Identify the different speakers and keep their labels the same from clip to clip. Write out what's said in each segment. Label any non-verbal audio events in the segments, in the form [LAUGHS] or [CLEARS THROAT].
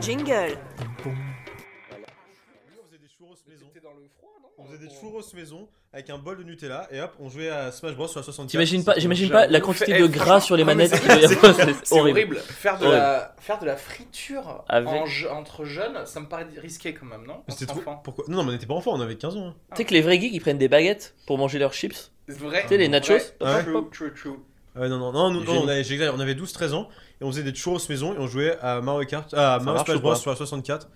Speaker 1: Jingle
Speaker 2: Nous, on faisait des churros maison.
Speaker 3: C'était dans le froid, non
Speaker 2: On faisait des churros maison avec un bol de Nutella et hop, on jouait à Smash Bros sur la 64.
Speaker 4: T'imagines pas, j'imagine pas la quantité
Speaker 3: Eh,
Speaker 4: de gras sur les
Speaker 3: franchement,
Speaker 4: manettes.
Speaker 3: non,
Speaker 4: qu'il doit y avoir. C'est
Speaker 3: C'est horrible.
Speaker 4: horrible.
Speaker 3: Faire, de
Speaker 4: Horrible.
Speaker 3: la... Faire de la friture
Speaker 4: Avec-
Speaker 3: en je- entre jeunes, ça me paraît risqué quand même, non
Speaker 2: Mais C'était
Speaker 3: Entre
Speaker 2: trop.
Speaker 3: enfants.
Speaker 2: Pourquoi Non, non, mais on n'était pas enfants, on avait 15 ans. hein.
Speaker 4: Tu sais que les vrais geeks ils prennent des baguettes pour manger leurs chips,
Speaker 3: C'est vrai.
Speaker 4: tu sais les nachos.
Speaker 3: Ouais.
Speaker 2: Ouais.
Speaker 3: True, true, true.
Speaker 2: Ouais, Euh, non, non, non, nous,
Speaker 4: Du
Speaker 2: non,
Speaker 4: génie.
Speaker 2: on avait, j'exagère, on avait 12-13 ans et on faisait des churros maison et on jouait à Mario Kart, à Mario
Speaker 4: marche
Speaker 2: Smash
Speaker 4: ou
Speaker 2: Bros
Speaker 4: pas
Speaker 2: sur la 64.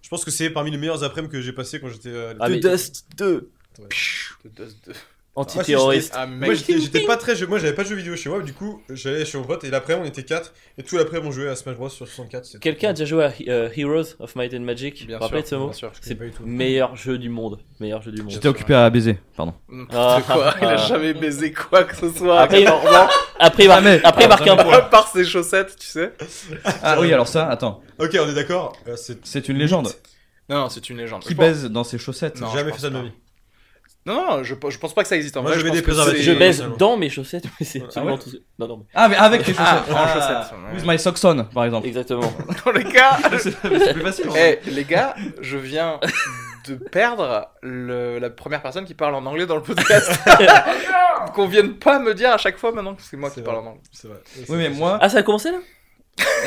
Speaker 2: Je pense que c'est parmi les meilleurs après-midi que j'ai passé quand j'étais. euh,
Speaker 4: Ah,
Speaker 2: de-
Speaker 4: mais-
Speaker 2: Dust 2.
Speaker 3: De dose de-
Speaker 4: Antiterroriste.
Speaker 3: Ah,
Speaker 2: Moi
Speaker 3: mec.
Speaker 2: j'étais j'étais pas très jeu, moi j'avais pas de jeux vidéo chez moi, du coup j'allais chez mon pote et l'après on était 4 et tout l'après on jouait à Smash Bros sur 64. c'était-
Speaker 4: Quelqu'un a déjà joué à He- euh, Heroes of Might and Magic Vous vous rappelez de ce mot
Speaker 3: bien sûr.
Speaker 2: Je connais pas du tout.
Speaker 4: Meilleur jeu du monde. Meilleur jeu du monde.
Speaker 5: J'étais occupé à baiser, pardon.
Speaker 3: N'importe
Speaker 4: Ah,
Speaker 3: quoi.
Speaker 4: ah,
Speaker 3: Il a
Speaker 4: ah.
Speaker 3: jamais baisé quoi que ce soit.
Speaker 4: Après, il- Après, il mar-
Speaker 5: Jamais.
Speaker 4: après, il
Speaker 5: Ah,
Speaker 4: marque un
Speaker 3: À
Speaker 4: point.
Speaker 3: part ses chaussettes, tu sais.
Speaker 5: Ah oui, alors ça, attends,
Speaker 2: Ok, on est d'accord, euh, c'est
Speaker 5: c'est une légende.
Speaker 3: Non, non, c'est une légende.
Speaker 5: Qui
Speaker 3: Je pense-
Speaker 5: baise dans ses chaussettes
Speaker 3: Non,
Speaker 2: j'ai
Speaker 3: je
Speaker 2: jamais
Speaker 3: pense
Speaker 2: fait ça de ma
Speaker 3: pas.
Speaker 2: vie.
Speaker 3: Non, non, je, je pense pas que ça existe. En
Speaker 2: Moi,
Speaker 3: vrai,
Speaker 2: je mets
Speaker 3: pense
Speaker 2: des
Speaker 3: que
Speaker 2: préservatifs.
Speaker 3: c'est-
Speaker 4: Je baise
Speaker 2: Ah ouais.
Speaker 4: dans mes chaussettes, mais c'est absolument
Speaker 2: ouais.
Speaker 4: tout. ce- Non, non, mais-
Speaker 5: Ah, mais avec tes
Speaker 3: Ah,
Speaker 5: chaussettes.
Speaker 3: en
Speaker 5: Ah.
Speaker 3: chaussettes.
Speaker 5: With my socks on, par exemple.
Speaker 4: Exactement.
Speaker 3: Dans les cas,
Speaker 5: C'est [LAUGHS] c'est plus facile. hein. en
Speaker 3: Eh,
Speaker 5: vrai.
Speaker 3: les gars, je viens de perdre le- la première personne qui parle en anglais dans le podcast. Qu'on vienne pas me dire à chaque fois maintenant que c'est moi
Speaker 2: C'est
Speaker 3: qui parle
Speaker 2: vrai.
Speaker 3: en anglais.
Speaker 2: C'est vrai.
Speaker 5: Oui, mais moi,
Speaker 4: Ah, ça a commencé là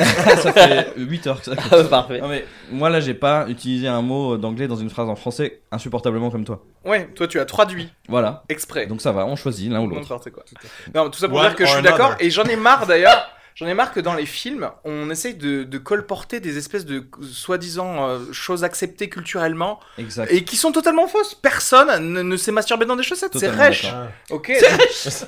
Speaker 5: ça fait 8 heures que ça.
Speaker 4: Ah, Parfait.
Speaker 5: Non, mais moi là, j'ai pas utilisé un mot d'anglais dans une phrase en français insupportablement comme toi.
Speaker 3: Ouais, toi tu as traduit
Speaker 5: Voilà.
Speaker 3: exprès.
Speaker 5: Donc ça va, on choisit l'un ou l'autre.
Speaker 3: N'importe quoi. Non, mais tout ça pour
Speaker 2: One
Speaker 3: dire que je
Speaker 2: or
Speaker 3: suis d'accord.
Speaker 2: another.
Speaker 3: Et j'en ai marre d'ailleurs. J'en ai marre que dans les films, on essaye de, de colporter des espèces de soi-disant euh, choses acceptées culturellement
Speaker 5: Exact.
Speaker 3: et qui sont totalement fausses. Personne ne, ne s'est masturbé dans des chaussettes. C'est
Speaker 5: Totalement
Speaker 3: rêche.
Speaker 5: d'accord.
Speaker 2: Ah.
Speaker 3: Ok.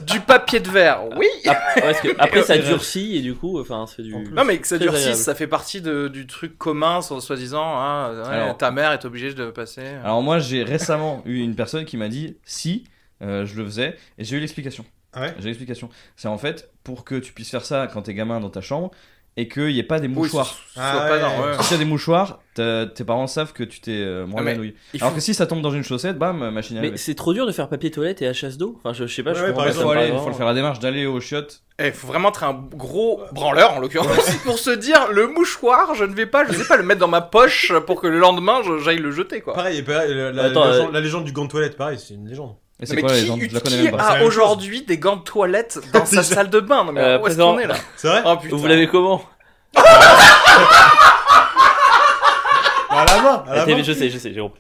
Speaker 3: Du papier de verre. Oui.
Speaker 4: Ah, parce que après, ça durcit et du coup, enfin, c'est du.
Speaker 2: En plus.
Speaker 3: Non mais que ça
Speaker 4: Très
Speaker 3: durcisse,
Speaker 4: agréable.
Speaker 3: ça fait partie de- du truc commun, sans- soi-disant. hein, ouais,
Speaker 5: Alors-
Speaker 3: ta mère est obligée de passer.
Speaker 5: Alors moi, j'ai récemment eu une personne qui m'a dit si euh, je le faisais et j'ai eu l'explication.
Speaker 2: Ah ouais
Speaker 5: J'ai l'explication. C'est en fait pour que tu puisses faire ça quand t'es gamin dans ta chambre et qu'il n'y ait pas des
Speaker 3: Oui,
Speaker 5: mouchoirs.
Speaker 3: so-
Speaker 2: Ah
Speaker 3: soit pas
Speaker 2: ouais.
Speaker 3: dans- ouais.
Speaker 5: Si t'as des mouchoirs, t'as- tes parents savent que tu t'es euh,
Speaker 3: Euh. Ah,
Speaker 5: moins
Speaker 3: mais
Speaker 5: épanouie.
Speaker 3: Il faut-
Speaker 5: Alors que si ça tombe dans une chaussette, bam, machine à
Speaker 4: Mais
Speaker 5: laver.
Speaker 4: c'est trop dur de faire papier toilette et HS d'eau. Enfin, je, je sais pas,
Speaker 2: Ouais,
Speaker 4: je
Speaker 2: ouais,
Speaker 4: comprends
Speaker 2: par
Speaker 4: pas,
Speaker 5: Il
Speaker 4: ça
Speaker 2: exemple,
Speaker 5: faut,
Speaker 4: me
Speaker 5: aller-
Speaker 4: parle
Speaker 5: faut le
Speaker 4: vraiment.
Speaker 5: faire la démarche d'aller aux chiottes.
Speaker 3: eh, faut vraiment être un gros branleur en l'occurrence [LAUGHS] pour se dire le mouchoir, je ne vais pas, je sais pas le mettre dans ma poche pour que le lendemain je- j'aille le jeter quoi.
Speaker 2: Pareil, et pareil, la, la-
Speaker 4: Attends,
Speaker 2: la
Speaker 4: euh,
Speaker 2: légende, la légende du gant de toilette, pareil, c'est une légende.
Speaker 5: Et
Speaker 3: Non,
Speaker 5: c'est
Speaker 3: Mais
Speaker 5: quoi les
Speaker 3: qui,
Speaker 5: gens Je la connais
Speaker 3: qui
Speaker 5: même pas.
Speaker 2: C'est la
Speaker 3: a
Speaker 2: même
Speaker 3: aujourd'hui des gants de toilette
Speaker 5: [LAUGHS]
Speaker 3: dans sa
Speaker 2: Déjà.
Speaker 3: salle de bain Non mais
Speaker 4: Euh,
Speaker 3: où est-ce
Speaker 4: présent.
Speaker 3: qu'on est là
Speaker 2: C'est vrai
Speaker 3: Oh putain.
Speaker 4: Vous l'avez comment
Speaker 2: À la main, à
Speaker 4: Ah,
Speaker 2: la
Speaker 4: t'es-
Speaker 2: main.
Speaker 4: Je sais, je sais, Jérôme.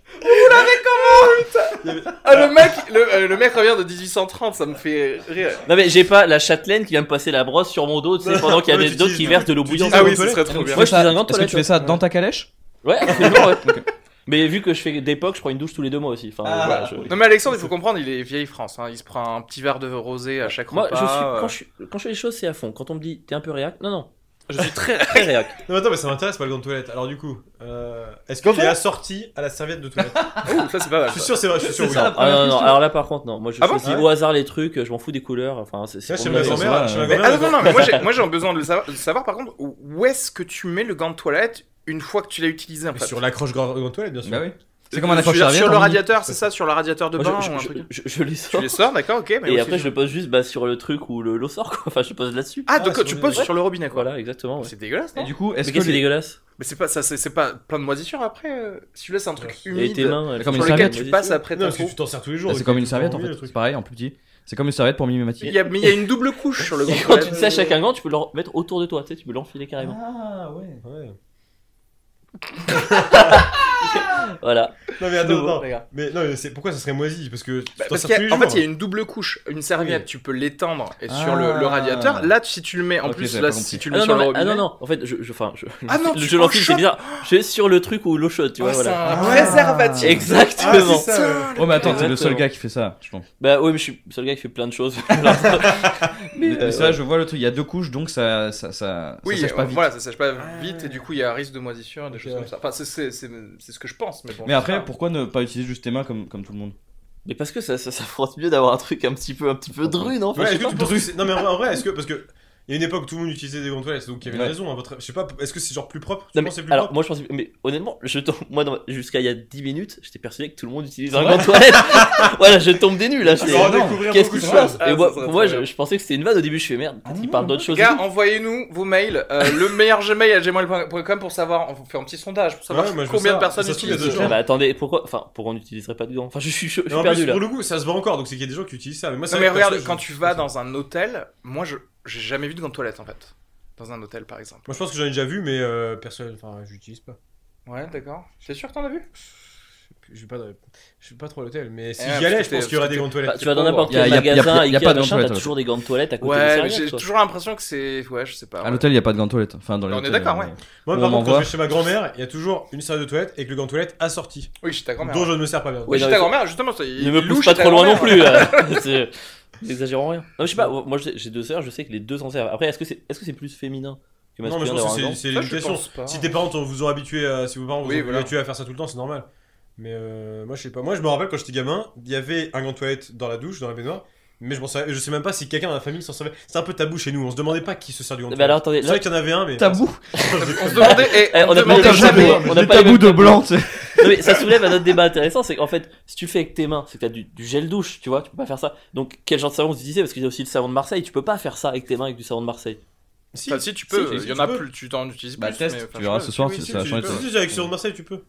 Speaker 3: Ah, le mec, le, euh, le mec revient de 1830, ça me fait rire.
Speaker 5: Ah
Speaker 4: Non, mais j'ai pas la châtelaine qui vient me passer la brosse sur mon dos, tu sais, pendant qu'il y a
Speaker 2: Ouais,
Speaker 4: des
Speaker 2: tu
Speaker 4: d'autres
Speaker 2: dis-
Speaker 4: qui versent de l'eau
Speaker 2: tu
Speaker 4: bouillante.
Speaker 2: dis-
Speaker 3: Ah oui, ce serait trop
Speaker 5: Tu
Speaker 3: bien.
Speaker 5: fais
Speaker 4: Moi, je
Speaker 5: ça-
Speaker 4: suis un grand
Speaker 5: Est-ce que tu fais ça dans ta calèche
Speaker 4: Ouais, absolument, ouais. Mais vu que je fais d'époque, je prends une douche tous les deux mois aussi. Enfin,
Speaker 5: Ah.
Speaker 4: voilà, je-
Speaker 3: Non mais Alexandre, il faut comprendre, il est vieille France, hein. il se prend un petit verre de rosé à chaque
Speaker 4: Moi,
Speaker 3: repas.
Speaker 4: je suis,
Speaker 3: euh,
Speaker 4: quand, je, suis- quand je fais les choses, c'est à fond. Quand on me dit t'es un peu réac, non, non,
Speaker 3: je suis très...
Speaker 4: très réac.
Speaker 2: Non, mais attends, mais ça m'intéresse pas le gant de toilette. Alors, du coup, euh, est-ce qu'il est assorti à la serviette de toilette
Speaker 3: Ouh, Oh, ça c'est pas mal.
Speaker 2: Je suis sûr, c'est vrai, je suis sûr. oui.
Speaker 5: ça, la
Speaker 4: Ah
Speaker 5: première
Speaker 4: non, non,
Speaker 5: question.
Speaker 4: alors là par contre, non. Moi, je
Speaker 3: Ah
Speaker 4: fais
Speaker 3: bon
Speaker 4: aussi
Speaker 2: Ouais.
Speaker 4: au hasard les trucs, je m'en fous des couleurs. Enfin, c'est
Speaker 2: Tu vois,
Speaker 4: c'est
Speaker 2: chez
Speaker 4: pour
Speaker 2: ma
Speaker 4: me-
Speaker 5: grand-mère,
Speaker 2: grand-mère,
Speaker 5: ça,
Speaker 2: chez ma
Speaker 5: ouais.
Speaker 3: Mais-
Speaker 2: grand-mère,
Speaker 3: ah
Speaker 2: la
Speaker 3: non, non,
Speaker 2: grand-
Speaker 3: non, mais moi j'ai- moi, j'ai besoin de le savoir, de savoir, par contre où est-ce que tu mets le gant de toilette une fois que tu l'as utilisé en
Speaker 2: Mais
Speaker 3: fait
Speaker 2: Sur l'accroche grand- gant de toilette, bien sûr.
Speaker 5: Bah oui. C'est comme un
Speaker 3: Sur-
Speaker 5: accroche
Speaker 3: Sur le
Speaker 5: serviette.
Speaker 3: radiateur, c'est ça, sur le radiateur de bain
Speaker 4: hein, Moi, je-
Speaker 3: ou un
Speaker 4: je-
Speaker 3: truc
Speaker 4: je- je les
Speaker 3: Tu
Speaker 4: sors.
Speaker 3: les sors, d'accord, ok. mais
Speaker 4: Et
Speaker 3: aussi-
Speaker 4: après, je le pose juste bah, sur le truc où le- l'eau sort, quoi. Enfin, je pose là-dessus.
Speaker 3: Ah, donc
Speaker 2: Ah,
Speaker 3: tu
Speaker 2: sur-
Speaker 3: poses
Speaker 2: ouais.
Speaker 3: sur le robinet quoi.
Speaker 4: Voilà, exactement. ouais.
Speaker 3: C'est dégueulasse,
Speaker 5: Et
Speaker 3: non
Speaker 5: du coup,
Speaker 4: Mais
Speaker 5: est-ce que
Speaker 4: qu'est-ce qui est
Speaker 5: les-
Speaker 4: dégueulasse
Speaker 3: Mais c'est pas ça, c'est c'est pas plein de moisissures après. euh, Celui-là, c'est un truc
Speaker 4: Et
Speaker 3: humide
Speaker 4: tes mains, elles
Speaker 5: Comme
Speaker 4: sont
Speaker 3: sur
Speaker 5: une
Speaker 3: lequel
Speaker 5: serviette.
Speaker 3: tu passes après
Speaker 2: Non,
Speaker 3: ta
Speaker 2: parce que
Speaker 3: peau.
Speaker 2: tu t'en sers tous les jours.
Speaker 5: Bah, c'est comme une
Speaker 2: tu t'en
Speaker 5: serviette en
Speaker 2: remets, le
Speaker 5: fait,
Speaker 2: truc.
Speaker 5: c'est pareil en plus petit. C'est comme une serviette pour mimimati.
Speaker 3: Il y a- Mais il y a une double couche
Speaker 4: [LAUGHS]
Speaker 3: sur le gant
Speaker 4: Et
Speaker 3: de
Speaker 4: quand tu
Speaker 3: toilette.
Speaker 4: te sèches avec un gant, tu peux le mettre autour de toi, tu sais, tu peux l'enfiler carrément.
Speaker 5: Ah ouais.
Speaker 2: Ouais.
Speaker 4: Voilà.
Speaker 2: Ah, Non, mais attends,
Speaker 4: Nouveau,
Speaker 2: attends.
Speaker 3: regarde.
Speaker 2: Mais non, mais c'est- pourquoi ça serait moisi Parce que tu
Speaker 3: Bah,
Speaker 2: t'en
Speaker 3: parce
Speaker 2: sers
Speaker 3: qu'en
Speaker 2: tous les jours.
Speaker 3: fait, il y a une double couche. Une serviette, tu peux l'étendre et sur le,
Speaker 5: Ah.
Speaker 3: le radiateur. Là, tu- si tu le mets, en
Speaker 5: Ok,
Speaker 3: plus,
Speaker 5: j'avais
Speaker 3: là,
Speaker 5: pas compris.
Speaker 3: si tu le
Speaker 4: Ah
Speaker 3: mets
Speaker 4: non,
Speaker 3: sur
Speaker 4: non,
Speaker 3: le
Speaker 4: mais-
Speaker 3: robinet.
Speaker 4: ah non, non, en fait, je. je- Enfin, je.
Speaker 3: Ah
Speaker 4: [LAUGHS]
Speaker 3: non,
Speaker 4: je
Speaker 3: tu
Speaker 4: l'enfile, c'est
Speaker 3: enchoppes.
Speaker 4: bizarre. Je vais sur le truc où l'eau chaude, tu vois,
Speaker 3: Ouais, c'est
Speaker 4: voilà.
Speaker 3: un
Speaker 5: Ah.
Speaker 2: Ah,
Speaker 3: préservatif.
Speaker 2: c'est
Speaker 4: [LAUGHS] Exactement.
Speaker 2: ça, ouais.
Speaker 5: Oh mais attends, t'es le seul
Speaker 4: Exactement.
Speaker 5: gars qui fait ça, je pense.
Speaker 4: Bah ouais, mais je suis le seul gars qui fait plein de choses.
Speaker 5: Mais,
Speaker 4: euh,
Speaker 5: ça, je vois le truc, il y a deux couches donc ça ça ça,
Speaker 3: Oui,
Speaker 5: ça sèche pas
Speaker 3: euh,
Speaker 5: vite.
Speaker 3: voilà, ça sèche pas vite et du coup, il y a un risque de moisissure et des
Speaker 2: Ok,
Speaker 3: choses
Speaker 2: ouais.
Speaker 3: comme ça. Enfin, c'est- c'est c'est- c'est ce que je pense, mais bon.
Speaker 5: Mais
Speaker 3: je
Speaker 5: après
Speaker 3: sais pas.
Speaker 5: pourquoi ne pas utiliser juste tes mains comme comme tout le monde
Speaker 4: Mais parce que ça, ça, ça frotte mieux d'avoir un truc un petit peu, un petit peu dru, non Enfin,
Speaker 2: Ouais,
Speaker 4: je
Speaker 2: est-ce
Speaker 4: sais
Speaker 2: que tu penses que c'est- Non, mais en vrai, en vrai, est-ce que. Parce que Il y a une époque où tout le monde utilisait des grandes toilettes, donc il y avait une
Speaker 5: Ouais.
Speaker 2: raison. à votre... Je sais pas, est-ce que c'est genre plus propre Tu
Speaker 4: Non, mais,
Speaker 2: penses que c'est plus
Speaker 4: alors,
Speaker 2: propre
Speaker 4: moi je pensais. Mais honnêtement, je tombe, moi, dans- jusqu'à il y a 10 minutes, j'étais persuadé que tout le monde utilisait un grand
Speaker 5: Ouais.
Speaker 4: toilette. voilà, je tombe des nues là.
Speaker 2: Tu
Speaker 4: c'est-
Speaker 2: vas
Speaker 5: non,
Speaker 2: découvrir
Speaker 4: Qu'est-ce
Speaker 2: beaucoup
Speaker 4: qui
Speaker 2: de
Speaker 4: se
Speaker 2: choses.
Speaker 4: passe
Speaker 3: Ah,
Speaker 4: Et
Speaker 3: ça
Speaker 4: moi,
Speaker 3: serait
Speaker 4: pour moi
Speaker 3: très
Speaker 4: je,
Speaker 3: bien.
Speaker 4: je pensais que c'était une vanne au début, je fais merde, peut-être qu'il
Speaker 5: non,
Speaker 4: parle
Speaker 5: non,
Speaker 4: d'autre chose. et
Speaker 3: Gars,
Speaker 4: tout.
Speaker 3: envoyez-nous vos mails, euh, [LAUGHS] le meilleur Gmail à gmail.com pour savoir, on vous fait un petit sondage pour savoir
Speaker 2: Ouais, moi, je veux
Speaker 3: combien de
Speaker 2: ça.
Speaker 3: personnes
Speaker 2: Ça se trouve, il y a
Speaker 3: utilisent.
Speaker 2: deux
Speaker 3: ce
Speaker 2: gens.
Speaker 4: Ah
Speaker 3: genre.
Speaker 4: bah attendez, pourquoi Enfin, pourquoi on n'utiliserait pas de gants Enfin, je suis, je, je
Speaker 2: Et
Speaker 4: suis
Speaker 2: en
Speaker 4: perdu
Speaker 2: plus,
Speaker 4: là.
Speaker 2: pour le coup, ça se voit encore, donc c'est qu'il y a des gens qui utilisent ça. Mais moi, c'est
Speaker 3: Non mais
Speaker 2: vrai que
Speaker 3: regarde,
Speaker 2: perso,
Speaker 3: quand
Speaker 2: je-
Speaker 3: tu vas dans un hôtel, moi je j'ai jamais vu de grande toilette en fait. Dans un hôtel par exemple.
Speaker 2: Moi, je pense que j'en ai déjà vu, mais euh, personne. Enfin, j'utilise pas.
Speaker 3: Ouais, d'accord. T'es sûr que t'en as vu
Speaker 2: Je suis pas, dans- je suis pas trop à l'hôtel, mais si
Speaker 3: Eh,
Speaker 2: j'y allais,
Speaker 3: parce
Speaker 2: je
Speaker 3: que
Speaker 2: pense qu'il y aurait des grandes
Speaker 4: Bah,
Speaker 2: toilettes.
Speaker 4: tu vas dans
Speaker 3: pauvre.
Speaker 4: n'importe
Speaker 5: Y a-
Speaker 4: quel
Speaker 5: y a- y a- y
Speaker 4: magasin,
Speaker 5: a- y a
Speaker 4: Ikea,
Speaker 5: pas de
Speaker 4: machin,
Speaker 5: grande
Speaker 4: t'as
Speaker 5: toilette,
Speaker 4: toujours des grandes toilettes à côté des
Speaker 3: Ouais, mais j'ai
Speaker 4: serviettes, Ah, quoi.
Speaker 3: toujours l'impression que c'est ouais, je sais pas.
Speaker 5: À
Speaker 3: Ah ouais.
Speaker 5: l'hôtel, il n'y a pas de grande toilette. Enfin, dans les
Speaker 3: On est
Speaker 5: hôtels,
Speaker 3: d'accord,
Speaker 5: euh,
Speaker 3: ouais.
Speaker 2: Moi, par
Speaker 5: Ou on
Speaker 2: contre, quand je
Speaker 5: m'envoie.
Speaker 2: vais chez ma grand-mère, il y a toujours une salle de toilette avec le gant toilette assorti.
Speaker 3: Oui, chez ta grand-mère.
Speaker 2: Dont je ne me sers pas bien.
Speaker 4: Ouais,
Speaker 3: Oui, chez
Speaker 4: non,
Speaker 3: ta
Speaker 4: il faut-
Speaker 3: grand-mère justement, ça,
Speaker 4: Il ne me
Speaker 3: loue
Speaker 4: pousse
Speaker 3: chez
Speaker 4: pas
Speaker 3: ta
Speaker 4: trop loin non
Speaker 3: grand-mère.
Speaker 4: plus.
Speaker 2: [LAUGHS]
Speaker 4: euh, [LAUGHS] c'est- N'exagérons rien. Non, je sais pas, moi j'ai j'ai deux sœurs, je sais que les deux s'en servent. Après, est-ce que c'est est -ce que c'est plus féminin que
Speaker 2: Non,
Speaker 4: masculin
Speaker 2: mais je
Speaker 4: d'avoir
Speaker 2: pense que
Speaker 4: un
Speaker 2: c'est-
Speaker 4: gant
Speaker 2: c'est
Speaker 3: Ça, je
Speaker 2: l'éducation.
Speaker 3: pense pas.
Speaker 2: Si tes parents t'ont- vous ont habitué à, si vos parents vous
Speaker 3: Oui,
Speaker 2: ont
Speaker 3: voilà.
Speaker 2: habitué à faire ça tout le temps, c'est normal. Mais euh, moi, je sais pas. Moi, je me rappelle quand j'étais gamin, il y avait un gant toilette dans la douche, dans la baignoire. Mais je, m'en savais- je sais même pas si quelqu'un dans la famille s'en servait. C'est un peu tabou chez nous. On se demandait pas qui se sert du gant
Speaker 4: Mais Bah, alors
Speaker 2: toilette.
Speaker 4: attendez,
Speaker 2: C'est
Speaker 4: là,
Speaker 2: vrai qu'il y en avait un, mais.
Speaker 5: Tabou.
Speaker 3: On se demandait et
Speaker 4: Eh,
Speaker 3: on
Speaker 4: on
Speaker 3: se
Speaker 4: a pas eu
Speaker 5: Les
Speaker 3: demandait
Speaker 4: le
Speaker 5: tabous,
Speaker 3: jamais
Speaker 4: jamais- on n'a
Speaker 5: les
Speaker 4: pas les
Speaker 5: tabous
Speaker 4: mêmes
Speaker 5: de
Speaker 4: tabous.
Speaker 5: blanc, tu sais.
Speaker 4: non, mais ça soulève un autre débat intéressant, c'est qu'en fait, si tu fais avec tes mains, c'est que t'as du, du gel douche, tu vois, tu peux pas faire ça. Donc quel genre de savon vous utilisez Parce qu'il y a aussi le savon de Marseille, tu peux pas faire ça avec tes mains avec du savon de Marseille.
Speaker 2: Si,
Speaker 3: Enfin, si tu peux,
Speaker 2: Si,
Speaker 3: il
Speaker 2: si,
Speaker 3: y en
Speaker 2: tu
Speaker 3: a
Speaker 2: peux.
Speaker 3: plus, tu t'en utilises
Speaker 5: Bah,
Speaker 3: plus.
Speaker 5: teste,
Speaker 3: mais, enfin,
Speaker 5: tu verras
Speaker 3: je sais
Speaker 5: ce
Speaker 3: pas.
Speaker 5: soir,
Speaker 2: oui, si,
Speaker 5: ça a
Speaker 2: tu
Speaker 5: changé.
Speaker 2: peux. Si, si, avec Cyril de Marseille, tu peux.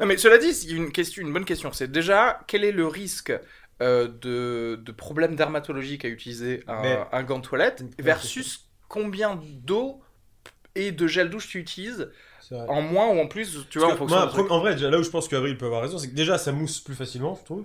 Speaker 3: Non, mais cela dit, il y a une, question, une bonne question. C'est déjà, quel est le risque euh, de, de problème dermatologique à utiliser un,
Speaker 2: Mais-
Speaker 3: un gant de toilette
Speaker 2: Une
Speaker 3: versus combien d'eau et de gel douche tu utilises
Speaker 2: C'est vrai.
Speaker 3: en moins ou en plus, tu vois, en
Speaker 2: Parce que
Speaker 3: fonction
Speaker 2: moi,
Speaker 3: de-
Speaker 2: en vrai, déjà, là où je pense qu'Avril peut avoir raison, c'est que déjà ça mousse plus facilement, je trouve.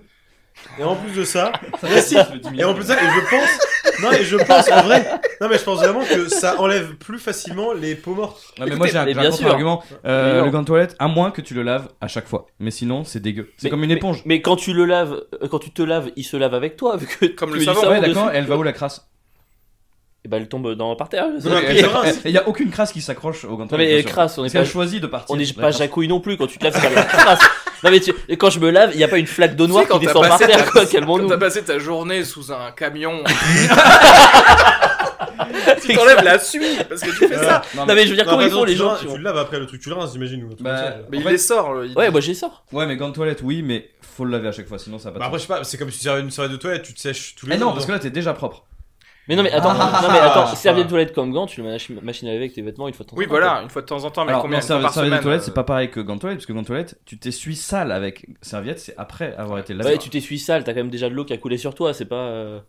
Speaker 2: Et en plus de ça, Mais si, et en plus de ça, et je
Speaker 4: [LAUGHS]
Speaker 2: pense, non, et je pense en vrai, non, mais je pense vraiment que ça enlève plus facilement les peaux mortes.
Speaker 5: Non, mais moi j'ai un,
Speaker 4: mais
Speaker 5: j'ai un
Speaker 4: bien sûr.
Speaker 5: contre-argument. Euh,
Speaker 4: Mais non.
Speaker 5: le gant de toilette, à moins que tu le laves à chaque fois. Mais sinon, c'est dégueu. C'est
Speaker 4: Mais-
Speaker 5: comme une éponge.
Speaker 4: Mais, mais quand tu le laves, euh, quand tu te laves, il se lave avec toi, vu que
Speaker 3: Comme
Speaker 4: tu
Speaker 3: le
Speaker 4: mets du
Speaker 3: savon.
Speaker 5: Ouais, d'accord,
Speaker 4: dessus.
Speaker 5: elle va où la crasse
Speaker 4: Eh ben, elle tombe dans par terre.
Speaker 2: Non, mais
Speaker 4: Non,
Speaker 2: après, il se rince.
Speaker 5: Il y a aucune crasse qui s'accroche au gant de toilette.
Speaker 4: mais
Speaker 5: bien sûr.
Speaker 4: crasse, on n'est
Speaker 5: Si elle
Speaker 4: pas,
Speaker 5: choisit de partir.
Speaker 4: on n'est
Speaker 5: de la
Speaker 4: pas
Speaker 5: crasse.
Speaker 4: jacouille non plus. Quand tu te laves, c'est pas la crasse. Non mais tu- et quand je me lave, il n'y a pas une flaque d'eau
Speaker 3: Tu sais,
Speaker 4: noire
Speaker 3: quand
Speaker 4: qui
Speaker 3: t'as
Speaker 4: descend par
Speaker 3: passé
Speaker 4: terre.
Speaker 3: ta-
Speaker 4: Quoi,
Speaker 3: Quand
Speaker 4: calmons-nous.
Speaker 3: t'as passé ta journée sous un camion, tu t'enlèves la suie parce que tu fais ça.
Speaker 5: Non,
Speaker 4: Non
Speaker 5: mais...
Speaker 4: mais je veux dire,
Speaker 2: Non,
Speaker 4: comment
Speaker 2: par
Speaker 4: ils font
Speaker 2: exemple,
Speaker 4: les
Speaker 2: tu
Speaker 4: gens
Speaker 2: rinces-
Speaker 4: qui
Speaker 2: Tu
Speaker 4: ont...
Speaker 2: le laves après le truc, tu le rinces, j'imagine. ou un truc comme
Speaker 5: Bah,
Speaker 2: ça, genre.
Speaker 3: Mais
Speaker 5: En
Speaker 3: il
Speaker 5: fait-
Speaker 3: les sort. le- il-
Speaker 4: Ouais, moi j'ai ça.
Speaker 5: Ouais, mais gant de toilette, oui, mais faut le laver à chaque fois, sinon ça va
Speaker 2: Bah,
Speaker 5: pas.
Speaker 2: après, je sais pas, c'est comme si tu servais une serviette de toilette, tu te sèches tous les
Speaker 5: Eh
Speaker 2: jours.
Speaker 5: non, parce que là t'es déjà propre.
Speaker 4: Mais non mais attends,
Speaker 5: Ah,
Speaker 4: non mais attends,
Speaker 2: ah, ah.
Speaker 4: serviette de toilette comme gant, tu le machines machine à laver avec tes vêtements une fois de temps en
Speaker 3: Oui,
Speaker 4: temps,
Speaker 3: voilà, une fois de temps en temps, mais
Speaker 5: Alors,
Speaker 3: combien
Speaker 5: non,
Speaker 3: une fois par
Speaker 5: serviette, serviette
Speaker 3: semaine,
Speaker 5: de toilette,
Speaker 3: euh,
Speaker 5: c'est pas pareil que gant de toilette, parce que gant de toilette, tu t'essuies sale avec serviette, c'est après avoir été
Speaker 4: quoi.
Speaker 5: lavé.
Speaker 4: Ouais, tu t'essuies sale, t'as quand même déjà de l'eau qui a coulé sur toi, c'est pas. euh,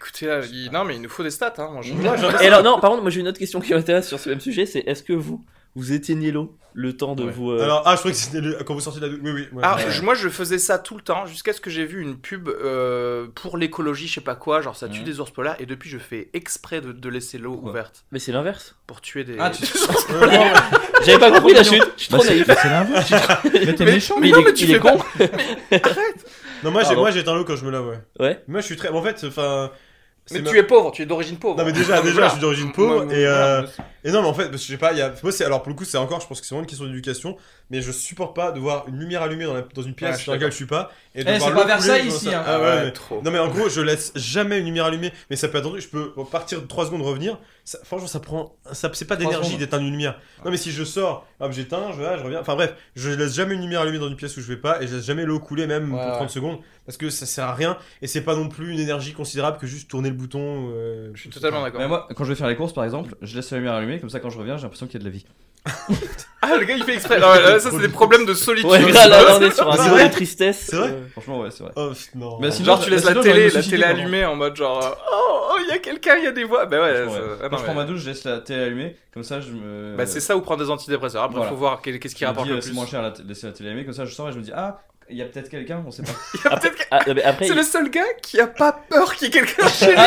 Speaker 3: Écoutez, là, il- non, mais il nous faut des stats. Hein, moi, je-
Speaker 2: Moi, j'en ai-
Speaker 4: Et alors, non, par contre, moi j'ai une autre question qui m'intéresse sur ce même sujet, c'est est-ce que vous, vous éteignez l'eau le temps de
Speaker 5: Ouais.
Speaker 4: vous. euh,
Speaker 2: Alors, ah, je croyais que c'était le- quand vous sortiez de la douche. Oui, oui. ouais.
Speaker 3: Ah,
Speaker 5: Ouais.
Speaker 3: je- moi je faisais ça tout le temps jusqu'à ce que j'ai vu une pub euh, pour l'écologie, je sais pas quoi, genre ça tue
Speaker 5: Mhm.
Speaker 3: des ours polaires et depuis je fais exprès de, de laisser l'eau
Speaker 5: Pourquoi
Speaker 3: ouverte
Speaker 4: Mais c'est l'inverse.
Speaker 3: pour tuer des. [LAUGHS]
Speaker 5: Ah, tu-
Speaker 2: Ouais, non, mais-
Speaker 4: J'avais
Speaker 5: [LAUGHS]
Speaker 4: pas compris la chute, je suis
Speaker 5: Bah,
Speaker 4: trop
Speaker 5: c'est
Speaker 4: naïf.
Speaker 5: c'est l'inverse. [LAUGHS] Mais t'es
Speaker 3: Mais-
Speaker 5: méchant.
Speaker 4: Mais
Speaker 3: non,
Speaker 4: il
Speaker 3: mais
Speaker 4: est-
Speaker 3: tu
Speaker 4: il
Speaker 3: fais
Speaker 4: est con.
Speaker 2: Non, moi, j'ai-
Speaker 4: Pardon.
Speaker 2: moi, j'éteins l'eau quand je me lave, ouais.
Speaker 4: Ouais.
Speaker 2: Moi, je suis très. En fait, enfin.
Speaker 3: Mais
Speaker 2: c'est ma-
Speaker 3: tu es pauvre, tu es d'origine pauvre.
Speaker 2: Non mais déjà,
Speaker 3: Donc,
Speaker 2: déjà,
Speaker 3: voilà.
Speaker 2: je suis d'origine
Speaker 3: Moi,
Speaker 2: pauvre et,
Speaker 3: voilà.
Speaker 2: euh, et non mais en fait, parce que je sais pas, il y a, moi c'est alors pour le coup c'est encore, je pense que c'est vraiment une question d'éducation, mais je supporte pas de voir une lumière allumée dans, la- dans une
Speaker 3: Ouais, je
Speaker 2: pièce
Speaker 3: suis
Speaker 2: dans laquelle je suis pas. Et de
Speaker 5: Eh,
Speaker 2: voir
Speaker 5: c'est pas
Speaker 2: l'eau couler
Speaker 5: Versailles
Speaker 2: dans
Speaker 5: ici,
Speaker 2: ça.
Speaker 5: hein.
Speaker 2: Ah ouais, mais-
Speaker 3: trop.
Speaker 2: Non mais en gros, je laisse jamais une lumière allumée, mais ça peut être dangereux. Je peux partir 3 secondes revenir. Ça- franchement, ça prend, ça c'est pas
Speaker 5: Trois
Speaker 2: d'énergie
Speaker 5: secondes.
Speaker 2: d'éteindre une lumière. Non mais si je sors, hop j'éteins, je, ah, je reviens. Enfin bref, je laisse jamais une lumière allumée dans une pièce où je vais pas et je laisse jamais l'eau couler même
Speaker 3: Ouais,
Speaker 2: pour
Speaker 3: ouais.
Speaker 2: 30 secondes parce que ça sert à rien et c'est pas non plus une énergie considérable que juste tourner le bouton. euh,
Speaker 3: Je suis totalement d'accord.
Speaker 5: Mais moi, quand je vais faire les courses, par exemple, je laisse la lumière allumée, comme ça, quand je reviens, j'ai l'impression qu'il y a de la vie.
Speaker 3: Ah, le gars il fait exprès. Ah, [LAUGHS] ouais, là, ça c'est des problèmes de solitude.
Speaker 4: Ouais, grave, là, on est sur un
Speaker 2: C'est
Speaker 4: niveau
Speaker 2: vrai
Speaker 4: de tristesse.
Speaker 2: C'est vrai
Speaker 4: Euh,
Speaker 5: Franchement, ouais, c'est vrai.
Speaker 2: Oh, non.
Speaker 5: Mais
Speaker 3: [LAUGHS]
Speaker 5: sinon-
Speaker 3: Genre tu laisses la
Speaker 5: Sinon, j'aurais
Speaker 3: télé,
Speaker 5: me
Speaker 3: la
Speaker 5: suicidé,
Speaker 3: télé
Speaker 5: pardon.
Speaker 3: allumée en mode genre euh, oh oh, il y a quelqu'un, il y a des voix. Bah ouais,
Speaker 5: Franchement,
Speaker 3: ça-
Speaker 5: ouais.
Speaker 3: ah,
Speaker 5: quand
Speaker 3: non,
Speaker 5: je prends
Speaker 3: mais-
Speaker 5: ma douche, je laisse la télé allumée, comme ça, je me.
Speaker 3: Bah c'est ça ou prendre des antidépresseurs. Après
Speaker 5: Voilà.
Speaker 3: faut voir qu'est- qu'est-ce qui
Speaker 5: je me
Speaker 3: rapporte
Speaker 5: dis,
Speaker 3: le
Speaker 5: euh, C'est
Speaker 3: plus.
Speaker 5: moins cher la t- laisser la télé allumée, comme ça, je sors et je me dis, ah, il y a peut-être quelqu'un, on sait pas. [LAUGHS]
Speaker 3: Il y a peut-être
Speaker 4: ah, non, mais après,
Speaker 3: C'est le seul gars qui a pas peur qu'il y ait quelqu'un chez lui.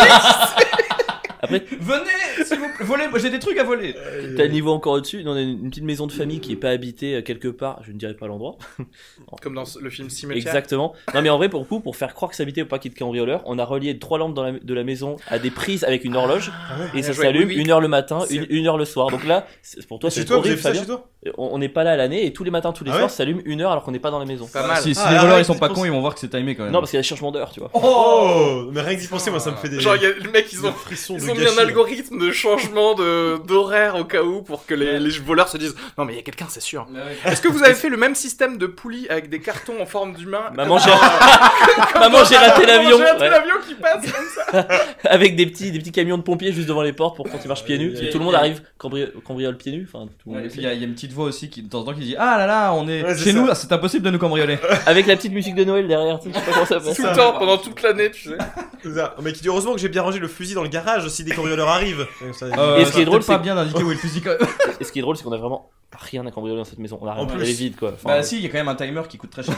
Speaker 4: après
Speaker 5: Venez, s'il vous plaît, volez, moi, j'ai des trucs à voler.
Speaker 4: T'as le niveau encore au-dessus, nous on a une une petite maison de famille qui est pas habitée euh, quelque part, je ne dirais pas l'endroit.
Speaker 3: [LAUGHS] Comme dans le film Cimetière.
Speaker 4: Exactement. Non mais en vrai pour le coup, pour faire croire que ça habitait au paquet de cambrioleurs, on a relié trois lampes dans la- de la maison à des prises avec une horloge
Speaker 2: Ah ouais.
Speaker 4: et ça
Speaker 3: joué,
Speaker 4: s'allume
Speaker 3: oui, oui.
Speaker 4: une heure le matin,
Speaker 3: C'est-
Speaker 4: une, une heure le soir. Donc là, c'est- pour toi
Speaker 2: chez
Speaker 4: c'est
Speaker 2: toi, vous avez
Speaker 4: horrible
Speaker 2: fait ça
Speaker 4: Fabien.
Speaker 2: chez toi
Speaker 4: On on n'est pas là à l'année et tous les matins, tous les
Speaker 2: Ah
Speaker 4: soirs,
Speaker 2: ouais
Speaker 4: ça s'allume une heure alors qu'on n'est pas dans la maison.
Speaker 3: Pas mal.
Speaker 5: Si, si
Speaker 2: Ah,
Speaker 5: les voleurs
Speaker 2: arrête,
Speaker 5: ils sont
Speaker 2: c'est
Speaker 5: pas
Speaker 2: pour
Speaker 5: cons,
Speaker 2: ça.
Speaker 5: ils vont voir que c'est timé quand même.
Speaker 3: Oh,
Speaker 4: Non parce qu'il y a cherchement d'heure, tu vois.
Speaker 2: Oh Mais rien que d'y penser, moi ça me fait des.
Speaker 3: Genre, il y a le mec, ils ont.
Speaker 2: frissons
Speaker 3: Ils ont mis un
Speaker 2: gâchis.
Speaker 3: algorithme de changement de- d'horaire au cas où pour que les,
Speaker 1: Ouais.
Speaker 3: les voleurs se disent Non, mais il y a quelqu'un, c'est sûr.
Speaker 1: Ouais.
Speaker 3: Est-ce que [LAUGHS] vous avez fait le même système de poulies avec des cartons en forme d'humain
Speaker 4: Maman,
Speaker 3: [LAUGHS]
Speaker 4: j'ai [LAUGHS] Maman, j'ai raté l'avion
Speaker 3: J'ai raté
Speaker 4: ouais.
Speaker 3: l'avion qui passe comme ça
Speaker 4: Avec des petits, des petits camions de pompiers juste devant les portes pour quand ils marchent pieds nus.
Speaker 1: Ouais,
Speaker 4: Et tout
Speaker 1: ouais.
Speaker 4: le monde arrive cambri- cambriole pieds nus. Enfin, tout le monde
Speaker 5: Ouais, et puis
Speaker 4: sait.
Speaker 5: il y, a il y a une petite voix aussi qui, de temps en temps qui dit Ah là là, on est
Speaker 2: Ouais, c'est
Speaker 5: chez
Speaker 2: ça.
Speaker 5: nous, ah, c'est impossible de
Speaker 3: [LAUGHS]
Speaker 5: nous cambrioler.
Speaker 4: Avec la petite musique de Noël derrière. tu sais, Je sais pas comment
Speaker 5: [LAUGHS]
Speaker 4: ça passe.
Speaker 3: Tout le temps, pendant toute l'année, tu sais.
Speaker 2: C'est ça. Mais qui dit heureusement que j'ai bien rangé le fusil dans le garage si des cambrioleurs arrivent. Et ça,
Speaker 5: Euh,
Speaker 4: Et ce qui est
Speaker 5: c'est
Speaker 4: drôle,
Speaker 5: peut-être pas
Speaker 4: c'est-
Speaker 5: bien d'indiquer où est le
Speaker 3: [LAUGHS]
Speaker 5: fusil quand même.
Speaker 4: Et ce qui est drôle, c'est qu'on a vraiment rien à cambrioler dans cette maison. On a
Speaker 2: En
Speaker 4: rien.
Speaker 2: plus.
Speaker 4: Elle est vide quoi. Enfin,
Speaker 5: Bah si, il y a quand même un timer qui coûte très cher.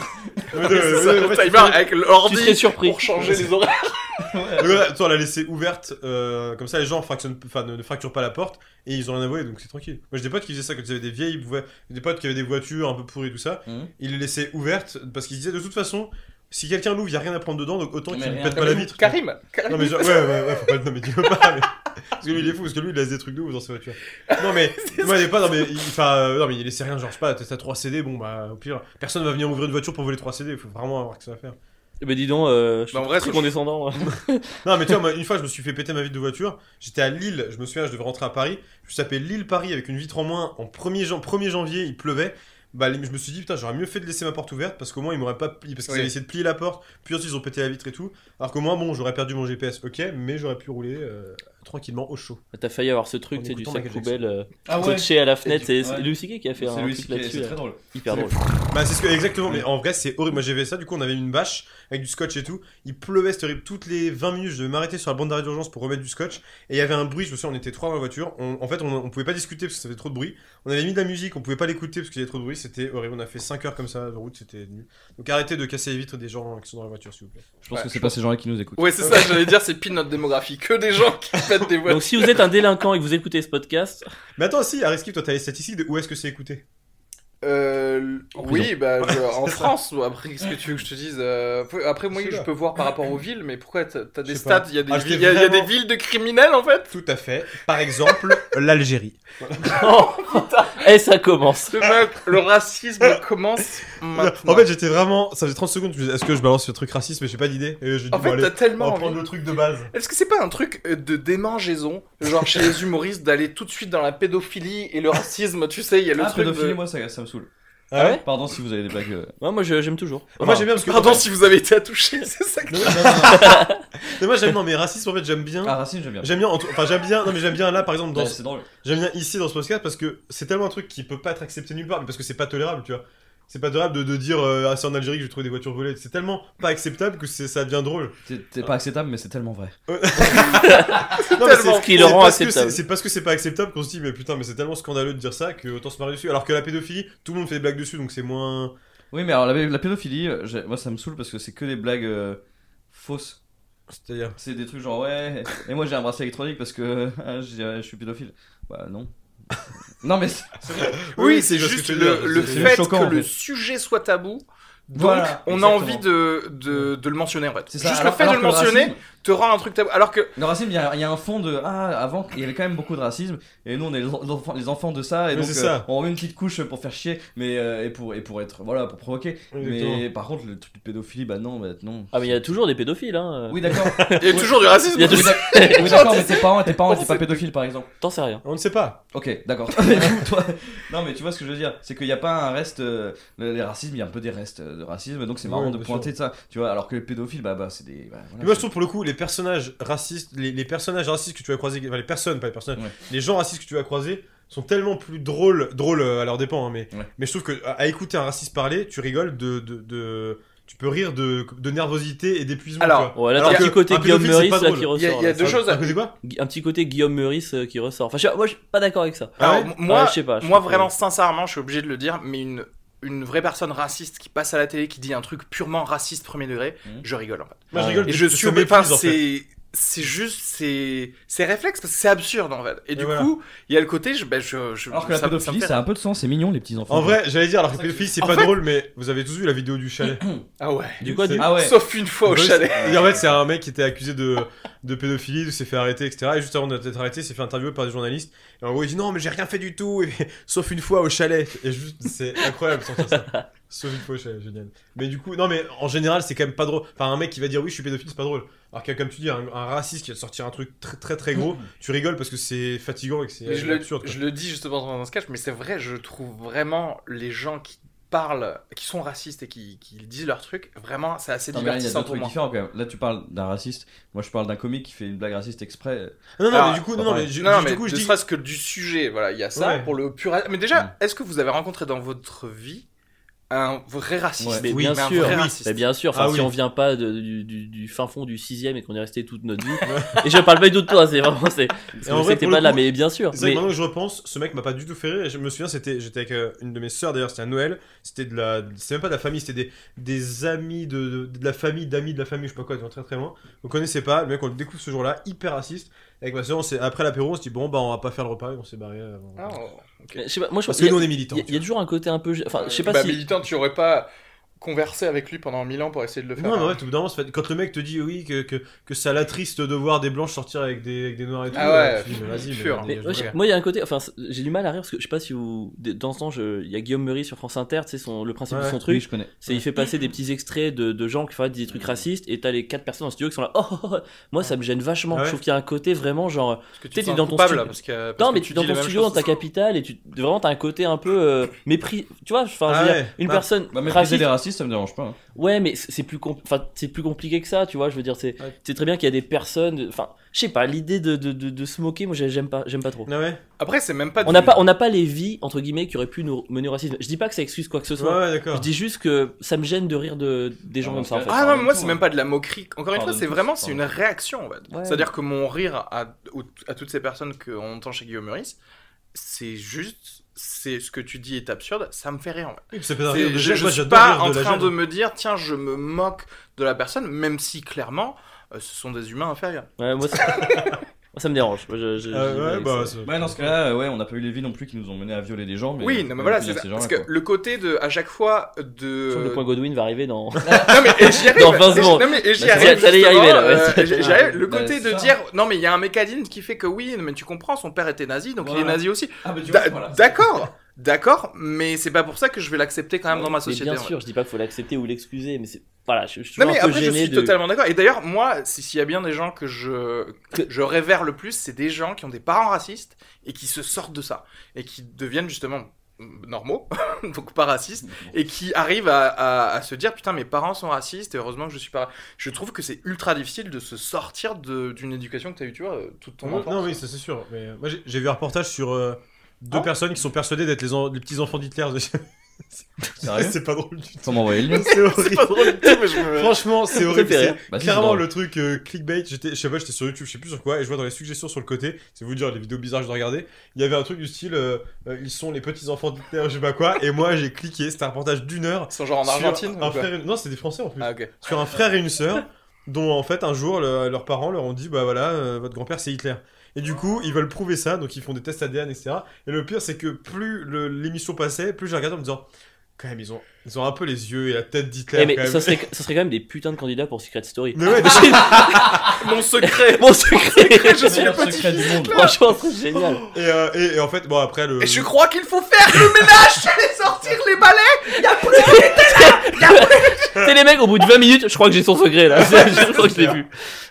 Speaker 2: Mais de-
Speaker 3: C'est ça,
Speaker 2: de-
Speaker 3: le
Speaker 2: ouais,
Speaker 3: timer avec
Speaker 4: tu serais
Speaker 3: l'ordi
Speaker 4: surpris.
Speaker 3: pour changer
Speaker 4: [LAUGHS]
Speaker 3: les horaires.
Speaker 2: Mais voilà, toi, on l'a laissée ouverte, euh, comme ça les gens fractionnent, enfin, ne, ne fracturent pas la porte et ils ont rien à voler donc c'est tranquille. Moi j'ai des potes qui faisaient ça quand ils avaient des vieilles, voi- des potes qui avaient des voitures un peu pourries tout ça,
Speaker 3: Mmh.
Speaker 5: Mhm.
Speaker 2: ils les laissaient ouvertes parce qu'ils disaient de toute façon si quelqu'un l'ouvre y a rien à prendre dedans donc autant
Speaker 5: Mais
Speaker 2: qu'il ne
Speaker 5: rien.
Speaker 2: pète pas la vitre.
Speaker 3: Karim, Karim.
Speaker 2: Non mais genre- ouais ouais ouais faut pas non mais dis-le pas mais... [LAUGHS] parce que lui il est fou parce que lui il laisse des trucs de ouf dans ses voitures. Non
Speaker 3: [LAUGHS]
Speaker 2: mais moi il est pas non mais il- enfin euh, non mais il laissait rien genre je sais pas t'as 3 CD bon bah au pire personne va venir ouvrir une voiture pour voler 3 CD faut vraiment avoir que ça à faire.
Speaker 4: Bah dis donc, euh, je suis
Speaker 3: Bah, en vrai,
Speaker 4: très
Speaker 3: c'est- [LAUGHS]
Speaker 4: condescendant. hein.
Speaker 2: Non, mais tu vois, moi, une fois, je me suis fait péter ma vitre de voiture. J'étais à Lille, je me souviens, je devais rentrer à Paris. Je me suis tapé Lille-Paris avec une vitre en moins en 1er, jan- 1er janvier, il pleuvait. Bah, les- je me suis dit, putain, j'aurais mieux fait de laisser ma porte ouverte parce qu'au moins, ils m'auraient pas plié, parce qu'ils
Speaker 3: Oui.
Speaker 2: avaient essayé de plier la porte, puis ensuite, ils ont pété la vitre et tout. Alors qu'au moins, bon, j'aurais perdu mon GPS, ok, mais j'aurais pu rouler euh, tranquillement au chaud.
Speaker 4: T'as failli avoir ce truc,
Speaker 5: Oh,
Speaker 2: En
Speaker 4: tu sais, du
Speaker 2: écoutant
Speaker 4: sac
Speaker 2: Michael
Speaker 4: poubelle euh,
Speaker 5: Ah
Speaker 4: coaché à la fenêtre.
Speaker 5: Et
Speaker 4: C'est
Speaker 5: du- ouais.
Speaker 4: c'est Louis C.K. qui a fait
Speaker 5: C'est
Speaker 4: un
Speaker 5: lui,
Speaker 4: truc là-dessus.
Speaker 5: c'est très
Speaker 4: euh,
Speaker 5: drôle.
Speaker 4: Hyper drôle.
Speaker 2: Bah, c'est ce que, exactement, mais en vrai, c'est horrible. Moi, j'avais ça, du coup, on avait une bâche avec du scotch et tout. Il pleuvait, c'était horrible. Toutes les 20 minutes, je devais m'arrêter sur la bande d'arrêt d'urgence pour remettre du scotch. Et il y avait un bruit, je me souviens, on était trois dans la voiture. On- en fait, on, on pouvait pas discuter parce que ça faisait trop de bruit. On avait mis de la musique, on pouvait pas l'écouter parce qu'il y avait trop de bruit. C'était horrible. On a fait 5 heures comme ça de route, c'était nul. Donc arrêtez de casser les vitres des gens qui sont dans la voiture, s'il vous plaît.
Speaker 5: Je pense
Speaker 3: Ouais,
Speaker 5: que c'est pas ces gens-là qui nous écoutent.
Speaker 3: Ouais, c'est ça, j'allais dire, c'est pile notre démographie. Que des gens qui pètent des
Speaker 2: [LAUGHS]
Speaker 3: voitures.
Speaker 4: Donc si vous êtes un délinquant et que vous écoutez ce podcast,
Speaker 2: Mais attends, si, Ariski, toi, t'as les statistiques de où est-ce que c'est écouté
Speaker 3: Euh, oui, bah,
Speaker 2: [LAUGHS]
Speaker 3: je- en
Speaker 2: c'est ça.
Speaker 3: France, ou après, qu'est-ce que tu veux que je te dise euh, après- Après, moi,
Speaker 2: C'est
Speaker 3: je
Speaker 2: là.
Speaker 3: peux voir par rapport aux villes, mais pourquoi t'as t'as des
Speaker 2: Je sais pas.
Speaker 3: stats Il y, a des
Speaker 2: Ah,
Speaker 3: villes-
Speaker 2: j'étais
Speaker 3: il y a- il y a des
Speaker 2: vraiment-
Speaker 3: villes de criminels en fait
Speaker 2: Tout à fait. Par exemple, [LAUGHS] l'Algérie. Oh,
Speaker 4: [LAUGHS] et eh, ça commence.
Speaker 2: [LAUGHS]
Speaker 3: Le, meuf, le racisme commence maintenant.
Speaker 2: En fait, j'étais vraiment. Ça faisait 30 secondes, je me disais, est-ce que je balance ce truc raciste Mais j'ai pas d'idée. Et j'ai dit,
Speaker 3: En
Speaker 2: bon,
Speaker 3: fait,
Speaker 2: allez,
Speaker 3: t'as tellement
Speaker 2: on va
Speaker 3: envie.
Speaker 2: prendre le truc de base.
Speaker 3: Est-ce que c'est pas un truc euh, de démangeaison, genre chez les humoristes, d'aller tout de suite dans la pédophilie et le racisme Tu sais, il y a le
Speaker 5: Ah,
Speaker 3: truc de-
Speaker 5: pédophilie, moi ça, ça me saoule.
Speaker 2: Ah ouais
Speaker 5: Pardon si vous avez des blagues. euh,
Speaker 4: Ouais, moi je- j'aime toujours.
Speaker 2: Moi, j'aime bien parce que.
Speaker 3: Pardon si vous avez été à toucher, [LAUGHS] c'est ça que...
Speaker 2: Non, non, non. [LAUGHS] Mais moi, j'aime. Non, mais raciste, en fait, j'aime bien.
Speaker 5: Ah, racine, j'aime bien.
Speaker 2: J'aime bien, en tout- enfin j'aime bien, non mais j'aime bien là par exemple dans,
Speaker 5: Ouais, C'est drôle.
Speaker 2: J'aime bien ici dans ce podcast parce que c'est tellement un truc qui peut pas être accepté nulle part, mais parce que c'est pas tolérable, tu vois. C'est pas tolérable de, de dire euh, ah c'est en Algérie que j'ai trouvé des voitures volées. C'est tellement pas acceptable que c'est- ça devient drôle.
Speaker 5: C'est c'est pas acceptable, mais c'est tellement vrai.
Speaker 2: Non, mais
Speaker 4: Ce qui le
Speaker 2: c'est
Speaker 4: rend
Speaker 2: parce que
Speaker 4: acceptable.
Speaker 2: c'est- C'est parce que c'est pas acceptable qu'on se dit mais putain mais c'est tellement scandaleux de dire ça que autant se marrer dessus. Alors que la pédophilie, tout le monde fait des blagues dessus donc c'est moins.
Speaker 5: Oui, mais alors la, la pédophilie, euh, j'ai- moi ça me saoule parce que c'est que des blagues euh, fausses.
Speaker 2: C'est-à-dire.
Speaker 5: C'est des trucs genre ouais, et moi j'ai un bracelet électronique parce que [LAUGHS] ah, j'ai- je suis pédophile. Bah non. non mais c'est-
Speaker 3: Oui, c'est
Speaker 2: je vois ce que
Speaker 3: juste
Speaker 2: tu veux
Speaker 3: le,
Speaker 2: dire,
Speaker 3: le
Speaker 2: c'est-
Speaker 5: juste
Speaker 3: fait
Speaker 5: choquant,
Speaker 3: que
Speaker 5: en
Speaker 3: le
Speaker 5: fait.
Speaker 3: sujet soit tabou. Donc,
Speaker 5: Voilà,
Speaker 3: on
Speaker 5: exactement.
Speaker 3: a envie de, de, de le mentionner en fait.
Speaker 5: c'est
Speaker 3: Juste le
Speaker 5: ça. Alors-
Speaker 3: fait de
Speaker 5: alors
Speaker 3: le
Speaker 5: que
Speaker 3: mentionner
Speaker 5: racisme-
Speaker 3: te rend un truc tabou. Alors que,
Speaker 5: Le racisme, il y, a- il y a un fond de ah avant il y avait quand même beaucoup de racisme et nous on est les, en- les enfants, les enfants de ça et
Speaker 2: Mais
Speaker 5: donc
Speaker 2: c'est ça.
Speaker 5: euh, on a une petite couche pour faire chier mais euh, et pour et pour être voilà pour provoquer
Speaker 2: Exactement.
Speaker 5: mais par contre le truc de pédophilie bah non bah non
Speaker 4: Ah mais il y a toujours des pédophiles hein.
Speaker 2: [LAUGHS]
Speaker 5: oui d'accord
Speaker 3: il y a toujours du racisme.
Speaker 4: Il y a
Speaker 5: oui
Speaker 4: toujours-
Speaker 5: d'ac- oui, d'accord mais tes parents tes parents étaient
Speaker 3: On
Speaker 5: pas
Speaker 3: sait-
Speaker 5: pédophiles par exemple
Speaker 4: T'en sais rien.
Speaker 2: On ne sait pas.
Speaker 5: ok d'accord [LAUGHS] Mais du coup, toi- non mais tu vois ce que je veux dire c'est qu'il n'y a pas un reste euh, le- les racismes il y a un peu des restes euh, de racisme donc c'est marrant
Speaker 2: Ouais,
Speaker 5: de
Speaker 2: bien
Speaker 5: pointer de ça tu vois alors que les pédophiles bah bah c'est des bah, voilà,
Speaker 2: Mais moi je trouve pour le coup les personnages racistes, les, les personnages racistes que tu vas croiser, enfin les personnes pas les personnages,
Speaker 5: Ouais.
Speaker 2: les gens racistes que tu vas croiser sont tellement plus drôles, drôles euh, à leur dépens, hein, mais
Speaker 5: Ouais.
Speaker 2: mais je trouve que à, à écouter un raciste parler, tu rigoles de de, de- tu peux rire de, de nervosité et d'épuisement.
Speaker 3: Alors,
Speaker 4: Ouais, là
Speaker 2: Alors
Speaker 4: t'as un
Speaker 2: que
Speaker 4: petit côté
Speaker 2: un
Speaker 4: Guillaume
Speaker 2: pédophile, c'est
Speaker 4: Meurice
Speaker 2: pas
Speaker 4: là
Speaker 2: drôle.
Speaker 4: qui
Speaker 3: Il y a,
Speaker 4: ressort.
Speaker 3: il y a
Speaker 4: là.
Speaker 3: deux
Speaker 2: tu
Speaker 3: choses. à-
Speaker 2: vois. C'est quoi
Speaker 4: Un petit côté Guillaume Meurice euh, qui ressort. Enfin, je sais pas, moi je suis pas d'accord avec ça.
Speaker 2: Ah
Speaker 3: Alors,
Speaker 2: ouais
Speaker 4: Ouais,
Speaker 3: moi,
Speaker 4: je sais pas. je
Speaker 3: moi
Speaker 4: trouve que-
Speaker 3: vraiment, sincèrement, je suis obligé de le dire, mais une, une vraie personne raciste qui passe à la télé, qui dit un truc purement raciste premier degré,
Speaker 5: Mhm.
Speaker 3: je rigole en fait.
Speaker 2: Moi je
Speaker 5: Ah,
Speaker 2: rigole. de-
Speaker 3: Et je
Speaker 2: de ce
Speaker 3: suis mais pas,
Speaker 2: méprise, en fait.
Speaker 3: c'est c'est juste c'est c'est réflexe parce que c'est absurde en fait. Et, du
Speaker 2: voilà.
Speaker 3: coup, il y a le côté je ben, je, je-
Speaker 5: alors que la
Speaker 3: ça- ça me
Speaker 5: pédophilie
Speaker 3: fait
Speaker 5: ça a un peu de sens c'est mignon les petits enfants
Speaker 2: En vrai, j'allais dire, alors que
Speaker 5: C'est ça que
Speaker 2: pédophile, c'est
Speaker 3: En
Speaker 2: pas
Speaker 3: fait-
Speaker 2: drôle, mais vous avez tous vu la vidéo du chalet.
Speaker 3: Ah ouais.
Speaker 4: Du quoi, du-
Speaker 5: ah ouais
Speaker 3: Sauf une fois au
Speaker 2: Bruce-
Speaker 3: chalet.
Speaker 2: Et en fait, c'est un mec qui était accusé de, de pédophilie, il s'est fait arrêter, etc. Et juste avant d'être arrêté, il s'est fait interviewer par des journalistes. [LAUGHS]
Speaker 3: [LAUGHS]
Speaker 2: Et en gros, il dit non, mais j'ai rien fait du tout, et- sauf une fois au chalet. Et juste, c'est incroyable de sentir ça. Sauf une fois, c'est génial. Mais du coup, non, mais en général, c'est quand même pas drôle. Enfin, un mec qui va dire oui, je suis pédophile, c'est pas drôle. Alors que, comme tu dis, un, un raciste qui va te sortir un truc très très très gros, tu rigoles parce que c'est fatigant et que
Speaker 3: Hmm. Mais
Speaker 2: c'est
Speaker 3: je, le,
Speaker 2: absurde. quoi.
Speaker 3: je le dis justement dans un sketch, mais c'est vrai, je trouve vraiment les gens qui parlent, qui sont racistes et qui, qui disent leur truc, vraiment, c'est assez
Speaker 5: Non, mais là, il y a
Speaker 3: divertissant
Speaker 5: deux
Speaker 3: pour
Speaker 5: trucs
Speaker 3: moi.
Speaker 5: différents quand même. Là, tu parles d'un raciste. Moi, je parle d'un comique qui fait une blague raciste exprès.
Speaker 2: Non, non,
Speaker 3: Ah,
Speaker 2: mais du coup,
Speaker 5: bah,
Speaker 2: non,
Speaker 5: pareil.
Speaker 2: mais, je-
Speaker 3: non, non,
Speaker 2: du
Speaker 3: mais
Speaker 2: coup,
Speaker 3: ne
Speaker 2: je dis.
Speaker 3: serait-ce que du sujet, voilà, il y a ça
Speaker 2: Ouais.
Speaker 3: pour le pur. Mais déjà, est-ce que vous avez rencontré dans votre vie un vrai raciste
Speaker 5: Ouais.
Speaker 4: Mais
Speaker 2: Oui,
Speaker 4: bien
Speaker 3: mais un
Speaker 4: sûr,
Speaker 3: vrai
Speaker 4: oui.
Speaker 3: raciste.
Speaker 4: Mais bien sûr, enfin,
Speaker 2: Ah
Speaker 4: si
Speaker 2: oui.
Speaker 4: on vient pas de- du, du- du fin fond du 6 et qu'on est resté toute notre vie. [LAUGHS] et je parle pas du tout de toi, c'est vraiment. C'est, parce
Speaker 2: en
Speaker 4: que je
Speaker 2: vrai,
Speaker 4: sais que t'es
Speaker 2: pour
Speaker 4: pas
Speaker 2: le
Speaker 4: là,
Speaker 2: coup,
Speaker 4: mais bien sûr.
Speaker 2: C'est vrai que
Speaker 4: Mais
Speaker 2: maintenant que je repense, ce mec m'a pas du tout fait rire. Et je me souviens, c'était, j'étais avec euh, une de mes sœurs d'ailleurs, c'était à Noël. C'était de la, c'est même pas de la famille, c'était des, des amis de, de, de la famille, d'amis de la famille, je sais pas quoi, ils vont très très loin. On connaissait pas, le mec on le découvre ce jour-là, hyper raciste. Avec ma sœur, on s'est, après l'apéro, on s'est dit bon bah on va pas faire le repas, et on s'est barré. euh, on-
Speaker 3: Ah, oh.
Speaker 4: je sais pas, moi je
Speaker 2: Parce
Speaker 4: pense
Speaker 2: que nous
Speaker 4: qu'il
Speaker 2: on
Speaker 4: y,
Speaker 2: est
Speaker 4: a-
Speaker 2: militants.
Speaker 4: il y a- il y a toujours un côté un peu. Enfin, Ah, je sais pas
Speaker 3: Bah,
Speaker 4: si.
Speaker 3: militant, tu aurais pas conversé avec lui pendant mille ans pour essayer de le faire.
Speaker 2: Non, mais ouais,
Speaker 3: hein.
Speaker 2: tout bout d'un moment, ça fait- quand le mec te dit oui, que, que, que ça l'attriste de voir des blanches sortir avec des, avec des noirs et tout,
Speaker 3: Ah
Speaker 2: euh,
Speaker 3: ouais,
Speaker 2: tu dis, mais vas-y,
Speaker 3: pur.
Speaker 2: mais-
Speaker 4: Mais
Speaker 2: mais-
Speaker 4: moi,
Speaker 2: ouais.
Speaker 4: je- moi, il y a un côté. Enfin, c'est- j'ai du mal à rire parce que je sais pas si vous. de- Dans ce temps, je- il y a Guillaume Meurice sur France Inter, tu sais, son- le principe de
Speaker 2: Ouais.
Speaker 4: son truc.
Speaker 5: Oui, je connais.
Speaker 4: C'est il fait passer des petits extraits de, de gens qui font des trucs racistes et t'as les quatre personnes en studio qui sont là. Oh, oh, oh. moi ça me gêne vachement.
Speaker 2: Ah ouais
Speaker 4: Je trouve qu'il y a un côté vraiment genre.
Speaker 3: Parce que tu
Speaker 4: t'es
Speaker 3: te sens
Speaker 4: dans ton
Speaker 3: coupable,
Speaker 4: studio.
Speaker 3: parce que, parce
Speaker 4: Non
Speaker 3: que
Speaker 4: mais
Speaker 3: tu
Speaker 4: tu
Speaker 3: dis
Speaker 4: dans
Speaker 3: les
Speaker 4: ton
Speaker 3: mêmes
Speaker 4: studio
Speaker 3: choses.
Speaker 4: dans ta capitale et tu vraiment t'as un côté un peu euh, mépris. Tu vois, enfin, je
Speaker 2: Ah
Speaker 4: veux dire,
Speaker 2: ouais.
Speaker 4: une
Speaker 2: Ah.
Speaker 4: personne
Speaker 5: Bah, mais
Speaker 4: raciste.
Speaker 5: les racistes, ça me dérange pas. hein.
Speaker 4: Ouais, mais c'est c'est plus compl- enfin c'est plus compliqué que ça, tu vois. Je veux dire, c'est
Speaker 2: Ouais.
Speaker 4: c'est très bien qu'il y a des personnes. Enfin, je sais pas. L'idée de, de, de, de se moquer, moi j'ai- j'aime pas j'aime pas trop.
Speaker 2: Ah ouais,
Speaker 3: Après, c'est même pas.
Speaker 4: On
Speaker 3: du-
Speaker 4: n'a pas on n'a pas les vies entre guillemets qui auraient pu nous mener au racisme. Je dis pas que ça excuse quoi que ce
Speaker 2: ouais,
Speaker 4: soit.
Speaker 2: ouais,
Speaker 4: Je
Speaker 2: d'accord.
Speaker 4: dis juste que ça me gêne de rire de des gens
Speaker 5: Ah,
Speaker 4: comme ça en
Speaker 5: ok.
Speaker 4: fait.
Speaker 3: Ah
Speaker 5: Pardonne
Speaker 3: non, mais moi
Speaker 5: tout,
Speaker 3: c'est
Speaker 5: hein.
Speaker 3: même pas de la moquerie. Encore une fois,
Speaker 5: Pardonne
Speaker 3: c'est
Speaker 5: tout,
Speaker 3: vraiment
Speaker 5: c'est
Speaker 3: c'est une réaction en fait.
Speaker 4: Ouais.
Speaker 3: C'est-à-dire que mon rire à, au- à toutes ces personnes qu'on entend chez Guillaume Meurice, c'est juste, c'est ce que tu dis est absurde, ça me fait rire. En fait.
Speaker 2: Oui, puis ça fait rire
Speaker 3: C'est-
Speaker 2: de
Speaker 3: je
Speaker 2: gêne.
Speaker 3: je
Speaker 2: Moi,
Speaker 3: suis
Speaker 2: j'adore
Speaker 3: pas
Speaker 2: rire
Speaker 3: en
Speaker 2: de la hein.
Speaker 3: train de
Speaker 2: gêne.
Speaker 3: me dire tiens je me moque de la personne, même si clairement euh, ce sont des humains inférieurs.
Speaker 4: Ouais, moi, ça... [LAUGHS] moi, ça me dérange. Moi, je- je-
Speaker 2: Ah
Speaker 4: j'ai du mal
Speaker 2: ouais,
Speaker 4: avec
Speaker 2: bah,
Speaker 4: ça.
Speaker 2: c'est-
Speaker 5: Ouais, dans ce cas-là, euh, ouais, on n'a pas eu les vies non plus qui nous ont mené à violer des gens. Mais
Speaker 3: oui, non, mais voilà,
Speaker 5: on a
Speaker 3: c'est
Speaker 5: pu
Speaker 3: ça.
Speaker 5: dire ces
Speaker 3: Parce
Speaker 5: gens-là,
Speaker 3: que
Speaker 5: quoi.
Speaker 3: le côté de à chaque fois de.
Speaker 4: Je trouve que le point Godwin va arriver dans.
Speaker 3: Non mais et j'y
Speaker 4: [LAUGHS]
Speaker 3: arrive.
Speaker 4: Dans 20
Speaker 3: Et j-
Speaker 4: secondes.
Speaker 3: Non mais et j'y
Speaker 4: Bah,
Speaker 3: arrive.
Speaker 4: t'allais y
Speaker 3: justement,
Speaker 4: arriver, là, ouais.
Speaker 3: euh, j'y-
Speaker 4: [LAUGHS]
Speaker 3: j'y arrive. Le
Speaker 5: Bah,
Speaker 3: côté de
Speaker 5: ça.
Speaker 3: dire non mais il y a un mécanisme qui fait que oui mais tu comprends son père était nazi donc il est
Speaker 5: Voilà.
Speaker 3: nazi aussi.
Speaker 5: Ah, bah, tu
Speaker 3: D'a-
Speaker 5: vois, voilà.
Speaker 3: D'accord. D'accord, mais c'est pas pour ça que je vais l'accepter quand même dans
Speaker 4: [LAUGHS]
Speaker 3: ma
Speaker 4: Mais
Speaker 3: société.
Speaker 4: bien
Speaker 3: ouais.
Speaker 4: sûr, je dis pas qu'il faut l'accepter ou l'excuser, mais c'est voilà, je, je suis
Speaker 3: Non
Speaker 4: toujours
Speaker 3: mais
Speaker 4: un peu
Speaker 3: après je
Speaker 4: gêné
Speaker 3: suis
Speaker 4: de.
Speaker 3: totalement d'accord. Et d'ailleurs moi, si- s'il y a bien des gens que je que je révère le plus, c'est des gens qui ont des parents racistes et qui se sortent de ça et qui deviennent justement normaux, [LAUGHS] donc pas racistes, et qui arrivent à, à- à se dire putain mes parents sont racistes et heureusement que je suis pas. Je trouve que c'est ultra difficile de se sortir de- d'une éducation que t'as eue tu vois euh, toute ton enfance. [LAUGHS]
Speaker 2: Non, oui, ça c'est sûr. Mais euh, moi, j'ai- j'ai vu un reportage sur euh, deux
Speaker 3: Ah.
Speaker 2: personnes qui sont persuadées d'être les, en- les petits enfants d'Hitler. [LAUGHS]
Speaker 5: Sérieux
Speaker 2: c'est pas drôle du tout.
Speaker 5: Faut m'envoyer le
Speaker 2: [LAUGHS]
Speaker 5: lien.
Speaker 2: C'est
Speaker 3: C'est
Speaker 2: horrible.
Speaker 3: pas drôle du tout, mais je me-
Speaker 2: Franchement, c'est horrible.
Speaker 4: fait rire.
Speaker 2: C'est
Speaker 5: Bah, si, c'est
Speaker 2: clairement
Speaker 5: drôle.
Speaker 2: le truc euh, clickbait. J'étais, je sais pas, j'étais sur YouTube, je sais plus sur quoi, et je vois dans les suggestions sur le côté, c'est vous dire les vidéos bizarres que je regardais. Il y avait un truc du style, euh, euh, ils sont les petits enfants d'Hitler, je sais pas quoi. Et moi, j'ai cliqué. C'était un reportage d'une heure.
Speaker 3: Ils sont genre en
Speaker 2: sur
Speaker 3: Argentine
Speaker 2: un euh,
Speaker 3: ou quoi
Speaker 2: frère et- Non, c'est des Français en plus.
Speaker 3: Ah ok.
Speaker 2: sur un frère et une sœur dont en fait un jour le- leurs parents leur ont dit bah voilà euh, votre grand-père c'est Hitler et du coup ils veulent prouver ça donc ils font des tests ADN etc et le pire c'est que plus le- l'émission passait plus j'ai regardé en me disant quand même ils ont ils ont un peu les yeux et la tête d'Hitler
Speaker 4: Eh, mais
Speaker 2: quand même.
Speaker 4: ça serait, ça serait quand même des putains de candidats pour Secret Story.
Speaker 2: Mais
Speaker 4: [LAUGHS]
Speaker 2: ouais,
Speaker 3: [LAUGHS] Mon secret.
Speaker 4: Mon secret,
Speaker 5: C'est le meilleur secret du monde.
Speaker 4: franchement, c'est génial.
Speaker 2: et, euh, et, et en fait bon après le
Speaker 3: Et je crois qu'il faut faire le ménage [LAUGHS] et sortir les balais. Y a plus
Speaker 4: C'est les mecs, au bout de 20 minutes, je crois que j'ai son secret là. [LAUGHS] je crois que je l'ai vu.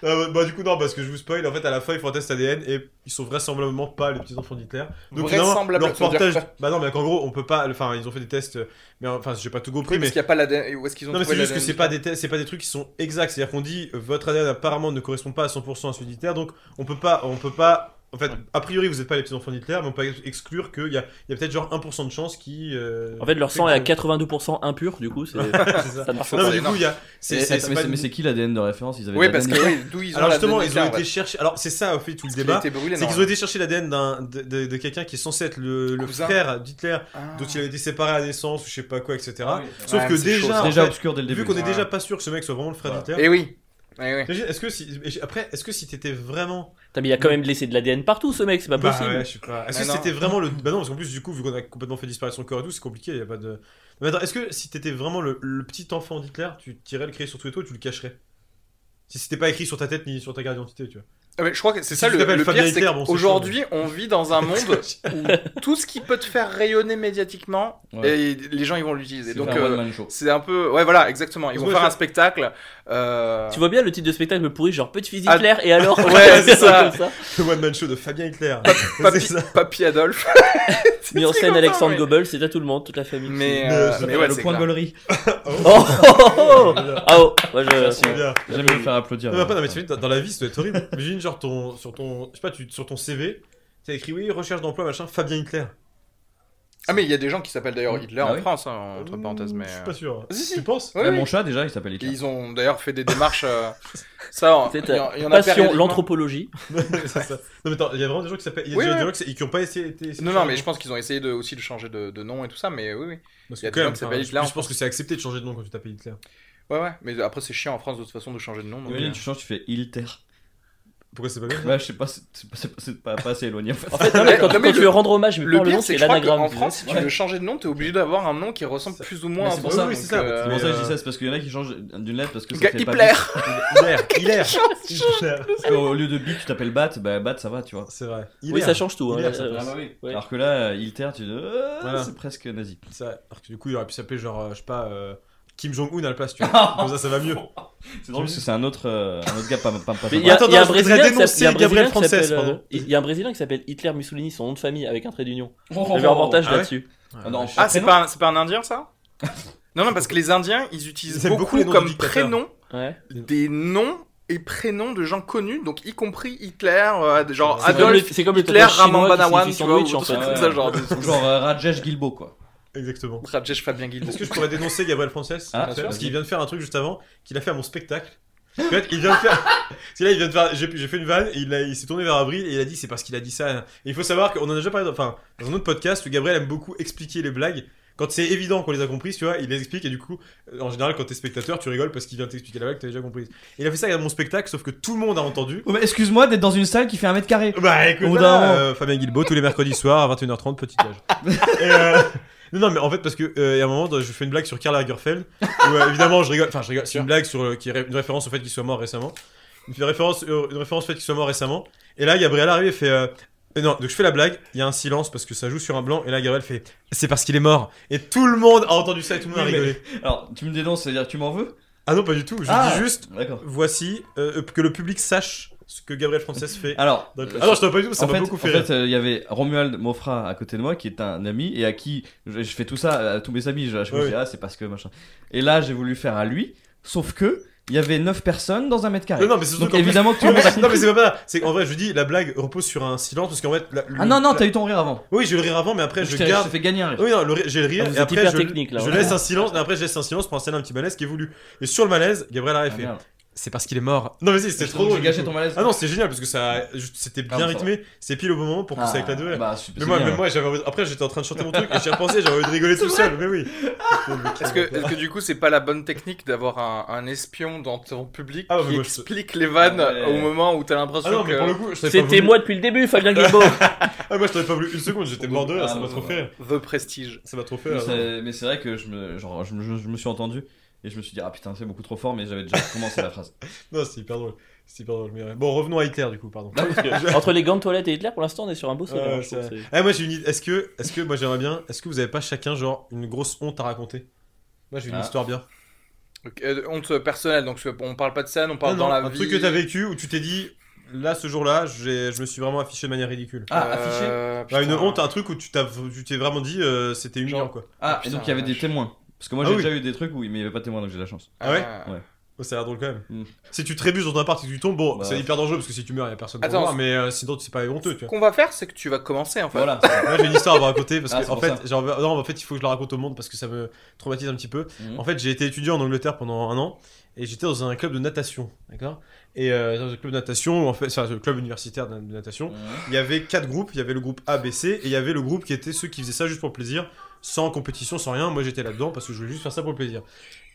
Speaker 2: Euh, bah du coup non parce que je vous spoil en fait à la fin ils font un test ADN et ils sont vraisemblablement pas les petits enfants d'Hitler donc finalement
Speaker 3: Vraisemblablement,
Speaker 2: leur
Speaker 3: ça veut dire
Speaker 2: reportage bah non mais en gros on peut pas enfin ils ont fait des tests euh, mais enfin j'ai pas tout compris mais
Speaker 3: Parce qu'il y a pas l'ADN. Où est-ce qu'ils ont
Speaker 2: Non, mais c'est
Speaker 3: trouvé
Speaker 2: juste que
Speaker 3: l'ADN?
Speaker 2: c'est pas des te- c'est pas des trucs qui sont exacts. C'est-à-dire qu'on dit euh, votre ADN apparemment ne correspond pas à 100% à celui d'Hitler, donc on peut pas, on peut pas. En fait, a priori, vous n'êtes pas les petits enfants d'Hitler, mais on peut ex- exclure qu'il y a, il y a peut-être genre 1% de chance qui. euh,
Speaker 4: En fait, leur sang est à
Speaker 2: fait
Speaker 4: 82% impur, du coup, c'est.
Speaker 2: que- c'est ça.
Speaker 4: Ça marche
Speaker 2: Non,
Speaker 4: pas.
Speaker 2: mais du
Speaker 3: énorme.
Speaker 2: coup, il y a.
Speaker 5: Et-
Speaker 2: c'est-
Speaker 5: et-
Speaker 2: c'est-
Speaker 5: Eh, Mais
Speaker 2: c'est pas
Speaker 5: c'est- mais
Speaker 2: du-
Speaker 5: c'est qui l'ADN de référence Ils avaient
Speaker 3: Oui,
Speaker 5: de
Speaker 3: parce
Speaker 5: l'ADN.
Speaker 3: que oui, d'où ils ont
Speaker 2: Alors
Speaker 3: l'ADN
Speaker 2: justement, ils ont
Speaker 3: nucléaire,
Speaker 2: été
Speaker 3: ouais.
Speaker 2: chercher. Alors c'est ça au fait tout le
Speaker 3: Parce qu'il
Speaker 2: débat.
Speaker 3: a été brûlé,
Speaker 2: C'est qu'ils ont
Speaker 3: normalement.
Speaker 2: été chercher l'ADN d'un- de, de- de quelqu'un qui est censé être le, le
Speaker 3: Cousin.
Speaker 2: frère d'Hitler,
Speaker 3: Ah.
Speaker 2: dont il avait été séparé à la naissance, ou je sais pas quoi, etc.
Speaker 5: Ah oui,
Speaker 2: Sauf
Speaker 3: Ouais,
Speaker 2: que
Speaker 3: mais c'est chaud,
Speaker 2: déjà,
Speaker 5: C'est
Speaker 2: en
Speaker 5: déjà
Speaker 2: fait,
Speaker 5: obscur dès le
Speaker 2: vu
Speaker 5: début.
Speaker 2: qu'on est
Speaker 3: Ouais.
Speaker 2: déjà pas sûr que ce mec soit vraiment le frère
Speaker 5: Voilà.
Speaker 2: d'Hitler,
Speaker 3: Eh oui. Eh oui.
Speaker 2: Imagine, Est-ce que si et après est-ce que si t'étais vraiment
Speaker 4: Putain, mais il a quand même laissé de l'ADN partout, ce mec, c'est pas
Speaker 2: bah
Speaker 4: possible.
Speaker 2: ouais, je sais pas est-ce
Speaker 3: Mais
Speaker 2: que
Speaker 3: non.
Speaker 2: c'était vraiment le bah non parce qu'en plus du coup vu qu'on a complètement fait disparaître son corps et tout c'est compliqué y a pas de mais attends est-ce que si t'étais vraiment le, le petit enfant d'Hitler tu tirais le créer sur tous les toits et tu le cacherais si c'était pas écrit sur ta tête ni sur ta carte d'identité tu vois
Speaker 3: Ah, mais je crois que c'est
Speaker 2: Si
Speaker 3: ça
Speaker 2: tu
Speaker 3: le,
Speaker 2: t'appelles
Speaker 3: le
Speaker 2: Fabien
Speaker 3: pire, c'est
Speaker 2: Hitler, bon, c'est
Speaker 3: qu'aujourd'hui, on vit dans
Speaker 2: [LAUGHS]
Speaker 3: un monde où tout ce qui peut te faire rayonner médiatiquement,
Speaker 5: Ouais.
Speaker 3: et les gens ils vont l'utiliser.
Speaker 5: C'est
Speaker 3: Donc
Speaker 5: un
Speaker 3: euh,
Speaker 5: one-man show.
Speaker 3: c'est un peu, ouais voilà, exactement. Ils
Speaker 2: Parce
Speaker 3: vont
Speaker 2: que
Speaker 3: faire
Speaker 2: je-
Speaker 3: un spectacle. euh,
Speaker 4: Tu vois bien le titre de spectacle pourri, genre Petite physique
Speaker 3: Ah,
Speaker 4: Hitler et alors [LAUGHS]
Speaker 3: ouais, c'est ça.
Speaker 4: Comme ça.
Speaker 2: Le One Man Show de Fabien Hitler. [LAUGHS]
Speaker 3: Papy,
Speaker 2: C'est ça.
Speaker 3: Papy Adolphe. C'est
Speaker 4: Mis en
Speaker 3: très
Speaker 4: scène
Speaker 3: content,
Speaker 4: Alexandre
Speaker 3: mais-
Speaker 4: Goebbels, c'est à tout le monde, toute la famille.
Speaker 3: Mais,
Speaker 2: Mais,
Speaker 3: euh,
Speaker 2: c'est
Speaker 3: mais ouais,
Speaker 5: le
Speaker 3: c'est
Speaker 5: point de
Speaker 3: clair.
Speaker 5: gaulerie.
Speaker 4: [LAUGHS] Oh, oh, oh, oh.
Speaker 2: Bien.
Speaker 4: Ah oh, moi je.
Speaker 5: Merci.
Speaker 2: C'est bien.
Speaker 5: J'aime bien le faire applaudir.
Speaker 2: Non, mais pas, non, mais tu sais, dans- dans la vie, ça doit être horrible. Imagine, genre, ton, sur, ton, je sais pas, tu, sur ton CV, t'as écrit oui, recherche d'emploi, machin, Fabien Hitler.
Speaker 3: Ah mais il y a des gens qui s'appellent d'ailleurs Hitler
Speaker 5: Ah
Speaker 3: en
Speaker 5: oui.
Speaker 3: France, hein, entre
Speaker 2: Hmm,
Speaker 3: parenthèses. Mais
Speaker 2: Je suis
Speaker 3: euh,
Speaker 2: pas sûr.
Speaker 3: Si, si.
Speaker 2: Tu penses
Speaker 3: ouais,
Speaker 5: Là,
Speaker 3: ouais.
Speaker 5: Mon chat, déjà, il s'appelle Hitler.
Speaker 3: Ils ont d'ailleurs fait des démarches.
Speaker 2: [LAUGHS]
Speaker 3: euh, ça, en- il
Speaker 4: C'est,
Speaker 3: y,
Speaker 4: euh,
Speaker 3: en- il y en a
Speaker 4: Passion,
Speaker 3: périodiquement.
Speaker 4: l'anthropologie.
Speaker 2: C'est ça. Non, mais attends, il y a vraiment des gens qui s'appellent. Il y a
Speaker 3: Oui,
Speaker 2: déjà des
Speaker 3: oui.
Speaker 2: gens qui, s- qui ont pas essayé. été-
Speaker 3: Non, non, mais je pense qu'ils ont essayé de, aussi de changer de, de nom et tout ça, mais oui, oui.
Speaker 2: Parce
Speaker 3: il y a
Speaker 2: que quand
Speaker 3: des gens
Speaker 2: même,
Speaker 3: qui s'appellent
Speaker 2: enfin,
Speaker 3: Hitler en
Speaker 2: Je je pense que c'est accepté de changer de nom quand tu t'appelles Hitler.
Speaker 3: Ouais, ouais, mais après c'est chiant en France de toute façon de changer de nom. donc,
Speaker 5: Imagine,
Speaker 3: euh,
Speaker 5: tu changes, tu fais Hilter.
Speaker 2: Pourquoi c'est pas bien
Speaker 5: Bah, je sais pas, c'est c'est pas- c'est pas- c'est pas, pas assez éloigné en fait.
Speaker 4: En fait, non, mais quand,
Speaker 3: Non, mais
Speaker 4: quand tu
Speaker 3: le-
Speaker 4: veux rendre hommage, mais
Speaker 3: Le
Speaker 4: pas le nom,
Speaker 3: pire, c'est
Speaker 4: c'est
Speaker 3: que je crois
Speaker 4: l'anagramme.
Speaker 3: qu'en
Speaker 4: tu
Speaker 3: France, si
Speaker 4: sais.
Speaker 3: tu veux changer de nom, t'es obligé d'avoir un nom qui ressemble
Speaker 2: C'est-
Speaker 3: plus ou moins
Speaker 5: Mais
Speaker 3: à
Speaker 5: c'est
Speaker 3: un
Speaker 5: pour
Speaker 3: nom,
Speaker 5: ça,
Speaker 3: donc,
Speaker 2: oui, c'est ça.
Speaker 5: C'est
Speaker 3: euh,
Speaker 5: pour ça que je dis
Speaker 2: euh,
Speaker 5: ça, c'est parce qu'il y en a qui changent d'une lettre parce que ça
Speaker 3: gars,
Speaker 5: fait pas
Speaker 3: Hitler
Speaker 5: bip.
Speaker 2: Hitler
Speaker 3: [LAUGHS]
Speaker 2: Hitler Hitler
Speaker 5: Parce qu'au lieu de bip, tu t'appelles Bat, bah Bat ça va, tu vois.
Speaker 2: C'est vrai.
Speaker 4: Oui, ça change tout. hein.
Speaker 2: Hitler, ça
Speaker 4: Euh,
Speaker 5: oui.
Speaker 4: ouais.
Speaker 5: Alors que là, euh, Hilter, tu dis, euh,
Speaker 2: Voilà.
Speaker 5: c'est presque nazi.
Speaker 2: C'est vrai. Alors que du coup, il aurait pu s'appeler genre, euh, je sais pas, euh, Kim Jong-un à la
Speaker 3: [LAUGHS]
Speaker 2: place, tu vois. Comme
Speaker 5: c'est
Speaker 2: ça, ça va mieux.
Speaker 5: drôle parce que c'est un autre, euh, un autre gars, pas, pas, pas,
Speaker 4: Mais il y a,
Speaker 2: Attends,
Speaker 4: il y a un
Speaker 2: attends, je voudrais
Speaker 4: Brésilien qui
Speaker 2: dénoncer
Speaker 4: s'appelle- il y a un
Speaker 2: Gabriel
Speaker 4: Brésilien qui
Speaker 2: Frances,
Speaker 4: s'appelle, euh,
Speaker 2: pardon.
Speaker 4: Il y a un Brésilien qui s'appelle Hitler Mussolini, son nom de famille avec un trait d'union.
Speaker 5: Oh, oh,
Speaker 4: J'avais un
Speaker 5: oh,
Speaker 4: reportage
Speaker 2: ah ouais
Speaker 4: là-dessus.
Speaker 5: Ah non,
Speaker 3: Ah, c'est
Speaker 5: Prénom
Speaker 3: pas, un- c'est pas un indien ça Non, non, parce que les indiens, ils utilisent
Speaker 2: Ils aiment beaucoup
Speaker 3: beaucoup,
Speaker 2: les noms de
Speaker 3: comme
Speaker 2: dictateurs.
Speaker 3: prénom
Speaker 4: Ouais.
Speaker 3: des noms et prénoms de gens connus, donc y compris Hitler, euh, genre
Speaker 4: C'est comme le-
Speaker 3: Adolf
Speaker 4: c'est comme le
Speaker 3: Hitler,
Speaker 4: tatouage chinois
Speaker 3: Raman
Speaker 4: qui
Speaker 3: Banawan,
Speaker 4: signifie
Speaker 3: tu vois, ou
Speaker 4: sandwich, en
Speaker 3: tout
Speaker 4: fait.
Speaker 5: ouais.
Speaker 3: ça, genre.
Speaker 5: Ou genre euh, Rajesh Gilbo quoi.
Speaker 2: Exactement.
Speaker 3: Rajesh Fabien Guilbault.
Speaker 2: Est-ce que je pourrais dénoncer Gabriel Frances
Speaker 5: Ah,
Speaker 2: Parce
Speaker 5: vas-y.
Speaker 2: qu'il vient de faire un truc juste avant, qu'il a fait à mon spectacle. En fait, il vient de faire. Parce que là, il vient de faire. J'ai j'ai fait une vanne, et il, a- il s'est tourné vers Abril et il a dit c'est parce qu'il a dit ça. Et il faut savoir qu'on en a déjà parlé dans, enfin, dans un autre podcast où Gabriel aime beaucoup expliquer les blagues. Quand c'est évident qu'on les a comprises, tu vois, il les explique et du coup, euh, en général, quand t'es spectateur, tu rigoles parce qu'il vient t'expliquer la blague que t'as déjà comprise. Et il a fait ça à mon spectacle, sauf que tout le monde a entendu.
Speaker 5: Oh, mais excuse-moi d'être dans une salle qui fait un mètre carré.
Speaker 2: Bah écoute,
Speaker 5: Au bout
Speaker 2: voilà,
Speaker 5: d'un moment.
Speaker 2: euh, Fabien Guilbeault tous les mercredis soirs à 21h30, petit âge. Et, euh, [LAUGHS] non, non, mais en fait, parce que euh, il y a un moment, je fais une blague sur Karl Lagerfeld, où euh, évidemment, je rigole, enfin, je rigole, c'est une blague sur, euh, qui est ré- une référence au fait qu'il soit mort récemment. Une référence, euh, une référence au fait qu'il soit mort récemment. Et là, Gabriel arrive et fait. euh, euh, non, donc je fais la blague, il y a un silence parce que ça joue sur un blanc, et là Gabriel fait C'est parce qu'il est mort Et tout le monde a entendu ça et tout le monde a
Speaker 5: Oui, mais-
Speaker 2: rigolé.
Speaker 5: Alors tu me dénonces, c'est-à-dire que tu m'en veux
Speaker 2: Ah non, pas du tout, je
Speaker 5: Ah.
Speaker 2: dis juste
Speaker 5: D'accord.
Speaker 2: Voici, euh, que le public sache ce que Gabriel Frances fait.
Speaker 5: Alors.
Speaker 2: dans le-
Speaker 5: euh,
Speaker 2: Ah non, je t'en ai pas du tout, ça
Speaker 5: en
Speaker 2: m'a
Speaker 5: fait,
Speaker 2: beaucoup fait
Speaker 5: en
Speaker 2: rire.
Speaker 5: fait, euh, il y avait Romuald Mofra à côté de moi qui est un ami et à qui je, je fais tout ça à tous mes amis. Je, je me
Speaker 2: Oui.
Speaker 5: dis ah c'est parce que machin. Et là j'ai voulu faire à lui, sauf que il y avait 9 personnes dans un mètre carré.
Speaker 2: Non, non, mais c'est surtout
Speaker 5: Donc
Speaker 2: qu'en plus-
Speaker 5: évidemment que
Speaker 2: [LAUGHS]
Speaker 5: tout
Speaker 2: Non
Speaker 5: le [LAUGHS] monde a
Speaker 2: mais, non, mais
Speaker 5: compris.
Speaker 2: c'est pas ça. C'est qu'en vrai, je dis, la blague repose sur un silence parce qu'en fait. la- le-
Speaker 5: Ah non non
Speaker 2: la-
Speaker 5: t'as eu ton rire avant.
Speaker 2: Oui, je vais le rire avant, mais après,
Speaker 5: je
Speaker 2: je
Speaker 5: t'ai je t'ai
Speaker 2: garde.
Speaker 5: fait gagner un rire.
Speaker 2: Oui, non, le rire- j'ai le rire,
Speaker 4: Ah, vous
Speaker 2: et
Speaker 4: êtes
Speaker 2: après,
Speaker 4: hyper
Speaker 2: je,
Speaker 4: technique, là,
Speaker 2: je
Speaker 4: ouais.
Speaker 2: laisse un silence, et après, je laisse un silence pour installer un petit malaise qui est voulu. Et sur le malaise, Gabriel a
Speaker 5: Ah,
Speaker 2: fait.
Speaker 5: merde.
Speaker 2: C'est parce qu'il est mort. Non, mais si, c'était
Speaker 5: Je
Speaker 2: trop
Speaker 5: trouve que
Speaker 2: drôle.
Speaker 5: J'ai
Speaker 2: du
Speaker 5: gâché
Speaker 2: coup.
Speaker 5: ton malaise.
Speaker 2: Ah non, c'était génial parce que ça, je- c'était
Speaker 5: Ah,
Speaker 2: bien
Speaker 5: ça
Speaker 2: rythmé. C'est pile au bon moment pour que ça
Speaker 5: Ah,
Speaker 2: éclate de rire.
Speaker 5: Bah, c'est-
Speaker 2: Mais
Speaker 5: c'est
Speaker 2: moi,
Speaker 5: bien.
Speaker 2: mais moi, j'avais envie- après, j'étais en train de chanter mon truc et j'y repensais, j'avais envie de rigoler tout seul. Mais oui.
Speaker 3: Est-ce que, est-ce que du coup, c'est pas la bonne technique d'avoir un, un espion dans ton public
Speaker 2: Ah, mais
Speaker 3: qui
Speaker 2: moi, je-
Speaker 3: explique les vannes
Speaker 5: Ouais.
Speaker 3: au moment où t'as
Speaker 2: Ah
Speaker 3: l'impression
Speaker 2: non, mais
Speaker 3: que.
Speaker 2: pour le coup, je t'avais pas
Speaker 4: C'était
Speaker 2: voulu-
Speaker 4: moi depuis le début,
Speaker 2: [LAUGHS]
Speaker 4: Fabien Guilbault. [LAUGHS]
Speaker 2: Ah, moi, je t'avais pas voulu une seconde,
Speaker 5: Ah,
Speaker 2: j'étais mort de rire, ça m'a trop fait rire.
Speaker 3: The Prestige.
Speaker 2: Ça m'a trop fait
Speaker 5: Mais
Speaker 2: rire.
Speaker 5: c'est- Mais c'est vrai que je me, genre, je, me- je- je me suis entendu et je me suis dit ah putain c'est beaucoup trop fort mais j'avais déjà commencé la phrase.
Speaker 2: Non, c'est hyper drôle. C'est hyper drôle. mais ouais. Bon, revenons à Hitler, du coup, pardon. [LAUGHS]
Speaker 4: Entre les gants de toilette et Hitler, pour l'instant, on est sur un beau
Speaker 2: Ouais,
Speaker 4: sommet. hein, je
Speaker 2: c'est
Speaker 4: trouve,
Speaker 2: vrai.
Speaker 4: c'est-
Speaker 2: Ah, moi, j'ai une idée. Est-ce que, est-ce que, moi, j'aimerais bien. Est-ce que vous avez pas chacun, genre, une grosse honte à raconter Moi, j'ai une
Speaker 5: Ah.
Speaker 2: histoire bien.
Speaker 3: Donc, euh, honte personnelle, donc on parle pas de scène, on parle
Speaker 2: Non,
Speaker 3: dans
Speaker 2: non,
Speaker 3: la
Speaker 2: un
Speaker 3: vie.
Speaker 2: truc que t'as vécu où tu t'es dit, là, ce jour-là, j'ai- je me suis vraiment affiché de manière ridicule.
Speaker 5: Ah
Speaker 3: Euh,
Speaker 5: affiché.
Speaker 2: Bah,
Speaker 3: putain.
Speaker 2: une honte, un truc où tu t'as, tu t'es vraiment dit, euh, c'était humiliant,
Speaker 3: Genre-
Speaker 2: quoi.
Speaker 5: Ah et
Speaker 3: putain,
Speaker 5: donc il y avait
Speaker 3: la
Speaker 5: des
Speaker 3: vache.
Speaker 5: témoins. Parce que moi
Speaker 2: Ah
Speaker 5: j'ai
Speaker 2: oui.
Speaker 5: déjà eu des trucs où mais il n'y avait pas de témoins donc j'ai de la chance.
Speaker 2: Ah ouais
Speaker 3: Euh,
Speaker 2: Oh, ça a l'air drôle quand même.
Speaker 3: Hmm.
Speaker 5: Mm.
Speaker 2: Si tu trébuches dans ton appart et que tu tombes, bon,
Speaker 5: Bah,
Speaker 2: c'est
Speaker 5: ouais.
Speaker 2: hyper dangereux parce que si tu meurs, il y a personne pour
Speaker 3: Attends,
Speaker 2: voir, mais euh, sinon, c'est pas honteux, tu
Speaker 3: Ce
Speaker 2: vois.
Speaker 3: qu'on va faire, c'est que tu vas commencer en fait.
Speaker 5: [LAUGHS] Voilà.
Speaker 2: Moi, j'ai une histoire à vous raconter parce
Speaker 5: Ah,
Speaker 2: que,
Speaker 5: c'est
Speaker 2: en
Speaker 5: pour
Speaker 2: fait,
Speaker 5: ça.
Speaker 2: j'ai envie- non, en fait, il faut que je la raconte au monde parce que ça me traumatise un petit peu.
Speaker 5: Mhm.
Speaker 2: En fait, j'ai été étudiant en Angleterre pendant un an et j'étais dans un club de natation, d'accord Et euh, dans un club de natation, en fait, enfin, le club universitaire de de natation, il y avait quatre groupes. Il y avait le groupe A, B, C et il y avait le groupe qui était ceux qui faisaient ça juste pour le plaisir, sans compétition, sans rien. Moi, j'étais là-dedans parce que je voulais juste faire ça pour le plaisir.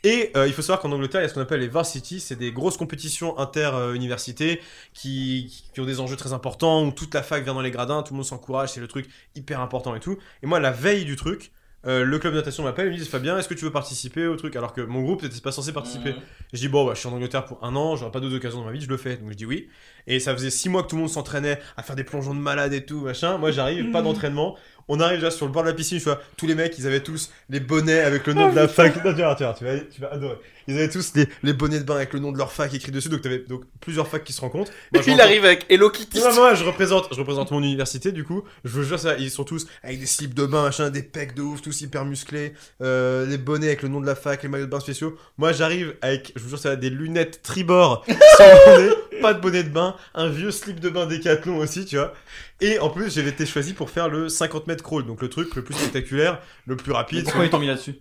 Speaker 2: Et euh, il faut savoir qu'en Angleterre, il y a ce qu'on appelle les varsity, c'est des grosses compétitions inter-universités qui, qui ont des enjeux très importants, où toute la fac vient dans les gradins, tout le monde s'encourage, c'est le truc hyper important et tout. Et moi, la veille du truc, euh, le club de natation m'appelle, ils me disent Fabien, est-ce que tu veux participer au truc Alors que mon groupe n'était pas censé participer. Et je dis bon, bah, je suis en Angleterre pour un an, j'aurai pas d'autres occasions dans ma vie, je le fais. Donc je dis oui. Et ça faisait six mois que tout le monde s'entraînait à faire des plongeons de malade et tout, machin. Moi, j'arrive, pas d'entraînement. On arrive déjà sur le bord de la piscine, tu vois, tous les mecs, ils avaient tous les bonnets avec le nom de la fac. Non, tu vas, voir, tu, vas, voir, tu, vas, tu vas adorer. Ils avaient tous les, les bonnets de bain avec le nom de leur fac écrit dessus, donc t'avais donc plusieurs facs qui se rencontrent.
Speaker 3: Et
Speaker 2: Moi,
Speaker 3: puis
Speaker 2: je
Speaker 3: il arrive avec Hello Kitty.
Speaker 2: non, moi, je représente, je représente mon université, du coup. Je vous jure ça, ils sont tous avec des slips de bain, machin, des pecs de ouf, tous hyper musclés, euh, les bonnets avec le nom de la fac, les maillots de bain spéciaux. Moi, j'arrive avec, je vous jure ça, des lunettes tribord, [LAUGHS] sans bonnet, pas de bonnet de bain, un vieux slip de bain décathlon aussi, tu vois. Et en plus, j'avais été choisi pour faire le 50 mètres crawl, donc le truc le plus spectaculaire, le plus
Speaker 5: Puis
Speaker 2: rapide.
Speaker 5: pourquoi ils t'ont mis là-dessus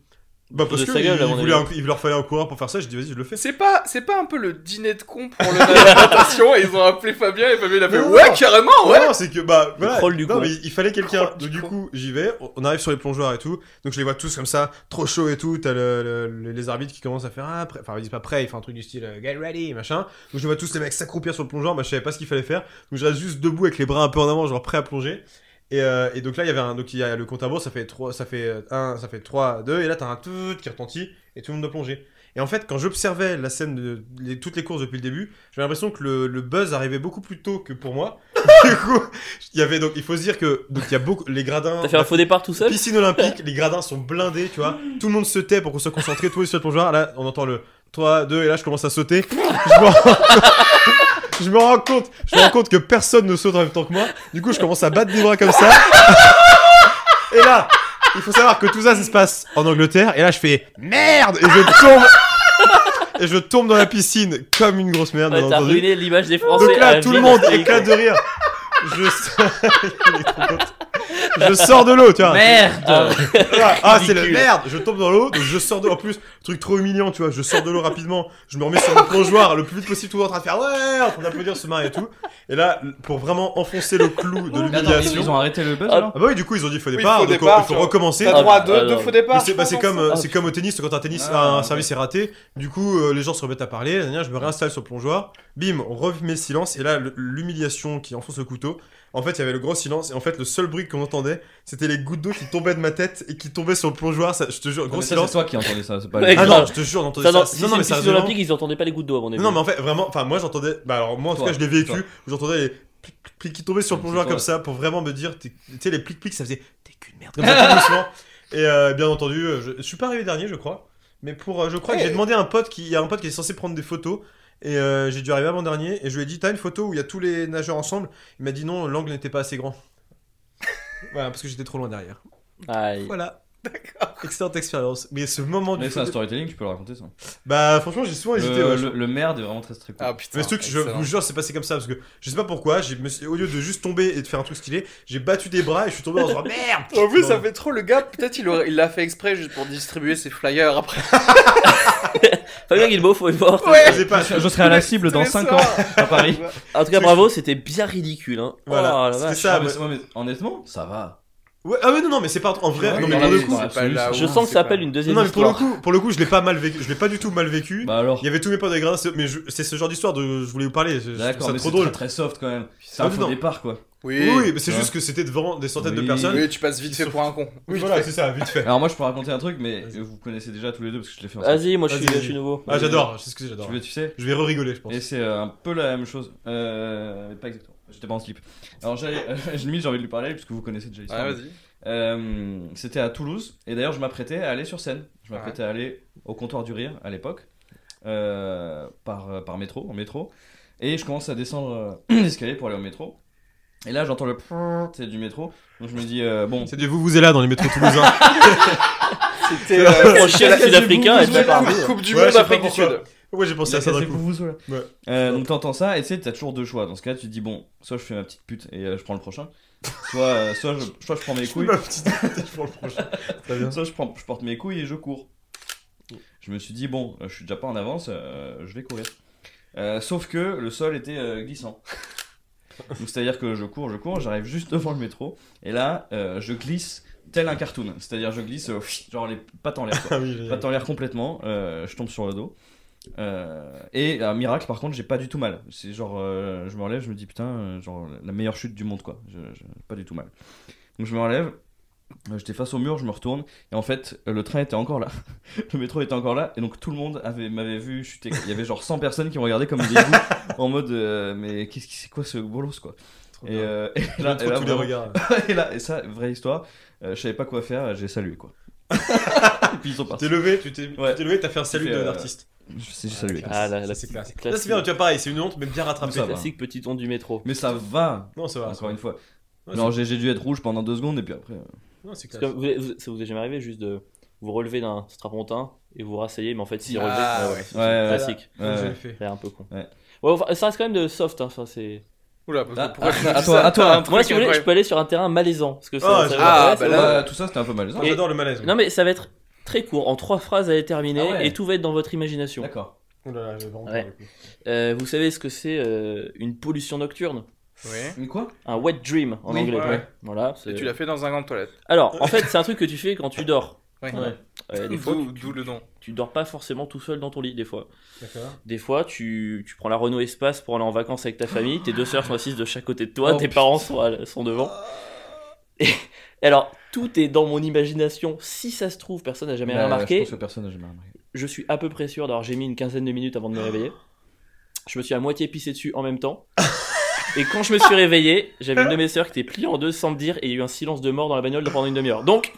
Speaker 2: Bah, parce
Speaker 4: De
Speaker 2: que
Speaker 4: sa gueule,
Speaker 2: il-
Speaker 4: à
Speaker 2: il
Speaker 4: mon
Speaker 2: voulait
Speaker 4: avis.
Speaker 2: un- il leur fallait un coureur pour faire ça, j'ai dit, vas-y, je le fais.
Speaker 3: C'est pas, c'est pas un peu le dîner de con pour le [LAUGHS] natation et ils ont appelé Fabien et Fabien il a fait
Speaker 2: Non.
Speaker 3: ouais carrément ouais.
Speaker 2: Non, c'est que bah voilà.
Speaker 4: Ah crawl du
Speaker 2: non,
Speaker 4: coin.
Speaker 2: mais il fallait quelqu'un.
Speaker 3: Crawl du
Speaker 2: Donc du
Speaker 3: coin.
Speaker 2: coup, j'y vais. On arrive sur les plongeurs et tout. Donc je les vois tous comme ça, trop chaud et tout. T'as le- le- les arbitres qui commencent à faire ah, prêt. enfin ils disent pas prêt, ils font un truc du style euh, get ready machin. Donc je les vois tous les mecs s'accroupir sur le plongeoir. Bah je savais pas ce qu'il fallait faire. Donc je reste juste debout avec les bras un peu en avant, genre prêt à plonger. Et, euh, et donc là il y avait un donc il y a le compte à rebours, ça fait 3 ça fait 1 ça fait 3 2 et là t'as un tout qui retentit et tout le monde doit plonger. Et en fait, quand j'observais la scène de les- toutes les courses depuis le début, j'avais l'impression que le, le buzz arrivait beaucoup plus tôt que pour moi. [LAUGHS] du coup, il y avait donc il faut se dire que donc il y a beaucoup les gradins
Speaker 4: T'as fait un faux départ tout seul
Speaker 2: piscine olympique, les gradins sont blindés, tu vois. Tout le monde se tait pour qu'on soit concentré, tous les sur le plongeoir. Là, on entend le 3, 2, et là, je commence à sauter. Je me rends, je me rends compte, je me rends compte que personne ne saute en même temps que moi. Du coup, je commence à battre des bras comme ça. Et là, il faut savoir que tout ça, ça se passe en Angleterre. Et là, je fais merde, et je tombe. Et je tombe dans la piscine comme une grosse merde.
Speaker 4: Ouais,
Speaker 2: bien
Speaker 4: T'as
Speaker 2: entendu.
Speaker 4: ruiné l'image des Français. Ah,
Speaker 2: Donc
Speaker 4: à la
Speaker 2: là, tout le
Speaker 4: vieille
Speaker 2: monde
Speaker 4: Marseille,
Speaker 2: éclate de rire. Je sors, [LAUGHS] Il est trop content. je sors de l'eau, tu vois.
Speaker 5: Merde
Speaker 4: quoi. Ah,
Speaker 2: hein. Ah, ah, c'est la
Speaker 4: Ridicule.
Speaker 2: merde Je tombe dans l'eau, donc je sors de l'eau. En plus, truc trop humiliant, tu vois. Je sors de l'eau rapidement, je me remets sur le plongeoir le plus vite possible, tout le monde en train de faire ouais, en train d'applaudir, se marrer et tout. Et là, pour vraiment enfoncer le clou de
Speaker 5: Ah Mais attends, ils, ils
Speaker 2: l'humiliation.
Speaker 5: ont arrêté le buzz
Speaker 4: Ah,
Speaker 5: alors
Speaker 2: Ah bah oui, du coup, ils ont dit faux
Speaker 3: Oui,
Speaker 2: départ,
Speaker 3: faux
Speaker 2: donc on-
Speaker 3: départ,
Speaker 2: il faut
Speaker 3: tu vois.
Speaker 2: recommencer.
Speaker 3: T'as
Speaker 4: Ah,
Speaker 3: droit à
Speaker 4: bah,
Speaker 3: deux, deux
Speaker 4: alors.
Speaker 3: faux départs.
Speaker 2: Mais c'est bah,
Speaker 3: je
Speaker 2: c'est
Speaker 3: pense,
Speaker 2: comme, euh,
Speaker 4: Ah,
Speaker 2: c'est comme au tennis, quand un tennis,
Speaker 5: Ah,
Speaker 2: un
Speaker 5: ouais.
Speaker 2: service est raté, du coup euh, les gens se remettent à parler, la dernière, je me réinstalle sur le plongeoir, bim, on remet le silence, et là le- l'humiliation qui enfonce le couteau, en fait il y avait le gros silence, et en fait le seul bruit qu'on entendait, c'était les gouttes d'eau qui tombaient de ma tête et qui tombaient sur le plongeoir, ça, je te jure,
Speaker 5: Non,
Speaker 2: gros
Speaker 5: mais ça,
Speaker 2: silence.
Speaker 5: C'est toi qui entendais ça, c'est pas
Speaker 4: Ouais,
Speaker 2: Ah
Speaker 5: Ah,
Speaker 4: grave.
Speaker 2: non, je te jure, on entendait
Speaker 4: Ça,
Speaker 2: ça.
Speaker 4: non, si
Speaker 2: non,
Speaker 4: c'est
Speaker 2: mais
Speaker 4: une piscine
Speaker 2: sérieusement.
Speaker 4: olympique, ils entendaient pas les gouttes d'eau à mon avis.
Speaker 2: Non, mais en fait, vraiment, enfin, moi j'entendais. Bah, alors, moi en tout
Speaker 5: Toi.
Speaker 2: cas, je l'ai vécu.
Speaker 5: Toi.
Speaker 2: où J'entendais les plics plics qui tombaient sur le
Speaker 5: C'est
Speaker 2: plongeoir
Speaker 5: toi.
Speaker 2: comme ça pour vraiment me dire. t'es- Tu sais, les plics plics, ça faisait. T'es qu'une merde. Comme ça, tout
Speaker 5: [LAUGHS]
Speaker 2: doucement. Et euh, bien entendu, euh, je, je suis pas arrivé dernier, je crois. Mais pour. euh, je crois que
Speaker 3: Ouais.
Speaker 2: j'ai demandé à un pote qui. Il y a un pote qui est censé prendre des photos. Et euh, j'ai dû arriver avant dernier. Et je lui ai dit T'as une photo où il y a tous les nageurs ensemble Il m'a dit Non, l'angle n'était pas assez
Speaker 5: [LAUGHS]
Speaker 2: grand. voilà, parce que j'étais trop loin derrière.
Speaker 4: Aïe.
Speaker 2: Voilà. D'accord. Excellente expérience. Mais ce moment du.
Speaker 5: Mais c'est un
Speaker 2: photo-
Speaker 5: storytelling, tu peux le raconter ça.
Speaker 2: Bah, franchement, j'ai souvent
Speaker 5: Le,
Speaker 2: hésité. ouais, je-
Speaker 5: Euh, le- le merde est vraiment très très cool.
Speaker 3: Ah putain.
Speaker 2: mais ce truc, je
Speaker 3: excellent.
Speaker 2: vous jure, c'est passé comme ça parce que je sais pas pourquoi. j'ai- me suis- Au lieu de juste tomber et de faire un truc stylé, j'ai battu des bras et je suis tombé dans un merde.
Speaker 3: En plus,
Speaker 2: Non.
Speaker 3: ça fait trop le gars. Peut-être il aurait- il l'a fait exprès juste pour distribuer ses flyers après.
Speaker 4: Fabien Guilbault, faut y voir.
Speaker 3: Ouais.
Speaker 2: Je sais pas.
Speaker 5: Je serai à la cible dans 5 ans à Paris.
Speaker 2: Ah,
Speaker 4: En tout cas, bravo, c'était bien ridicule. Hein.
Speaker 2: Voilà,
Speaker 4: Oh, la
Speaker 2: c'était
Speaker 4: vache.
Speaker 2: Ça,
Speaker 5: Ah, mais
Speaker 2: ouais.
Speaker 5: c'est- ouais, mais honnêtement, ça va.
Speaker 2: Ouais, ah oui, ah non, non, mais c'est pas en vrai.
Speaker 5: Ouais,
Speaker 2: non,
Speaker 5: oui,
Speaker 2: mais
Speaker 5: dans
Speaker 2: pour le
Speaker 5: la
Speaker 2: coup,
Speaker 5: liste.
Speaker 4: Je sens que ça appelle une deuxième
Speaker 2: non, mais pour le
Speaker 4: histoire.
Speaker 2: coup, pour le coup, je l'ai pas mal vécu. Je l'ai pas du tout mal vécu.
Speaker 5: Bah alors.
Speaker 2: Il y avait tous mes potes avec Gradin, c'est- mais je- c'est ce genre d'histoire de je voulais vous parler. je- je trouve
Speaker 5: D'accord,
Speaker 2: ça
Speaker 5: mais
Speaker 2: trop
Speaker 5: c'est
Speaker 2: drôle.
Speaker 5: très, très soft quand même. C'est
Speaker 2: Ah,
Speaker 5: un
Speaker 2: dis
Speaker 5: faux
Speaker 2: donc.
Speaker 5: départ quoi.
Speaker 2: Oui,
Speaker 3: Oui.
Speaker 2: oui, mais c'est
Speaker 5: Ouais.
Speaker 2: juste que c'était devant des centaines de
Speaker 5: Oui.
Speaker 2: personnes.
Speaker 3: Oui, tu passes vite fait pour un con.
Speaker 2: Oui, voilà, c'est ça, vite fait.
Speaker 5: Alors moi je peux raconter un truc, mais
Speaker 2: Vas-y.
Speaker 5: vous connaissez déjà tous les deux parce que je l'ai fait ensemble.
Speaker 4: Vas-y, moi je suis,
Speaker 2: Vas-y,
Speaker 4: je
Speaker 2: vas-y.
Speaker 4: suis nouveau.
Speaker 2: Ah, j'adore, c'est ce que j'adore.
Speaker 5: Tu veux, tu sais
Speaker 2: Je vais re-rigoler, je pense.
Speaker 5: Et c'est euh, un peu la même chose. Euh, mais pas exactement. J'étais pas en slip. Alors j'allais, [LAUGHS] limite j'ai envie de lui parler puisque vous connaissez déjà l'histoire.
Speaker 3: Ouais, Ah, vas-y.
Speaker 5: Euh, c'était à Toulouse et d'ailleurs je m'apprêtais à aller sur scène. Je
Speaker 3: Ah Ouais.
Speaker 5: m'apprêtais à aller au comptoir du rire à l'époque euh, par, euh, par métro, en métro. Et je commence à descendre euh, [CLEARS THROAT] l'escalier pour aller au métro. Et là j'entends le prrrr, tu sais, du métro. Donc je me dis euh, bon.
Speaker 2: C'est du vous vous êtes là dans les métros toulousains.
Speaker 3: C'était euh,
Speaker 4: Prochain
Speaker 3: c'était la-
Speaker 4: sud-africain,
Speaker 3: c'était
Speaker 4: et puis
Speaker 3: la
Speaker 4: par deux.
Speaker 3: Coupe du
Speaker 2: Ouais, je
Speaker 3: Monde
Speaker 2: sais pas
Speaker 3: Afrique du
Speaker 2: pourquoi.
Speaker 3: Sud.
Speaker 2: Ouais, j'ai pensé à ça d'un
Speaker 5: C'est
Speaker 2: coup.
Speaker 5: vous, vous, là.
Speaker 2: Ouais.
Speaker 5: Euh, donc t'entends ça et tu sais t'as toujours deux choix dans ce cas là tu te dis bon soit je fais ma petite pute et euh, je prends
Speaker 2: [LAUGHS]
Speaker 5: le prochain soit euh, soit, je, soit je prends mes couilles
Speaker 2: Ma petite tête pour le prochain. Très bien.
Speaker 5: [LAUGHS] soit je, prends, je porte mes couilles et je cours je me suis dit bon euh, je suis déjà pas en avance euh, je vais courir Euh, sauf que le sol était euh,
Speaker 2: [LAUGHS]
Speaker 5: glissant donc c'est à dire que je cours je cours j'arrive juste devant le métro et là euh, je glisse tel un cartoon c'est à dire je glisse euh, genre les pattes en l'air
Speaker 2: [LAUGHS]
Speaker 5: quoi.
Speaker 2: Ah oui, génial.
Speaker 5: Pas en l'air complètement, euh, je tombe sur le dos. Euh, et un miracle, par contre, j'ai pas du tout mal. C'est genre, euh, je me relève, je me dis putain, euh, genre la meilleure chute du monde quoi. Je, je- pas du tout mal. Donc je me relève, Euh, J'étais face au mur, je me retourne, et en fait, euh, le train était encore là. [LAUGHS] le métro était encore là, et donc tout le monde avait- m'avait vu chuter. quoi. Il y avait genre 100 personnes qui me regardaient comme des goûts,
Speaker 2: [LAUGHS]
Speaker 5: en mode euh, Mais qu'est-ce qui c'est quoi ce bolos quoi
Speaker 2: Trop [LAUGHS]
Speaker 5: Et,
Speaker 2: bien.
Speaker 5: euh, et
Speaker 2: J'aime
Speaker 5: là,
Speaker 2: trop
Speaker 5: et là,
Speaker 2: tous les
Speaker 5: vraiment-
Speaker 2: regards.
Speaker 5: [LAUGHS] et là, et ça, vraie histoire, euh, je savais pas quoi faire, j'ai
Speaker 2: [LAUGHS]
Speaker 5: salué quoi. et puis ils sont
Speaker 2: T'es
Speaker 5: partis.
Speaker 2: levé, tu t'es tu
Speaker 5: Ouais.
Speaker 2: t'es levé, t'as fait un salut
Speaker 5: fait,
Speaker 2: d'un
Speaker 5: euh,
Speaker 2: artiste.
Speaker 5: Je- J'ai salué.
Speaker 4: classe. Ah, là, là,
Speaker 2: Ça, c'est
Speaker 4: c'est
Speaker 2: classe. Là,
Speaker 4: classe.
Speaker 2: c'est bien, tu vois, pareil, c'est une honte, mais bien rattrapé.
Speaker 5: Ça va.
Speaker 4: Classique petit ton du métro.
Speaker 5: Ah, Mais ça va,
Speaker 2: Non, ça va. ça
Speaker 5: encore
Speaker 2: va.
Speaker 5: une fois.
Speaker 2: Ouais,
Speaker 5: Genre, j'ai j'ai dû être rouge pendant deux secondes, et puis après. euh,
Speaker 2: Non, c'est
Speaker 4: Parce
Speaker 2: classe.
Speaker 4: que vous- vous- ça vous est jamais arrivé juste de vous relever d'un strapontin et vous rasseyez, mais en fait, si relevé,
Speaker 3: Ah, ouais.
Speaker 5: Ouais, ouais, ouais.
Speaker 4: classique.
Speaker 2: Voilà.
Speaker 5: Ouais,
Speaker 2: Je
Speaker 5: ouais.
Speaker 2: l'ai fait.
Speaker 4: C'est un peu con.
Speaker 5: Ouais.
Speaker 4: enfin, ça reste quand même de soft. Hein. Enfin, c'est...
Speaker 3: Oula, parce que
Speaker 5: Ah,
Speaker 3: pourquoi
Speaker 5: ah,
Speaker 3: tu me
Speaker 5: à
Speaker 3: dis
Speaker 5: toi,
Speaker 3: ça
Speaker 5: à toi.
Speaker 3: T'as un truc
Speaker 4: Moi, si vous voulez,
Speaker 3: après.
Speaker 4: je peux aller sur un terrain malaisant. Parce que ça,
Speaker 2: Ah,
Speaker 4: ça
Speaker 2: je-
Speaker 4: va-
Speaker 3: ah,
Speaker 4: ouais,
Speaker 3: bah
Speaker 4: ça
Speaker 3: là,
Speaker 4: va-
Speaker 5: Bah, tout ça, c'était un peu malaisant.
Speaker 2: Non,
Speaker 4: Et-
Speaker 2: J'adore le malaise.
Speaker 4: Non, mais ça va être très court. En trois phrases, à déterminer
Speaker 5: Ah ouais.
Speaker 4: et tout va être dans votre imagination.
Speaker 5: D'accord.
Speaker 2: Oh là là, j'ai vraiment
Speaker 4: Ouais.
Speaker 2: peur, du coup.
Speaker 4: Euh, vous savez ce que c'est euh, une pollution nocturne
Speaker 3: Oui.
Speaker 5: Mais quoi
Speaker 4: Un wet dream en
Speaker 5: Oui,
Speaker 4: anglais.
Speaker 3: ouais, ouais.
Speaker 4: Voilà. c'est-
Speaker 3: Et tu l'as fait dans un gant de toilette.
Speaker 4: Alors, en fait, c'est un truc que tu fais quand tu dors.
Speaker 3: Ouais.
Speaker 5: Ouais.
Speaker 4: Euh, des fois,
Speaker 3: D'où
Speaker 4: tu,
Speaker 3: d'où le nom.
Speaker 4: tu dors pas forcément tout seul dans ton lit, des fois.
Speaker 2: D'accord.
Speaker 4: Des fois, tu, tu prends la Renault Espace pour aller en vacances avec ta famille, tes deux sœurs sont assises de chaque côté de toi,
Speaker 5: Oh,
Speaker 4: tes parents sont, à- sont devant. Et alors, tout est dans mon imagination. Si ça se trouve, personne n'a jamais
Speaker 5: Bah,
Speaker 4: rien
Speaker 5: Je
Speaker 4: remarqué.
Speaker 5: pense que personne n'a jamais remarqué.
Speaker 4: Je suis à peu près sûr d'avoir j'ai mis une quinzaine de minutes avant de me réveiller. Je me suis à moitié pissé dessus en même temps. Et quand je me suis réveillé, j'avais une de mes sœurs qui était pliée en deux sans me dire et il y a eu un silence de mort dans la bagnole pendant une demi-heure. Donc,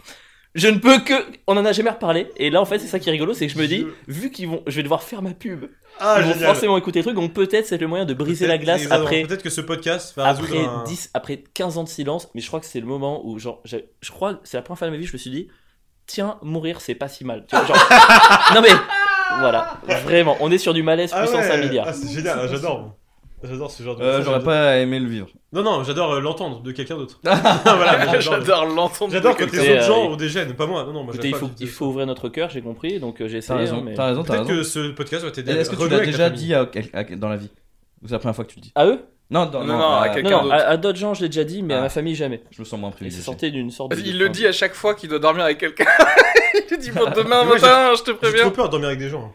Speaker 4: je ne peux que. On en a jamais reparlé. Et là, en fait, c'est ça qui est rigolo, c'est que je me dis, vu qu'ils vont. Je vais devoir faire ma pub
Speaker 2: Ah,
Speaker 4: ils vont
Speaker 2: génial.
Speaker 4: forcément écouter le truc, donc peut-être c'est le moyen de briser
Speaker 2: Peut-être-
Speaker 4: la glace
Speaker 2: exactement.
Speaker 4: après,
Speaker 2: Peut-être que ce podcast va résoudre
Speaker 4: après,
Speaker 2: un-
Speaker 4: 10, après 15 ans de silence, mais je crois que c'est le moment où, genre, j'ai- je crois, que c'est la première fois de ma vie, je me suis dit, tiens, mourir c'est pas si mal. Tu vois, genre,
Speaker 2: [LAUGHS]
Speaker 4: non mais, voilà, vraiment, on est sur du malaise
Speaker 2: Ah
Speaker 4: puissance
Speaker 2: ouais,
Speaker 4: 1 milliard.
Speaker 2: ah, c'est génial,
Speaker 5: [LAUGHS]
Speaker 2: ah, j'adore. J'adore ce genre de.
Speaker 5: Euh,
Speaker 2: message,
Speaker 5: J'aurais
Speaker 2: j'adore.
Speaker 5: pas aimé le vivre.
Speaker 2: Non, non, j'adore euh, l'entendre de quelqu'un
Speaker 5: [LAUGHS]
Speaker 2: d'autre. Voilà, mais Ah, j'adore.
Speaker 3: J'adore l'entendre.
Speaker 2: J'adore quand
Speaker 4: Écoutez,
Speaker 2: les autres
Speaker 4: euh,
Speaker 2: gens ont des gènes, pas moi. Non, non, moi j'aime
Speaker 4: Écoutez, il
Speaker 2: pas
Speaker 4: faut,
Speaker 2: quand
Speaker 4: il
Speaker 2: ils-
Speaker 4: faut ouvrir notre cœur, j'ai compris, donc euh, j'ai
Speaker 5: T'as
Speaker 4: essayé. hein,
Speaker 5: raison,
Speaker 4: mais-
Speaker 5: t'as raison, t'as
Speaker 2: Peut-être
Speaker 5: raison.
Speaker 2: que ce podcast va t'aider.
Speaker 5: Et
Speaker 2: à
Speaker 5: Est-ce que tu
Speaker 2: renouer
Speaker 5: l'as
Speaker 2: avec ta
Speaker 5: déjà
Speaker 2: famille.
Speaker 5: dit à- à- à- dans la vie Ou c'est la première fois que tu le dis
Speaker 4: À Ah, eux
Speaker 5: Non, dans-
Speaker 3: Non, non, à quelqu'un.
Speaker 4: Non, non,
Speaker 3: d'autre.
Speaker 4: à, à d'autres gens, je l'ai déjà dit, mais à
Speaker 5: Ah.
Speaker 4: ma famille, jamais.
Speaker 5: Je me sens moins
Speaker 4: Et c'est
Speaker 5: privilégié.
Speaker 4: sorti d'une sorte de.
Speaker 3: Il le dit à chaque fois qu'il doit dormir avec quelqu'un. [LAUGHS] Il dit pour demain
Speaker 2: Mais moi,
Speaker 3: matin, je te
Speaker 2: J'ai trop
Speaker 3: préviens.
Speaker 2: peur de dormir avec des gens. hein.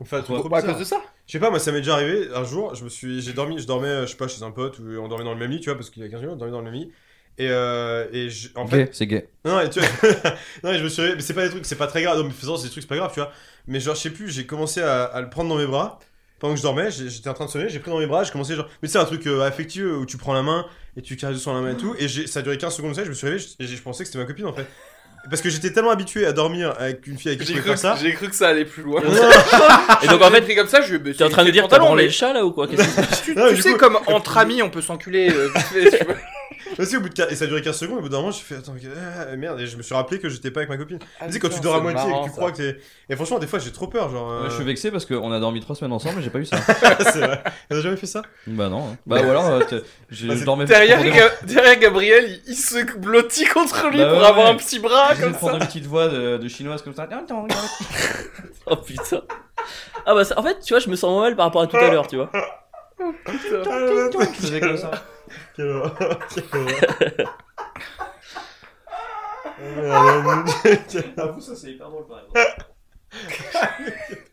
Speaker 2: Enfin, trop
Speaker 5: Pourquoi
Speaker 3: Bah, à
Speaker 2: bizarre.
Speaker 3: cause de ça.
Speaker 2: Je sais pas, moi ça m'est déjà arrivé un jour, je me suis, j'ai dormi, je dormais, euh, je sais pas, chez un pote ou on dormait dans le même lit, tu vois, parce qu'il y a 15 minutes, on dormait dans le même lit. Et, euh, et je- en fait,
Speaker 5: Gay, c'est gay.
Speaker 2: non, et tu vois, [LAUGHS] non, et je me suis, réveillé, mais c'est pas des trucs, c'est pas très grave, non, mais faisant c'est des trucs, c'est pas grave, tu vois. Mais genre, je sais plus, j'ai commencé à, à le prendre dans mes bras pendant que je dormais, j'ai- j'étais en train de sonner, j'ai pris dans mes bras, j'ai commencé genre, mais c'est un truc euh, affectueux où tu prends la main et tu caresses sur la main et tout, et j'ai- ça a duré 15 secondes, ça, je me suis réveillé, je, je pensais que c'était ma copine en fait, parce que j'étais tellement habitué à dormir avec une fille avec qui je
Speaker 3: J'ai
Speaker 2: pouvais
Speaker 3: cru,
Speaker 2: faire ça.
Speaker 3: que- j'ai cru que ça allait plus loin.
Speaker 2: Non, non,
Speaker 4: Et donc
Speaker 2: [LAUGHS]
Speaker 4: en fait,
Speaker 3: t'es comme ça, [LAUGHS] je.
Speaker 4: t'es en train de dire, t'as branlé le chat là ou quoi Qu'est-ce que-
Speaker 3: Tu,
Speaker 2: Non,
Speaker 3: tu
Speaker 2: du
Speaker 3: sais,
Speaker 2: coup-
Speaker 3: comme entre amis, on peut s'enculer. euh, vite fait, tu vois.
Speaker 2: Parce que au bout de quin- et ça a duré 15 secondes, et au bout d'un moment, j'ai fait attends, euh, merde, et je me suis rappelé que j'étais pas avec ma copine. tu sais, quand tu dors à
Speaker 3: Ah, C'est
Speaker 2: moitié et
Speaker 3: marrant,
Speaker 2: que tu
Speaker 3: ça.
Speaker 2: crois que t'es. Et franchement, des fois, j'ai trop peur, genre. euh,
Speaker 5: Je suis vexé parce qu'on a dormi trois semaines ensemble et j'ai pas eu ça.
Speaker 2: [LAUGHS] c'est vrai. T'as jamais fait ça
Speaker 5: bah non. hein. Bah ou alors, euh, t'es- je,
Speaker 2: Bah,
Speaker 5: je
Speaker 2: c'est
Speaker 5: dormais
Speaker 3: Derrière,
Speaker 5: je
Speaker 3: Ga- derrière Gabriel, il, il se blottit contre lui
Speaker 5: Bah
Speaker 3: pour
Speaker 5: ouais,
Speaker 3: avoir
Speaker 5: ouais.
Speaker 3: un petit bras
Speaker 5: faisais
Speaker 3: comme ça.
Speaker 5: prendre une petite voix de, de chinoise comme ça. Attends, regarde.
Speaker 4: [LAUGHS] Oh putain. Ah bah ça- en fait, tu vois, je me sens mal par rapport à tout à l'heure, tu vois.
Speaker 2: Ah,
Speaker 5: Je faisais
Speaker 3: [LAUGHS]
Speaker 5: comme ça.
Speaker 2: Quelle horreur. Quelle horreur. Merde, quelle-
Speaker 5: J'avoue, ça c'est hyper drôle par exemple.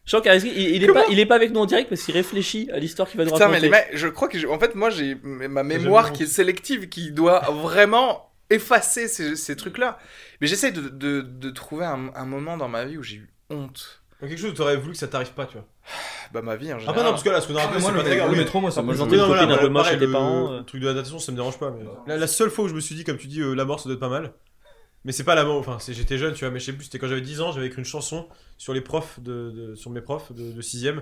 Speaker 4: Jean Kariski, il, il est pas, il est pas avec nous en direct parce qu'il réfléchit à l'histoire qu'il va nous
Speaker 3: Putain, mais
Speaker 4: raconter.
Speaker 3: les mecs, je crois que j'ai- en fait, moi, j'ai ma
Speaker 2: jamais
Speaker 3: mémoire qui est sélective, qui doit vraiment effacer ces, ces trucs-là. Mais j'essaie de, de- de trouver un, un moment dans ma vie où j'ai eu honte.
Speaker 2: [LAUGHS] Quelque chose, où t'aurais voulu que ça t'arrive pas, tu vois.
Speaker 3: Bah, ma vie en général.
Speaker 2: Après, Ah, non, parce que là, ce qu'on a raconté,
Speaker 5: Ah, Moi
Speaker 2: c'est
Speaker 5: le,
Speaker 2: pas très
Speaker 5: mé-
Speaker 2: grave.
Speaker 5: le
Speaker 2: oui.
Speaker 5: métro, moi ça me
Speaker 4: Présenter
Speaker 2: Oui,
Speaker 5: gêne.
Speaker 2: non,
Speaker 4: une
Speaker 2: voilà,
Speaker 4: copine un peu
Speaker 2: voilà,
Speaker 4: moche
Speaker 2: pareil,
Speaker 4: à tes
Speaker 2: le-
Speaker 4: parents, euh.
Speaker 2: Le truc de la natation, ça me dérange pas. Mais... La, la seule fois où je me suis dit, comme tu dis, euh, la mort, ça doit être pas mal. Mais c'est pas la mort, enfin, c'est- j'étais jeune, tu vois, mais je sais plus, c'était quand j'avais 10 ans, j'avais écrit une chanson sur les profs, de, de- sur mes profs de, 6ème.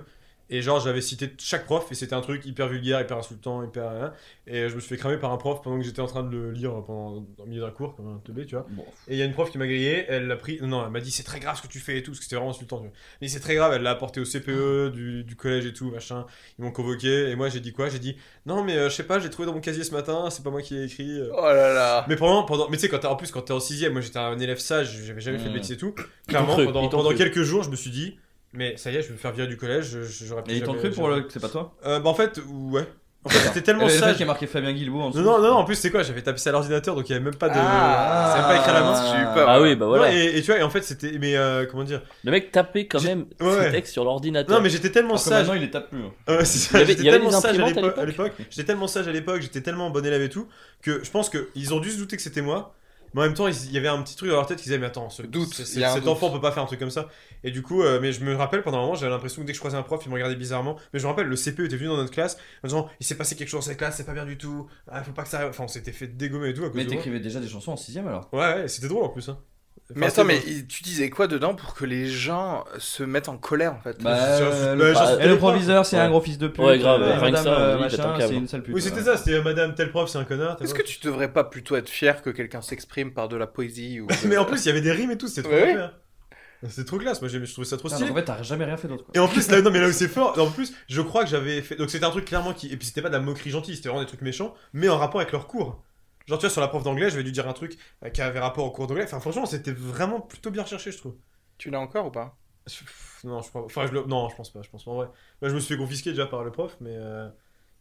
Speaker 2: Et genre, j'avais cité chaque prof, et c'était un truc hyper vulgaire, hyper insultant, hyper. hein. Et je me suis fait cramer par un prof pendant que j'étais en train de le lire pendant, au milieu d'un cours, comme un teubé, tu vois.
Speaker 5: Bon.
Speaker 2: Et il y a une prof qui m'a grillé, elle l'a pris. Non, elle m'a dit c'est très grave ce que tu fais et tout, parce que c'était vraiment insultant. tu vois. Mais c'est très grave, elle l'a apporté au
Speaker 5: Ah.
Speaker 2: CPE du, du collège et tout, machin. Ils m'ont convoqué, et moi j'ai dit quoi J'ai dit non, mais euh, je sais pas, j'ai trouvé dans mon casier ce matin, c'est pas moi qui l'ai écrit. euh.
Speaker 3: Oh là là.
Speaker 2: Mais pendant, pendant, mais tu sais, quand t'es- en plus, quand t'es en 6 moi j'étais un élève sage, j'avais jamais fait de
Speaker 5: Mm.
Speaker 2: bêtises et tout. Clairement,
Speaker 4: cru,
Speaker 2: pendant,
Speaker 4: ils t'ont
Speaker 2: pendant
Speaker 4: cru.
Speaker 2: quelques jours, je me suis dit, mais ça y est, je vais me faire virer du collège, je- je- j'aurais plus
Speaker 5: Et ils t'ont
Speaker 2: jamais-
Speaker 5: cru pour
Speaker 2: jamais-
Speaker 5: le. C'est pas toi
Speaker 2: Euh, Bah en fait, ouais. En fait, c'était tellement
Speaker 5: Le mec
Speaker 2: sage.
Speaker 5: qui a marqué Fabien Guilbault en dessous.
Speaker 2: Non, non, non, en plus, c'est quoi J'avais tapé ça à l'ordinateur, donc il y avait même pas de.
Speaker 3: Ah.
Speaker 2: c'est même pas écrit à la main.
Speaker 3: J'ai eu peur.
Speaker 4: Ah oui, bah voilà.
Speaker 2: Ouais, et, et tu vois, et en fait, c'était. Mais euh, comment dire
Speaker 4: Le mec tapait quand même
Speaker 2: Ouais, ouais.
Speaker 4: ses textes sur l'ordinateur.
Speaker 2: Non, mais j'étais tellement
Speaker 5: Alors que
Speaker 2: sage.
Speaker 5: maintenant il les tape plus. hein.
Speaker 2: Ouais, c'est ça,
Speaker 4: Il y avait-
Speaker 2: j'étais
Speaker 4: il y avait
Speaker 2: tellement
Speaker 4: des
Speaker 2: sage à
Speaker 4: imprimantes à
Speaker 2: l'époque. à l'époque. J'étais tellement sage à l'époque, j'étais tellement bon élève et tout, que je pense qu'ils ont dû se douter que c'était moi. Mais en même temps, ils- il y avait un petit truc dans leur tête qu'ils disaient, mais attends, ce,
Speaker 3: Le doute,
Speaker 2: ce-
Speaker 3: il y a un
Speaker 2: cet
Speaker 3: doute.
Speaker 2: enfant peut pas faire un truc comme ça. Et du coup, euh, mais je me rappelle pendant un moment, j'avais l'impression que dès que je croisais un prof, il me regardait bizarrement. Mais je me rappelle, le CPE était venu dans notre classe en disant, il s'est passé quelque chose dans cette classe, c'est pas bien du tout. Ah, faut pas que ça arrive. Enfin, on s'était fait dégommer et tout à cause
Speaker 5: Mais
Speaker 2: de moi.
Speaker 5: t'écrivais déjà des chansons en 6ème alors
Speaker 2: Ouais, ouais, c'était drôle en plus. hein.
Speaker 3: Mais
Speaker 2: Enfin,
Speaker 3: attends,
Speaker 2: c'était
Speaker 3: mais il- tu disais quoi dedans pour que les gens se mettent en colère en fait
Speaker 5: Bah,
Speaker 2: je- bah,
Speaker 5: euh, le,
Speaker 2: je-
Speaker 5: et le proviseur, c'est
Speaker 4: Ouais.
Speaker 5: un gros fils de pute.
Speaker 4: Ouais, grave,
Speaker 5: euh,
Speaker 4: rien que
Speaker 5: madame,
Speaker 4: ça,
Speaker 5: euh,
Speaker 4: oui, t'as
Speaker 5: machin,
Speaker 4: un câble.
Speaker 5: c'est une sale pute.
Speaker 2: Oui, c'était
Speaker 5: voilà.
Speaker 2: ça, c'était euh, madame, tel prof, c'est un connard. t'as
Speaker 3: Est-ce
Speaker 2: pas-
Speaker 3: que tu devrais pas plutôt être fier que quelqu'un s'exprime par de
Speaker 2: [LAUGHS]
Speaker 3: la poésie ou de-
Speaker 2: Mais en plus, il y avait des rimes et tout, c'était trop
Speaker 3: Ouais, ouais.
Speaker 2: clair. C'était trop classe, moi j'ai- je trouvais ça trop
Speaker 5: Ah,
Speaker 2: stylé.
Speaker 5: donc en fait, t'as jamais rien fait d'autre. quoi.
Speaker 2: Et en plus, là, non, mais là où c'est fort, en plus, je crois que j'avais fait. Donc, c'était un truc clairement qui. Et puis, c'était pas de la moquerie gentille, c'était vraiment des trucs méchants, mais en rapport avec leur cours. Genre, tu vois, sur la prof d'anglais, je vais lui dire un truc euh, qui avait rapport au cours d'anglais. Enfin, franchement, c'était vraiment plutôt bien recherché, je trouve.
Speaker 3: Tu l'as encore ou pas
Speaker 2: Je- pff, Non, je, crois- enfin, je le- non, je pense pas, je pense pas en vrai. Moi, je me suis fait confisquer déjà par le prof, mais euh,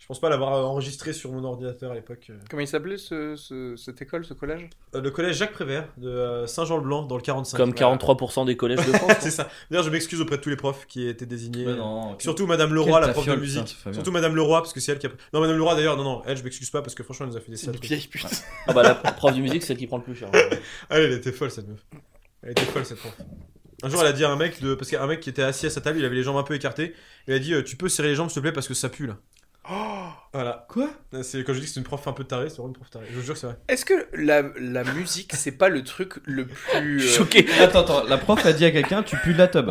Speaker 2: je pense pas l'avoir enregistré sur mon ordinateur à l'époque. euh.
Speaker 3: Comment il s'appelait ce- ce- cette école, ce collège
Speaker 2: Euh, le collège Jacques Prévert de euh, Saint-Jean-le-Blanc dans le 45.
Speaker 4: Comme
Speaker 2: Voilà.
Speaker 4: 43% des collèges de France. hein.
Speaker 2: C'est ça. D'ailleurs, je m'excuse auprès de tous les profs qui étaient désignés.
Speaker 5: Mais non, ok.
Speaker 2: Surtout Madame Leroy,
Speaker 5: Quelle
Speaker 2: la prof de
Speaker 5: tafiole,
Speaker 2: musique.
Speaker 5: putain, Fabien.
Speaker 2: Surtout Madame Leroy, parce que c'est elle qui a. Non, Madame Leroy d'ailleurs, non, non, elle, je m'excuse pas parce que franchement, elle nous a fait des
Speaker 3: C'est
Speaker 2: sales
Speaker 3: une
Speaker 2: trucs.
Speaker 3: vieille pute.
Speaker 4: ah bah la prof de musique, c'est celle qui prend le plus cher.
Speaker 2: Elle, elle était folle cette meuf. Elle était folle cette prof. Un jour, elle a dit à un mec de. Parce qu'un mec qui était assis à sa table, il avait les jambes un peu écartées. Il a dit euh, Tu peux serrer les jambes, s'il te plaît, parce que ça pue là.
Speaker 3: Oh
Speaker 2: Voilà. Euh,
Speaker 5: Quoi
Speaker 2: C'est quand je dis que c'est une prof un peu tarée, c'est vraiment une prof tarée. Je vous jure, c'est vrai.
Speaker 3: Est-ce que la, la musique, c'est pas le truc le
Speaker 4: Je
Speaker 3: plus.
Speaker 4: suis
Speaker 3: euh,
Speaker 4: Choqué.
Speaker 5: Attends, attends, la prof a dit à quelqu'un tu pues de la tub.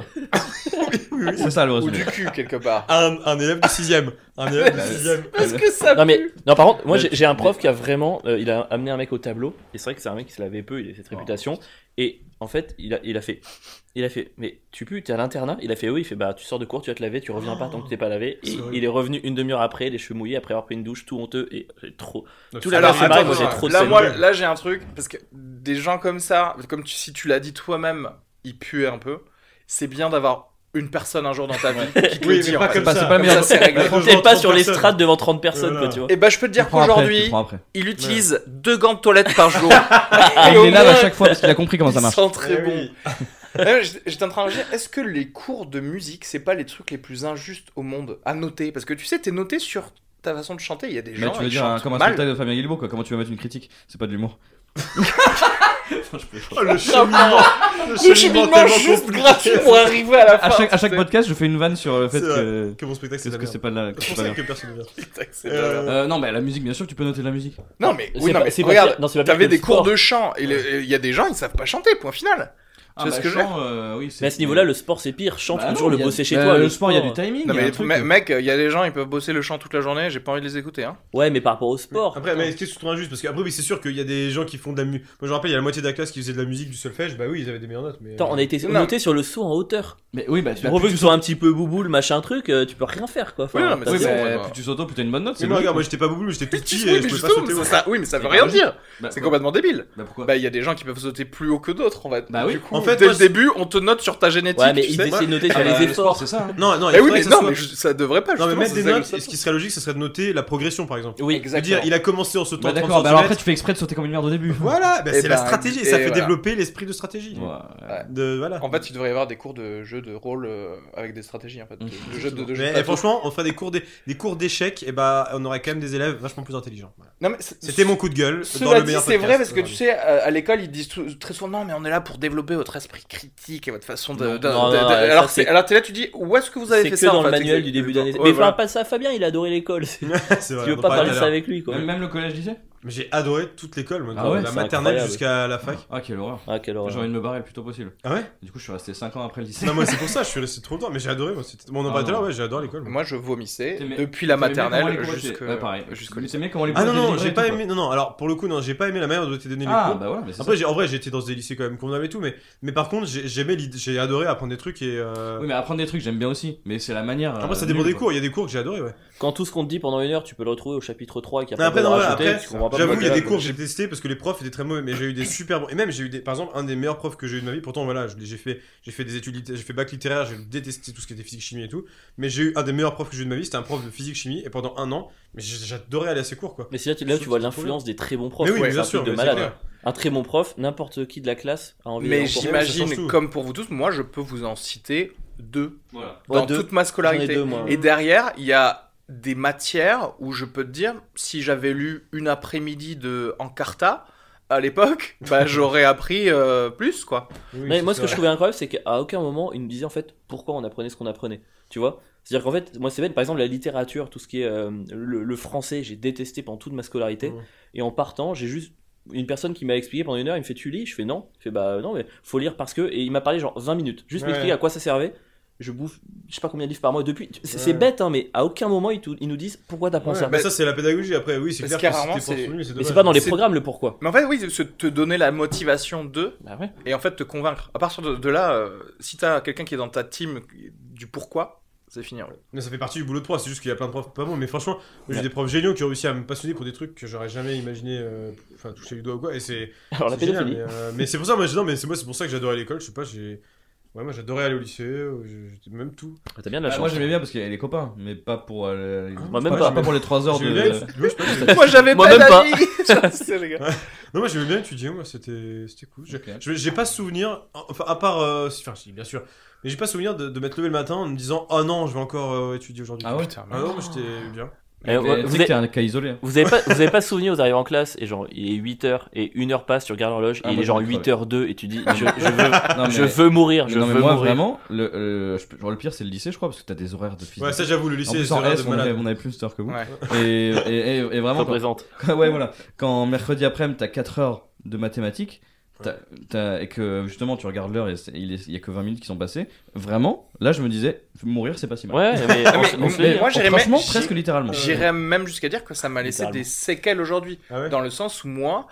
Speaker 5: C'est Ah, ça le
Speaker 3: ou
Speaker 5: résumé.
Speaker 3: du cul quelque part
Speaker 2: Un, un élève de 6 [LAUGHS] Un élève de 6
Speaker 3: Parce que
Speaker 4: [LAUGHS]
Speaker 3: ça
Speaker 4: Non mais
Speaker 3: pue
Speaker 4: non par contre moi
Speaker 5: Mais-
Speaker 4: j'ai j'ai un prof qui a vraiment euh, il a amené un mec au tableau et c'est vrai que c'est un mec qui se l'avait peu il a cette réputation et en fait il a, il a fait il a fait mais tu pues t'es à l'internat il a fait oui il fait bah tu sors de cours tu vas te laver tu reviens pas tant que tu t'es pas lavé
Speaker 2: C'est
Speaker 4: et
Speaker 2: horrible.
Speaker 4: il est revenu une demi-heure après les cheveux mouillés après avoir pris une douche tout honteux et j'ai trop Tout
Speaker 3: Alors,
Speaker 2: Ah,
Speaker 4: c'est marrant,
Speaker 3: attends,
Speaker 4: moi, j'ai
Speaker 3: attends,
Speaker 4: trop de
Speaker 3: là,
Speaker 4: scènes
Speaker 3: moi,
Speaker 2: bleues.
Speaker 3: là, j'ai un truc, parce que des gens comme ça, comme tu- si tu l'as dit toi-même, ils puaient un peu. C'est bien d'avoir une personne un jour dans ta vie
Speaker 2: [LAUGHS]
Speaker 3: qui te
Speaker 2: Oui,
Speaker 3: le
Speaker 2: mais
Speaker 3: dit. en
Speaker 2: pas
Speaker 3: fait.
Speaker 5: C'est pas,
Speaker 2: ça.
Speaker 5: c'est pas le
Speaker 3: Comme ça,
Speaker 5: meilleur.
Speaker 3: c'est réglé.
Speaker 2: Devant
Speaker 4: t'es pas
Speaker 2: 30
Speaker 4: sur les
Speaker 2: personnes.
Speaker 4: strades devant 30 personnes
Speaker 2: Voilà.
Speaker 4: quoi tu vois
Speaker 3: Et bah, je peux te
Speaker 5: Tu
Speaker 3: dire
Speaker 5: prends après, tu
Speaker 3: qu'aujourd'hui,
Speaker 5: prends après.
Speaker 3: il utilise deux gants de toilette par jour.
Speaker 5: Ah,
Speaker 3: Et
Speaker 5: il
Speaker 3: au
Speaker 5: les lave à
Speaker 3: moins,
Speaker 5: chaque fois parce qu'il a compris comment ça
Speaker 3: Ils
Speaker 5: marche.
Speaker 3: sont très
Speaker 2: Eh
Speaker 3: bons.
Speaker 2: oui.
Speaker 3: Ouais, j'- J'étais en train de me dire, est-ce que les cours de musique, c'est pas les trucs les plus injustes au monde à noter Parce que tu sais, t'es noté sur ta façon de chanter. Il y a des
Speaker 5: Mais
Speaker 3: gens
Speaker 5: tu veux
Speaker 3: ils
Speaker 5: dire un-
Speaker 3: chantent
Speaker 5: comme un
Speaker 3: mal.
Speaker 5: spectacle de Fabien Guilbeault quoi, comment tu vas mettre une critique C'est pas de l'humour.
Speaker 2: Oh,
Speaker 3: [LAUGHS]
Speaker 2: le cheminement
Speaker 3: Le cheminement
Speaker 2: tellement
Speaker 3: juste
Speaker 2: compliqué.
Speaker 3: gratuit pour arriver à la fin.
Speaker 5: À chaque, à
Speaker 3: tu
Speaker 5: chaque
Speaker 3: sais.
Speaker 5: podcast, je fais une vanne sur le fait
Speaker 2: C'est vrai.
Speaker 5: que.
Speaker 2: Que mon spectacle, c'est
Speaker 5: Qu'est-ce
Speaker 2: de
Speaker 5: que
Speaker 2: la
Speaker 5: c'est
Speaker 2: merde.
Speaker 5: pas de la. que
Speaker 2: C'est pour
Speaker 5: c'est
Speaker 2: ça
Speaker 5: pas bien.
Speaker 2: que personne ne vient.
Speaker 3: C'est de la merde.
Speaker 5: Euh, non, mais la musique, bien sûr, tu peux noter de la musique.
Speaker 3: Non, mais, oui,
Speaker 4: C'est
Speaker 3: non,
Speaker 4: pas-
Speaker 3: mais
Speaker 4: c'est pas
Speaker 3: regarde,
Speaker 4: pire- non, c'est pas pire
Speaker 3: t'avais
Speaker 4: que le
Speaker 3: des cours
Speaker 4: sport.
Speaker 3: de chant. et le- et Il y a des gens, ils savent pas chanter, point final.
Speaker 5: Ah,
Speaker 3: Tu vois
Speaker 5: bah,
Speaker 3: ce que je veux
Speaker 5: chant, euh, oui, c'est-
Speaker 4: mais à ce niveau là le sport c'est pire chante
Speaker 5: Bah non,
Speaker 4: toujours le
Speaker 5: il y a-
Speaker 4: bosser chez
Speaker 5: bah,
Speaker 4: toi
Speaker 5: Le sport, il y a du timing.
Speaker 3: Non,
Speaker 5: il y a
Speaker 3: mais
Speaker 5: un truc.
Speaker 3: me- mec, il y a des gens, ils peuvent bosser le chant toute la journée, j'ai pas envie de les écouter. Hein.
Speaker 4: ouais mais par rapport au sport
Speaker 2: Après, mais qu'est-ce que tu trouves injuste Parce qu'après, oui, c'est sûr qu'il y a des gens qui font de la musique. Moi, je me rappelle, il y a la moitié de la classe qui faisait de la musique, du solfège. Bah oui, ils avaient des meilleures notes. Mais... euh,
Speaker 4: Attends, on a été
Speaker 3: Non.
Speaker 4: noté sur le saut en hauteur.
Speaker 5: Mais oui, bah,
Speaker 4: Pour peu que tu sois un petit peu bouboule, machin truc, euh, tu peux rien faire quoi. Enfin,
Speaker 3: Oui, non, mais
Speaker 4: t'as-
Speaker 5: Oui,
Speaker 3: c'est-
Speaker 5: bah,
Speaker 3: Ouais, bah.
Speaker 5: plus tu sauto, plus t'as une bonne note.
Speaker 2: Mais
Speaker 5: C'est
Speaker 2: moi,
Speaker 5: logique.
Speaker 2: regarde, moi j'étais pas boubou, j'étais tout petit
Speaker 3: Ah, Oui,
Speaker 2: et je
Speaker 3: mais
Speaker 2: pouvais pas
Speaker 3: justement,
Speaker 2: sauter.
Speaker 3: ça-
Speaker 2: ouais.
Speaker 3: ça- oui, mais ça veut
Speaker 5: C'est pas
Speaker 3: rien
Speaker 5: logique.
Speaker 3: dire.
Speaker 5: Bah,
Speaker 3: C'est
Speaker 5: bah,
Speaker 3: complètement débile.
Speaker 5: Bah pourquoi
Speaker 3: Bah, il y a des gens qui peuvent sauter plus haut que d'autres, en fait.
Speaker 5: Bah
Speaker 3: du
Speaker 5: oui.
Speaker 3: coup,
Speaker 2: En fait,
Speaker 3: dès
Speaker 2: moi,
Speaker 3: le
Speaker 2: c'est-
Speaker 3: début, on te note sur ta génétique.
Speaker 4: Ouais, mais
Speaker 3: tu
Speaker 4: ils
Speaker 3: sais.
Speaker 4: essaient de noter sur
Speaker 5: Ah, bah,
Speaker 4: les
Speaker 5: le sport,
Speaker 4: efforts.
Speaker 5: C'est ça. hein.
Speaker 2: Non, non, il
Speaker 3: Eh oui,
Speaker 2: faudrait
Speaker 3: mais
Speaker 2: que ça
Speaker 3: non,
Speaker 2: soit-
Speaker 3: mais je- ça devrait pas.
Speaker 2: Non, mais
Speaker 3: justement,
Speaker 2: mettre
Speaker 3: ça
Speaker 2: des
Speaker 3: s'ajoute
Speaker 2: notes,
Speaker 3: ça,
Speaker 2: ce qui serait logique, ce serait de noter la progression par exemple.
Speaker 4: Oui,
Speaker 2: De
Speaker 3: Exactement.
Speaker 2: dire, il a commencé en sautant
Speaker 5: Bah
Speaker 2: 30
Speaker 5: d'accord, bah alors après
Speaker 2: cm.
Speaker 5: tu fais exprès de sauter comme une merde au début.
Speaker 2: Voilà, bah,
Speaker 3: Et
Speaker 2: c'est la
Speaker 3: bah,
Speaker 2: stratégie et
Speaker 3: et
Speaker 2: ça fait
Speaker 3: voilà.
Speaker 2: développer l'esprit de stratégie.
Speaker 5: Ouais.
Speaker 2: De, voilà.
Speaker 3: En fait, il devrait y avoir des cours de jeu de rôle euh, avec des stratégies, en fait.
Speaker 5: Mm.
Speaker 3: De, de jeu de, de jeu de
Speaker 2: Mais eh,
Speaker 3: plateau.
Speaker 2: franchement, on ferait des cours d'é- des cours d'échecs, et bah on aurait quand même des élèves vachement plus intelligents. Voilà.
Speaker 3: Non, mais c'est-
Speaker 2: C'était mon coup de gueule. dans
Speaker 3: Cela
Speaker 2: le
Speaker 3: dit,
Speaker 2: meilleur
Speaker 3: c'est
Speaker 2: podcast,
Speaker 3: vrai parce que tu
Speaker 2: aujourd'hui.
Speaker 3: sais, à, à l'école, ils disent tout- très souvent non, mais on est là pour développer votre esprit critique et votre façon de. de-
Speaker 5: Non,
Speaker 4: non,
Speaker 3: de-
Speaker 4: non,
Speaker 3: de-
Speaker 4: ça,
Speaker 3: alors,
Speaker 4: c'est-
Speaker 3: c'est- alors t'es là, tu dis où est-ce que vous avez
Speaker 4: C'est
Speaker 3: fait
Speaker 4: que
Speaker 3: ça
Speaker 4: dans
Speaker 3: en
Speaker 4: le
Speaker 3: fait,
Speaker 4: manuel
Speaker 3: exactement.
Speaker 4: du début d'année.
Speaker 3: Ouais,
Speaker 4: mais
Speaker 3: voilà.
Speaker 4: enfin, pas ça, Fabien, il a adoré l'école. [LAUGHS] c'est-
Speaker 2: [LAUGHS] C'est vrai,
Speaker 4: tu veux
Speaker 2: on en
Speaker 4: pas
Speaker 2: parlait tout
Speaker 4: parler
Speaker 2: à
Speaker 4: ça
Speaker 2: l'heure.
Speaker 4: avec lui quoi.
Speaker 5: Même, même le collège lycée
Speaker 2: Mais j'ai adoré toute l'école, moi, de
Speaker 5: Ah ouais,
Speaker 2: la
Speaker 4: c'est
Speaker 2: maternelle
Speaker 4: incroyable.
Speaker 2: jusqu'à la
Speaker 5: [LAUGHS]
Speaker 2: fac.
Speaker 5: Ah quelle horreur.
Speaker 4: Ah, quelle
Speaker 5: J'ai
Speaker 4: horreur.
Speaker 5: envie de me barrer le plus tôt possible.
Speaker 2: Ah ouais
Speaker 5: Du coup je suis resté 5 ans après le lycée.
Speaker 2: Non, moi c'est pour ça, je suis resté trop longtemps, mais j'ai adoré. Moi, c'était- bon, on en
Speaker 5: Ah
Speaker 2: parlait tout à l'heure,
Speaker 5: non.
Speaker 2: ouais, j'ai adoré l'école. moi.
Speaker 3: Moi, je vomissais
Speaker 5: T'aimais-
Speaker 3: depuis la
Speaker 5: T'aimais bien comment
Speaker 3: maternelle
Speaker 5: les cours étaient-
Speaker 3: jusqu'au
Speaker 5: Ouais, pareil.
Speaker 3: jusqu'au
Speaker 5: Tu
Speaker 3: lycée.
Speaker 5: aimais comment les
Speaker 2: Ah
Speaker 5: cours
Speaker 2: non,
Speaker 5: étaient
Speaker 2: non,
Speaker 5: livrés
Speaker 2: j'ai
Speaker 5: et
Speaker 2: pas
Speaker 5: tout,
Speaker 2: aimé. Non, non, alors pour le coup, non, j'ai pas aimé la manière dont étaient
Speaker 5: quoi.
Speaker 2: donnés les
Speaker 5: Ah
Speaker 2: cours.
Speaker 5: bah voilà, mais c'est ça.
Speaker 2: Après, j'ai- en vrai, j'étais dans des lycées quand même qu'on avait tout, mais, mais par contre, j'ai- j'aimais l'idée- j'ai adoré apprendre des trucs et. euh,
Speaker 5: Oui mais apprendre des trucs j'aime bien aussi, mais c'est la manière.
Speaker 2: Après, ça
Speaker 5: euh,
Speaker 2: dépend
Speaker 5: nulle,
Speaker 2: des
Speaker 5: quoi.
Speaker 2: cours, il y a des cours que j'ai adoré, ouais.
Speaker 4: Quand tout ce qu'on te dit pendant une heure, tu peux le retrouver au chapitre 3 et qu'il y a
Speaker 2: Mais
Speaker 4: pas
Speaker 2: après,
Speaker 4: de
Speaker 2: non, voilà,
Speaker 4: rajouter,
Speaker 2: après,
Speaker 4: tu comprends pas
Speaker 2: J'avoue, il
Speaker 4: pourquoi
Speaker 2: y a
Speaker 4: t'es
Speaker 2: des
Speaker 4: là,
Speaker 2: cours que j'ai testé parce que les profs étaient très mauvais, mais j'ai eu des super bons. Et même, j'ai eu des. Par exemple, un des meilleurs profs que j'ai eu de ma vie, pourtant, voilà, je l'ai- j'ai fait, j'ai fait des études littéraires, j'ai fait bac littéraire, j'ai détesté tout ce qui était physique, chimie et tout. Mais j'ai eu un des meilleurs profs que j'ai eu de ma vie, c'était un prof de physique, chimie, et pendant un an, mais j'ai- j'adorais aller à ses cours, quoi.
Speaker 4: quoi. Mais c'est là, tu- là où tu vois l'influence des très bons profs.
Speaker 2: mais oui,
Speaker 4: ouais,
Speaker 2: mais
Speaker 4: c'est un
Speaker 2: bien
Speaker 4: truc
Speaker 2: sûr,
Speaker 4: de
Speaker 2: mais c'est
Speaker 4: malade.
Speaker 2: clair.
Speaker 4: Un très bon prof, n'importe qui de la classe a envie
Speaker 3: Mais
Speaker 4: d'aller en cours.
Speaker 2: j'imagine- ça change
Speaker 3: j'imagine,
Speaker 2: tout.
Speaker 3: comme pour vous tous, moi, je peux vous en citer deux
Speaker 5: Voilà.
Speaker 4: Ouais,
Speaker 3: dans
Speaker 4: deux.
Speaker 3: toute ma
Speaker 4: J'en ai
Speaker 3: scolarité.
Speaker 4: deux, moi.
Speaker 3: Et derrière, il y a des matières où je peux te dire, si j'avais lu une après-midi de Encarta,
Speaker 4: [LAUGHS]
Speaker 3: à l'époque, bah, j'aurais appris euh, plus, quoi.
Speaker 2: Oui,
Speaker 4: Mais
Speaker 2: c'est
Speaker 4: moi, ce que
Speaker 2: vrai.
Speaker 4: je trouvais incroyable, c'est qu'à aucun moment, il nous disait en fait pourquoi on apprenait ce qu'on apprenait. Tu vois C'est-à-dire qu'en fait, moi, c'est bête, par exemple, la littérature, tout ce qui est euh, le, le français, j'ai détesté pendant toute ma scolarité.
Speaker 2: Mhm.
Speaker 4: Et en partant, j'ai juste une personne qui m'a expliqué pendant une heure, il me fait Tu lis Je fais non. Il fait Bah euh, non, mais faut lire parce que. Et il m'a parlé genre 20 minutes, juste
Speaker 2: Ouais.
Speaker 4: m'expliquer à quoi ça servait. Je bouffe, je sais pas combien de livres par mois depuis. C'est c'est
Speaker 2: Ouais.
Speaker 4: bête, hein, mais à aucun moment, ils, tou- ils nous disent pourquoi t'apprends
Speaker 2: Ouais,
Speaker 4: ça.
Speaker 2: bah ça, c'est la pédagogie. Après, oui, c'est
Speaker 3: Parce
Speaker 2: clair
Speaker 3: qu'il y a rarement,
Speaker 2: que c'était
Speaker 3: c'est-
Speaker 2: pour mais c'est
Speaker 4: mais
Speaker 2: dommage.
Speaker 4: c'est pas dans les
Speaker 3: C'est-
Speaker 4: programmes le pourquoi.
Speaker 3: Mais en fait, oui, c'est te donner la motivation de.
Speaker 4: Bah ouais.
Speaker 3: et en fait te convaincre. À partir de, de là, euh, si t'as quelqu'un qui est dans ta team du pourquoi, c'est fini. en fait.
Speaker 4: [LAUGHS]
Speaker 2: Mais ça fait partie du boulot de prof, c'est juste qu'il y a plein de profs pas bons, mais franchement, moi, j'ai
Speaker 4: Ouais.
Speaker 2: des profs géniaux qui ont réussi à me passionner pour des trucs que j'aurais jamais imaginé, euh, enfin toucher du doigt ou quoi, et c'est
Speaker 4: Alors la
Speaker 2: c'est génial,
Speaker 4: pédophilie.
Speaker 2: mais, euh, mais c'est pour ça, moi, je- non, mais c'est moi, c'est pour ça que j'adorais l'école, je sais pas, j'ai, ouais, moi j'adorais aller au lycée, euh, je- j'étais- même tout.
Speaker 4: T'as bien de la
Speaker 5: Ah,
Speaker 4: chance.
Speaker 5: moi j'aimais bien parce qu'il y avait les copains, mais pas pour. euh, les-
Speaker 4: Moi, même
Speaker 5: pas,
Speaker 4: pas.
Speaker 5: pour les 3 heures
Speaker 2: J'aimais bien
Speaker 5: de.
Speaker 2: étudier- ouais, je sais pas,
Speaker 5: [LAUGHS]
Speaker 2: j'aimais-
Speaker 3: Moi j'avais
Speaker 4: Moi,
Speaker 3: pas
Speaker 4: même pas.
Speaker 3: d'amis.
Speaker 4: [LAUGHS]
Speaker 3: [LAUGHS] Je sais, les gars.
Speaker 2: non, moi j'aimais bien étudier, moi c'était, c'était cool. J'ai-
Speaker 5: Ok.
Speaker 2: je- J'ai pas souvenir, enfin à part, euh, si- enfin si, bien sûr, mais j'ai pas souvenir de, de m'être levé le matin en me disant, oh non, je vais encore euh, étudier aujourd'hui.
Speaker 5: Ah ouais
Speaker 2: Ah non, moi j'étais bien.
Speaker 4: Mais,
Speaker 5: Mais
Speaker 4: euh,
Speaker 5: Tu
Speaker 4: vous
Speaker 5: sais
Speaker 4: êtes-
Speaker 5: que t'es un cas isolé. hein.
Speaker 4: Vous avez pas, vous avez pas souvenir, vous arrivez en classe et genre il est 8h et 1h passe, tu regardes l'horloge
Speaker 5: Ah,
Speaker 4: et il
Speaker 5: moi,
Speaker 4: est genre
Speaker 5: j'ai envie de
Speaker 4: 8h02 et tu dis je,
Speaker 5: [LAUGHS]
Speaker 4: je veux,
Speaker 5: Non, mais-
Speaker 4: je veux mourir, je
Speaker 5: non, mais
Speaker 4: veux
Speaker 5: moi
Speaker 4: mourir.
Speaker 5: vraiment, le, euh, je- genre, le pire c'est le lycée, je crois, parce que t'as des horaires de physique.
Speaker 2: Ouais, ça j'avoue, le lycée,
Speaker 5: en plus,
Speaker 2: c'est
Speaker 5: en
Speaker 2: vrai
Speaker 5: S,
Speaker 2: de
Speaker 5: on avait,
Speaker 2: malade.
Speaker 5: on avait plus d'heures que vous.
Speaker 3: Ouais.
Speaker 5: Et, et, et- et vraiment, quand,
Speaker 4: Représente.
Speaker 5: [LAUGHS] ouais, voilà. quand mercredi après-midi, t'as 4 heures de mathématiques, t'as- t'as- et que justement, tu regardes l'heure et c'est- il est- il y a que 20 minutes qui sont passées, vraiment, là, je me disais, mourir, c'est pas si mal.
Speaker 4: Ouais, mais,
Speaker 3: Ah,
Speaker 4: on
Speaker 3: mais-
Speaker 4: se- on se
Speaker 3: mais
Speaker 4: fait-
Speaker 3: moi, j'irais
Speaker 5: Franchement,
Speaker 3: même-
Speaker 5: presque
Speaker 3: j'ai-
Speaker 5: littéralement.
Speaker 3: J'irais même jusqu'à dire que ça m'a laissé des
Speaker 4: Littéralement.
Speaker 3: séquelles aujourd'hui,
Speaker 2: Ah ouais
Speaker 3: dans le sens où moi,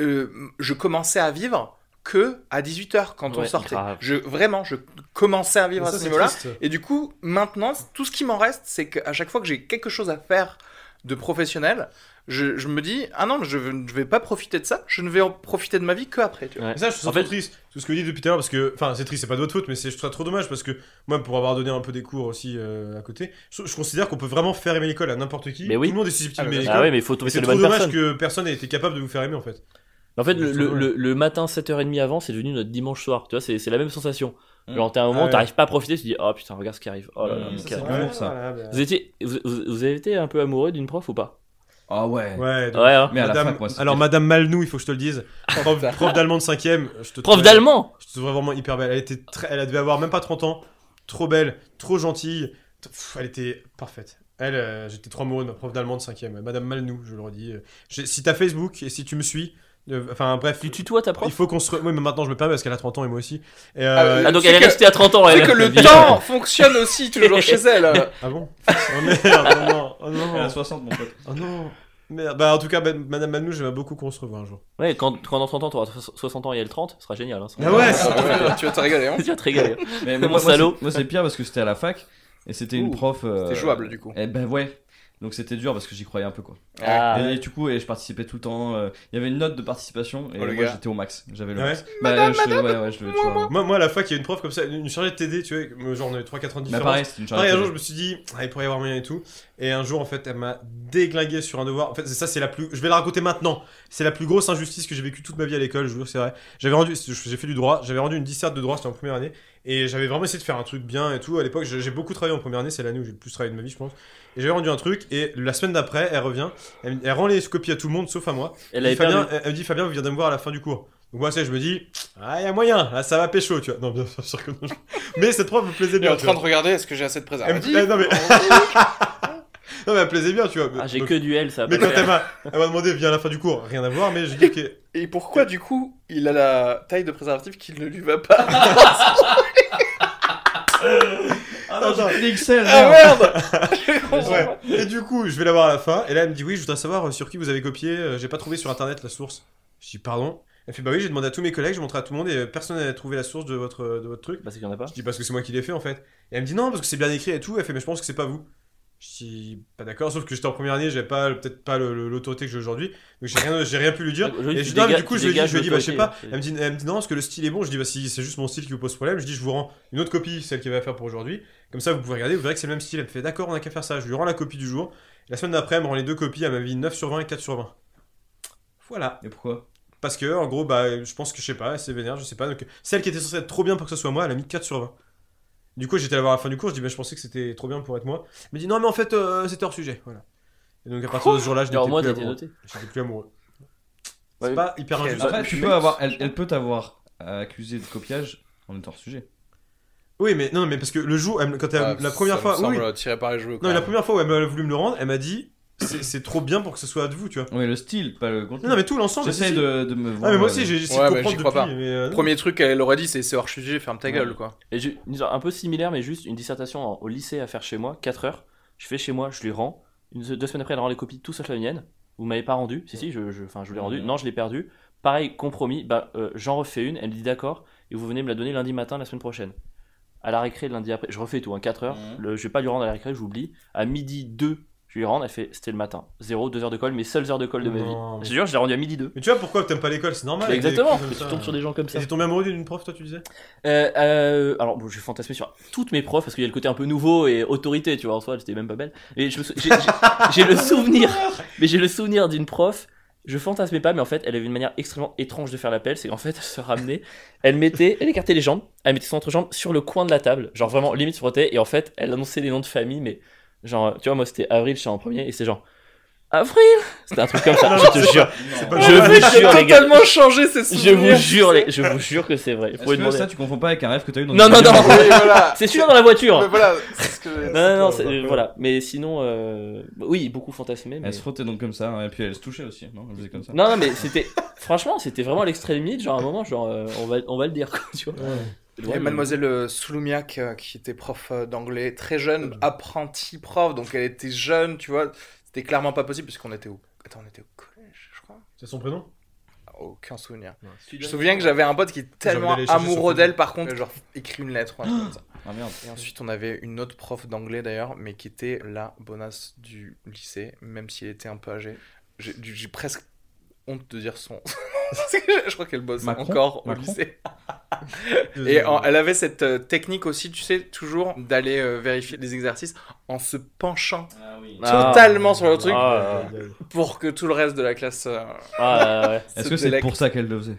Speaker 3: euh, je commençais à vivre que à 18h quand on
Speaker 4: Ouais,
Speaker 3: sortait.
Speaker 4: grave.
Speaker 3: Je, vraiment, je commençais à vivre
Speaker 2: Mais
Speaker 3: à
Speaker 2: ça,
Speaker 3: ce
Speaker 2: c'est
Speaker 3: niveau-là.
Speaker 2: triste.
Speaker 3: Et du coup, maintenant, tout ce qui m'en reste, c'est qu'à chaque fois que j'ai quelque chose à faire de professionnel, je, je me dis ah non, mais je ne vais pas profiter de ça, je ne vais en profiter de ma vie que après. Tu vois.
Speaker 4: Ouais.
Speaker 2: Mais ça, je trouve ça
Speaker 4: En
Speaker 2: trop
Speaker 4: fait-
Speaker 2: triste. Tout ce que vous dites depuis tout à l'heure, parce que, enfin, c'est triste, c'est pas de votre faute, mais c'est, je trouve ça trop dommage parce que moi, pour avoir donné un peu des cours aussi euh, à côté, je, je considère qu'on peut vraiment faire aimer l'école à n'importe qui.
Speaker 4: Mais oui.
Speaker 2: Tout le monde est
Speaker 3: Ah,
Speaker 2: susceptible
Speaker 3: mais
Speaker 2: d'aimer
Speaker 4: Ah
Speaker 5: bah
Speaker 2: l'école.
Speaker 4: ouais, mais il faut
Speaker 2: Mais
Speaker 4: tomber
Speaker 2: c'est
Speaker 4: sur les
Speaker 2: trop
Speaker 4: bonnes
Speaker 2: dommage
Speaker 4: personnes.
Speaker 2: que personne n'ait été capable de vous faire aimer en fait.
Speaker 4: En fait, le,
Speaker 2: C'est
Speaker 4: le,
Speaker 2: trop
Speaker 4: le- le matin 7h30 avant, c'est devenu notre dimanche soir. Tu vois, c'est c'est la même sensation.
Speaker 5: Mm.
Speaker 4: Genre, t'as un moment,
Speaker 2: Ah ouais.
Speaker 4: t'arrives pas à profiter, tu dis oh putain, regarde ce qui arrive. Oh là là,
Speaker 5: Mm,
Speaker 4: mon
Speaker 5: ça,
Speaker 4: cas.
Speaker 5: c'est Ouais, ça.
Speaker 2: voilà, bah.
Speaker 4: Vous étiez, vous, vous- vous avez été un peu amoureux d'une prof ou pas
Speaker 5: Ah ouais.
Speaker 2: Ouais, donc,
Speaker 4: Ouais, hein.
Speaker 5: Ah, Mais à la
Speaker 2: Madame-
Speaker 5: fac, moi, c'était-
Speaker 2: Alors, Madame Malnou, il faut que je te le dise, prof, prof d'allemand de 5ème. Je te
Speaker 4: Prof
Speaker 2: trouvais-
Speaker 4: d'allemand
Speaker 2: Je te trouvais vraiment hyper belle. Elle, était très... elle devait avoir même pas 30 ans. Trop belle, trop gentille. T- pff, elle était parfaite. Elle, euh, j'étais trop amoureux de ma prof d'allemand de 5ème. Madame Malnou, je le redis. Euh, j'ai- Si t'as Facebook et si tu me suis, euh, enfin bref,
Speaker 4: Tu tutoies ta
Speaker 2: il
Speaker 4: prof
Speaker 2: faut qu'on se. re- Oui, mais maintenant je me permets parce qu'elle a 30 ans et moi aussi. Et, euh,
Speaker 3: Ah, euh,
Speaker 4: Ah, donc
Speaker 3: c'est
Speaker 4: elle est
Speaker 3: que-
Speaker 4: restée à 30 ans,
Speaker 3: C'est
Speaker 4: elle.
Speaker 3: que le
Speaker 4: Bien.
Speaker 3: temps fonctionne aussi toujours chez
Speaker 4: [LAUGHS]
Speaker 3: elle.
Speaker 2: ah bon Oh merde, oh non, oh
Speaker 5: Elle
Speaker 2: non,
Speaker 5: a 60, mon pote.
Speaker 2: oh non. Merde. Bah en tout cas, ma- Madame Malnou, j'aimerais beaucoup qu'on se revoie un jour.
Speaker 4: Ouais, quand, quand dans 30 ans, t'auras 60 ans et elle 30, ce sera génial. Hein, ce sera-
Speaker 2: Ah ouais,
Speaker 3: Ah
Speaker 4: [LAUGHS]
Speaker 3: ouais, tu vas te régaler. Hein
Speaker 4: Tu vas te régaler.
Speaker 5: Mais,
Speaker 4: Mon
Speaker 5: moi, c'est-
Speaker 4: salaud.
Speaker 5: moi, c'est pire parce que c'était à la fac et c'était une
Speaker 3: Ouh,
Speaker 5: prof. euh,
Speaker 3: c'était jouable, du coup.
Speaker 5: Eh ben ouais. Donc c'était dur parce que j'y croyais un peu quoi.
Speaker 4: Ah,
Speaker 5: et, du coup, et je participais tout le temps. euh, Il y avait une note de participation et
Speaker 3: Oh, le
Speaker 5: moi
Speaker 3: gars.
Speaker 5: j'étais au max. J'avais le
Speaker 2: Ah ouais
Speaker 5: max. Bah, je, ouais, ouais, je le. tu vois.
Speaker 2: Moi, moi, à la fac, il y a une prof comme ça, une chargée de TD, tu vois, genre on avait 3-4 ans de
Speaker 5: Bah,
Speaker 2: différence.
Speaker 5: pareil, c'était une
Speaker 2: Pareil,
Speaker 5: charité.
Speaker 2: un jour, je me suis dit, ah, il pourrait y avoir moyen et tout. Et un jour, en fait, elle m'a déglingué sur un devoir. En fait, c'est ça, c'est la plus. Je vais la raconter maintenant. C'est la plus grosse injustice que j'ai vécue toute ma vie à l'école, je vous jure, c'est vrai. J'avais rendu. J'ai fait du droit. J'avais rendu une disserte de droit, c'était en première année. Et j'avais vraiment essayé de faire un truc bien et tout. À l'époque, j'ai j'ai beaucoup travaillé en première année. C'est l'année où j'ai le plus travaillé de ma vie, je pense. Et j'avais rendu un truc. Et la semaine d'après, elle revient. Elle, elle rend les copies à tout le monde, sauf à moi.
Speaker 4: elle
Speaker 2: Elle
Speaker 4: avait
Speaker 2: dit, Fabien,
Speaker 4: perdu.
Speaker 2: elle, elle me dit Fabien, vous viendrez me voir à la fin du cours. Donc moi, ça, je me dis, ah, il y a moyen, là, ça va pécho, tu vois. Non, bien sûr que non. [LAUGHS] je- Mais cette prof me plaisait
Speaker 3: Il est
Speaker 2: bien.
Speaker 3: en
Speaker 2: tu
Speaker 3: train de
Speaker 2: vois.
Speaker 3: regarder est-ce que j'ai assez de
Speaker 2: Elle me-
Speaker 3: préservatifs.
Speaker 2: eh, non, mais... [LAUGHS] non, mais elle me plaisait bien, tu vois.
Speaker 4: Ah, j'ai
Speaker 2: Donc-
Speaker 4: que du L, ça. va
Speaker 2: Mais
Speaker 4: pas
Speaker 2: quand
Speaker 4: faire.
Speaker 2: elle m'a elle m'a demandé, viens à la fin du cours, rien à voir, mais j'ai dit, ok.
Speaker 3: Et pourquoi du coup il a la taille de préservatif qui ne lui va pas
Speaker 5: Ah
Speaker 2: non,
Speaker 5: non, j'étais XL,
Speaker 3: Ah
Speaker 5: merde.
Speaker 2: [LAUGHS]
Speaker 3: merde Je comprends
Speaker 2: Ouais.
Speaker 3: pas.
Speaker 2: Et du coup, je vais la voir à la fin. Et là, elle me dit, oui, je voudrais savoir euh, sur qui vous avez copié. euh, J'ai pas trouvé sur internet la source. Je dis, pardon. Elle fait, bah oui, j'ai demandé à tous mes collègues, j'ai montré à tout le monde et euh, personne n'a trouvé la source de votre, de votre truc.
Speaker 4: Bah, c'est qu'il y en a pas.
Speaker 2: Je dis parce que c'est moi qui l'ai fait en fait. Et elle me dit non parce que c'est bien écrit et tout. Elle fait mais je pense que c'est pas vous. Je dis pas d'accord sauf que j'étais en première année, j'avais pas peut-être pas le- le- l'autorité que j'ai aujourd'hui. Donc j'ai rien, j'ai rien pu lui dire.
Speaker 4: Aujourd'hui,
Speaker 2: Et
Speaker 4: Euh, tu
Speaker 2: je dis, non, mais
Speaker 4: dégages-
Speaker 2: du coup
Speaker 4: tu
Speaker 2: je lui dis,
Speaker 4: dégages euh,
Speaker 2: je lui dis bah je sais pas.
Speaker 4: l'autorité.
Speaker 2: Elle me dit, elle me dit non parce que le style est bon. Je dis bah si c'est juste mon style qui vous pose problème. Je dis je vous rends une autre copie celle qu'elle va faire pour aujourd'hui. Comme ça vous pouvez regarder vous verrez que c'est le même style. Elle me fait d'accord on a qu'à faire ça. Je lui rends la copie du jour. La semaine d'après elle me rend les deux copies. Elle m'a mis 9 sur 20 et 4 sur 20. Voilà.
Speaker 5: Et pourquoi
Speaker 2: Parce que, en gros, bah, je pense que je sais pas, c'est vénère, je sais pas. Donc, celle qui était censée être trop bien pour que ce soit moi, elle a mis 4 sur 20. Du coup, j'étais à la voir à la fin du cours, je dis, bah, je pensais que c'était trop bien pour être moi. Elle me dit, non, mais en fait, euh, c'était hors sujet. Voilà. Et donc, à partir de ce jour-là, je
Speaker 4: Alors,
Speaker 2: n'étais
Speaker 4: moi,
Speaker 2: plus,
Speaker 4: t'as été
Speaker 2: amoureux.
Speaker 4: noté.
Speaker 2: J'étais plus amoureux. C'est
Speaker 4: Ouais.
Speaker 2: pas hyper
Speaker 3: Après,
Speaker 2: injuste.
Speaker 5: Après, tu peux avoir, elle, elle peut t'avoir accusé de copiage en étant hors sujet.
Speaker 2: Oui, mais non, mais parce que le jour, elle me- quand elle, la première fois, oui, oui.
Speaker 3: Ah, semble tiré par les cheveux.
Speaker 2: non, mais la première fois où elle a voulu me le rendre, elle m'a dit, c'est c'est trop bien pour que ce soit de vous, tu vois.
Speaker 5: Non, mais le style, pas le contenu.
Speaker 2: Non, non, mais tout l'ensemble.
Speaker 5: J'essaye
Speaker 2: si, si.
Speaker 5: de, de me voir.
Speaker 2: Ah, mais moi
Speaker 5: euh,
Speaker 2: aussi, j'ai essayé
Speaker 3: Ouais,
Speaker 2: de
Speaker 3: mais j'y
Speaker 2: comprendre
Speaker 3: crois
Speaker 2: depuis. mais, euh, non.
Speaker 3: Premier truc qu'elle aurait dit, c'est c'est hors sujet, ferme ta
Speaker 5: Ouais.
Speaker 3: gueule quoi.
Speaker 4: Et j'ai une histoire un peu similaire, mais juste une dissertation en- au lycée à faire chez moi, 4 heures. Je fais chez moi, je lui rends. Une, deux semaines après, elle rend les copies, tout sauf la mienne. Vous m'avez pas rendu. Si, si, je, je, enfin, je vous l'ai rendu.
Speaker 5: Ouais.
Speaker 4: Non, je l'ai perdu. Pareil, compromis. Bah, euh, j'en refais une. Elle me dit d'accord. Et vous venez me la donner lundi matin, la semaine prochaine. À la récré, lundi après. Je refais tout, hein, 4 heures.
Speaker 2: Mmh.
Speaker 5: Mhm.
Speaker 4: Le- je vais pas lui rendre à la récré, j'oublie. À midi 2, je lui rends. Elle fait, c'était le matin. 0, 2 heures de colle, mes seules heures de colle de ma
Speaker 2: Non,
Speaker 4: vie.
Speaker 2: mais-
Speaker 4: Je te jure, je l'ai rendu à midi 2.
Speaker 2: Mais tu vois pourquoi t'aimes pas l'école, c'est normal. avec des
Speaker 4: Exactement.
Speaker 2: trucs comme
Speaker 4: Mais tu
Speaker 2: ça.
Speaker 4: tombes sur des gens comme ça.
Speaker 2: Et t'es tombé amoureux d'une prof, toi, tu disais
Speaker 4: Euh, euh, alors, bon, je vais fantasmer sur toutes mes profs parce qu'il y a le côté un peu nouveau et autorité, tu vois. En soi, j'étais même pas belle. Et je me sou- j'ai- j'ai-
Speaker 5: [LAUGHS]
Speaker 4: j'ai le souvenir, mais j'ai le souvenir d'une prof. Je fantasmais pas, mais en fait, elle avait une manière extrêmement étrange de faire l'appel. C'est qu'en fait, elle se ramenait, elle mettait, elle écartait les jambes, elle mettait son entrejambe sur le coin de la table, genre vraiment limite se frottait. Et en fait, elle annonçait les noms de famille, mais genre, tu vois, moi c'était Avril, je suis en premier, et c'est genre Avril. C'était un truc comme
Speaker 2: Ah,
Speaker 4: ça. Ah,
Speaker 2: [LAUGHS]
Speaker 4: je te jure,
Speaker 5: Non.
Speaker 2: pas-
Speaker 4: je
Speaker 2: Ouais,
Speaker 4: vous jure les gars,
Speaker 3: changé ces
Speaker 4: je vous jure les, je vous jure que c'est vrai.
Speaker 5: Est-ce
Speaker 4: Faut lui
Speaker 5: que
Speaker 4: demander.
Speaker 5: ça, tu confonds pas avec un rêve que t'as eu dans
Speaker 4: Non,
Speaker 5: une
Speaker 4: non,
Speaker 5: vidéo
Speaker 4: non.
Speaker 3: Oui, voilà.
Speaker 4: C'est celui-là dans la voiture.
Speaker 3: Mais voilà, c'est ce que.
Speaker 4: Non, non, non,
Speaker 2: C'était
Speaker 4: c'est-
Speaker 2: un
Speaker 4: euh,
Speaker 2: peu-
Speaker 4: voilà. Mais sinon, euh, oui, beaucoup fantasmé. Mais...
Speaker 5: Elle se frottait donc comme ça, hein, et puis elle se touchait aussi. Non, elle faisait comme ça.
Speaker 4: Non, non, mais c'était. Franchement, c'était vraiment à l'extrême limite. Genre, à un moment, genre, euh, on, va, on va le dire, quoi, tu vois.
Speaker 3: Il y a mademoiselle euh, Souloumiac euh, qui était prof euh, d'anglais, très jeune, apprentie prof, donc elle était jeune, tu vois. C'était clairement pas possible puisqu'on était au. Attends, on était au collège, je crois.
Speaker 2: C'est son prénom
Speaker 3: Aucun souvenir. Je me
Speaker 4: Souviens...
Speaker 3: souviens que j'avais un pote qui est tellement
Speaker 2: aller chercher
Speaker 3: amoureux
Speaker 2: sur
Speaker 3: d'elle, par contre, genre écrit une lettre. ou un truc comme ça.
Speaker 5: Ah merde.
Speaker 3: Et ensuite, on avait une autre prof d'anglais d'ailleurs, mais qui était la bonasse du lycée, même si elle était un peu âgée. J'ai du- j'ai presque honte de dire son. [LAUGHS] Parce que je- je crois qu'elle bosse
Speaker 5: Macron
Speaker 3: encore au
Speaker 5: Macron
Speaker 3: lycée. Et en- elle avait cette euh, technique aussi, tu sais, toujours d'aller euh, vérifier les exercices en se penchant
Speaker 5: Ah oui.
Speaker 4: Ah.
Speaker 3: totalement sur le truc
Speaker 2: Euh,
Speaker 4: Ah,
Speaker 3: pour que tout le reste de la classe. euh,
Speaker 4: Ah, ouais, ouais.
Speaker 5: Est-ce
Speaker 3: se
Speaker 5: que c'est
Speaker 3: délecte.
Speaker 5: pour ça qu'elle le faisait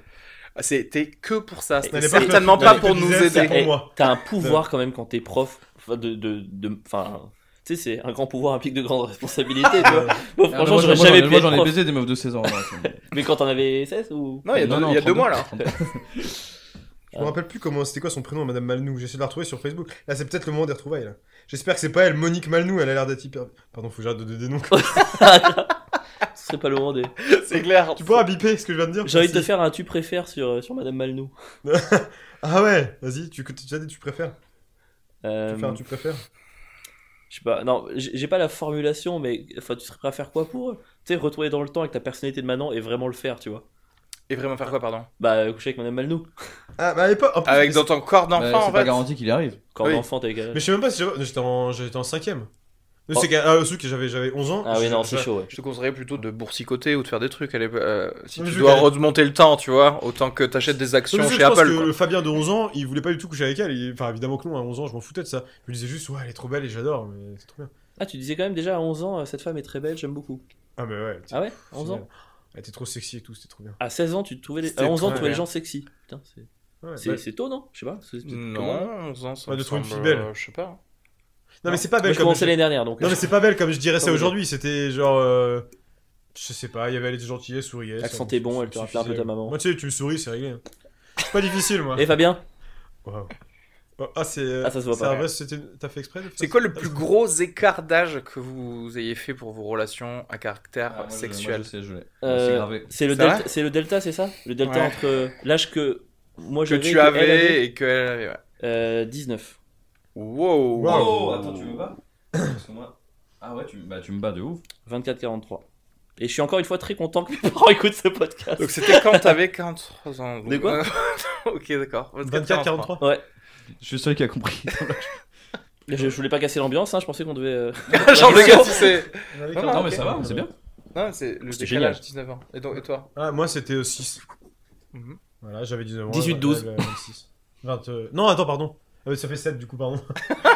Speaker 3: C'était que pour ça. C'était
Speaker 2: n'allait pas
Speaker 3: certainement
Speaker 4: faire-
Speaker 3: pas pour
Speaker 2: je
Speaker 3: nous
Speaker 2: disais, c'est
Speaker 3: aider.
Speaker 2: pour
Speaker 4: Eh,
Speaker 2: moi.
Speaker 4: T'as un pouvoir quand même quand t'es prof. enfin, De, de, de, enfin, tu sais, c'est un grand pouvoir implique de grandes responsabilités, tu vois. Moi,
Speaker 5: Ah,
Speaker 4: franchement,
Speaker 5: moi,
Speaker 4: j'aurais
Speaker 5: j'en ai-
Speaker 4: jamais pu
Speaker 5: moi, j'en
Speaker 4: être
Speaker 5: ai- Moi j'en ai
Speaker 4: prof.
Speaker 5: baisé des meufs de 16 ans. moi, quand même.
Speaker 4: Mais quand t'en avais 16 ou.
Speaker 3: Non, il y a, deux, il y a deux
Speaker 5: 32,
Speaker 3: mois là.
Speaker 5: 32.
Speaker 2: Je me rappelle plus comment c'était quoi son prénom, Madame Malnou. J'essaie de la retrouver sur Facebook. Là, c'est peut-être le moment des retrouvailles. là. J'espère que c'est pas elle, Monique Malnou. Elle a l'air d'être hyper. Pardon, faut que j'arrête de donner des noms.
Speaker 4: Ce serait pas le
Speaker 2: [LAUGHS]
Speaker 4: moment des.
Speaker 3: C'est clair.
Speaker 2: tu pourras biper ce que je viens de dire
Speaker 4: J'ai envie de te
Speaker 2: Merci.
Speaker 4: faire un tu préfères sur, euh, sur Madame Malnou.
Speaker 2: Ah ouais, vas-y, tu, tu as dit tu préfères.
Speaker 4: Euh,
Speaker 2: Tu fais un tu préfères.
Speaker 4: Je sais pas, non, j'ai j'ai pas la formulation, mais enfin, tu serais prêt à faire quoi pour, euh, tu sais, retourner dans le temps avec ta personnalité de maintenant et vraiment le faire, tu vois
Speaker 3: Et vraiment faire quoi, pardon
Speaker 4: Bah, euh, coucher avec Madame Malnou,
Speaker 2: Ah, bah à l'époque. en plus,
Speaker 3: Avec
Speaker 2: c'est-
Speaker 3: dans ton corps
Speaker 5: Bah,
Speaker 3: d'enfant en
Speaker 5: C'est pas
Speaker 3: fait.
Speaker 5: garanti qu'il y arrive.
Speaker 4: quand
Speaker 3: Oui.
Speaker 4: d'enfant, t'es
Speaker 2: Mais je sais même pas si j'avais- j'étais en, j'étais en 5ème.
Speaker 4: Oh.
Speaker 2: C'est qu'à ah, truc, j'avais j'avais 11 ans.
Speaker 4: Ah oui,
Speaker 2: je-
Speaker 4: non, c'est
Speaker 2: je-
Speaker 4: chaud, ouais.
Speaker 3: Je te conseillerais plutôt de boursicoter ou de faire des trucs. à l'époque, euh, si
Speaker 2: Mais
Speaker 3: tu
Speaker 2: je
Speaker 3: dois
Speaker 2: vais-
Speaker 3: remonter le temps, tu vois, autant que t'achètes des
Speaker 2: Non,
Speaker 3: actions
Speaker 2: mais c'est-
Speaker 3: chez
Speaker 2: je pense
Speaker 3: Apple.
Speaker 2: que
Speaker 3: quoi.
Speaker 2: le Fabien de 11 ans, il voulait pas du tout coucher avec elle. il- Enfin, évidemment que non, à 11 ans, je m'en foutais de ça. Je lui disais juste, ouais, elle est trop belle et j'adore, mais c'est trop bien.
Speaker 4: Ah, tu disais quand même déjà à 11 ans, euh, cette femme est très belle, j'aime beaucoup.
Speaker 2: Ah, mais ouais.
Speaker 4: Ah ouais, à 11 ans
Speaker 2: génial. Elle était trop sexy et tout, c'était trop bien.
Speaker 4: À 16 ans, tu trouvais les... à
Speaker 3: C'était
Speaker 4: 11 ans, tu
Speaker 3: très
Speaker 4: trouvais les
Speaker 3: bien.
Speaker 4: gens sexy. Putain, c'est-
Speaker 2: Ouais,
Speaker 4: c'est
Speaker 2: bah-
Speaker 4: c'est tôt, non Je sais pas. c'est- c'est- comment
Speaker 3: Non, 11 ans, ça
Speaker 2: Ouais,
Speaker 3: me
Speaker 2: de trouver une
Speaker 3: semble,
Speaker 2: fille belle.
Speaker 3: euh, Je sais pas.
Speaker 2: Non, mais c'est pas
Speaker 4: Moi,
Speaker 2: belle
Speaker 4: je
Speaker 2: comme.
Speaker 4: commençais l'année dernière, donc. euh,
Speaker 2: Non, mais c'est pas belle comme je dirais ça
Speaker 4: Attends,
Speaker 2: aujourd'hui. C'était genre. euh, Je sais pas, il y avait elle était gentille, elle souriait.
Speaker 4: Elle
Speaker 2: ça
Speaker 4: sentait
Speaker 2: me-
Speaker 4: bon, elle
Speaker 2: ça
Speaker 4: te
Speaker 2: me
Speaker 4: rappelait un peu
Speaker 2: suffisait.
Speaker 4: ta maman.
Speaker 2: Moi, tu sais, tu me souris, c'est réglé. hein. C'est pas difficile, moi.
Speaker 4: Et eh, Fabien
Speaker 2: Waouh. Oh, Ah, c'est. euh,
Speaker 4: Ah, ça se voit
Speaker 2: c'est
Speaker 4: pas.
Speaker 2: un vrai- c'était- T'as fait exprès de faire
Speaker 3: C'est
Speaker 2: ça Ah,
Speaker 3: quoi le plus gros écart d'âge que vous ayez fait pour vos relations à
Speaker 5: Ah,
Speaker 3: caractère Ah,
Speaker 2: Ah,
Speaker 3: sexuel
Speaker 5: C'est
Speaker 4: Euh,
Speaker 5: gravé.
Speaker 4: C'est le,
Speaker 3: Ça va
Speaker 4: delta- c'est le delta, c'est ça Le delta
Speaker 3: Ouais.
Speaker 4: entre euh, l'âge que moi
Speaker 3: Que
Speaker 4: j'avais.
Speaker 3: tu
Speaker 4: et
Speaker 3: avais
Speaker 4: qu'elle avait,
Speaker 3: et que elle avait. ouais.
Speaker 4: euh, 19.
Speaker 3: Wow.
Speaker 5: Oh,
Speaker 2: Wow.
Speaker 5: bats Parce que moi- Ah ouais, tu, me- bah, tu me bats de ouf.
Speaker 4: 24-43. Et je suis encore une fois très content que mes [LAUGHS] parents écoutent ce podcast.
Speaker 3: Donc c'était quand t'avais 43 ans.
Speaker 4: De quoi
Speaker 3: [LAUGHS] Ok, d'accord.
Speaker 2: 24-43
Speaker 5: Je suis le seul qui a [LAUGHS] compris.
Speaker 4: Je, je voulais pas casser l'ambiance, hein, je pensais qu'on devait. euh,
Speaker 3: [LAUGHS] Genre le gars, tu sais.
Speaker 2: Avec un-
Speaker 5: non,
Speaker 3: Ah,
Speaker 5: mais
Speaker 3: ok.
Speaker 5: ça va, c'est bien.
Speaker 3: Non, c'est le
Speaker 4: C'était
Speaker 3: décalage 19 ans. Et, donc, et toi
Speaker 2: Ah, moi, c'était 6.
Speaker 3: Mhm.
Speaker 2: Voilà, j'avais 19 ans.
Speaker 4: 18-12.
Speaker 2: elle, elle, elle, 26. 20, euh, Non, attends, pardon. Ah oui, ça fait 7 du coup,
Speaker 5: [LAUGHS]
Speaker 2: pardon.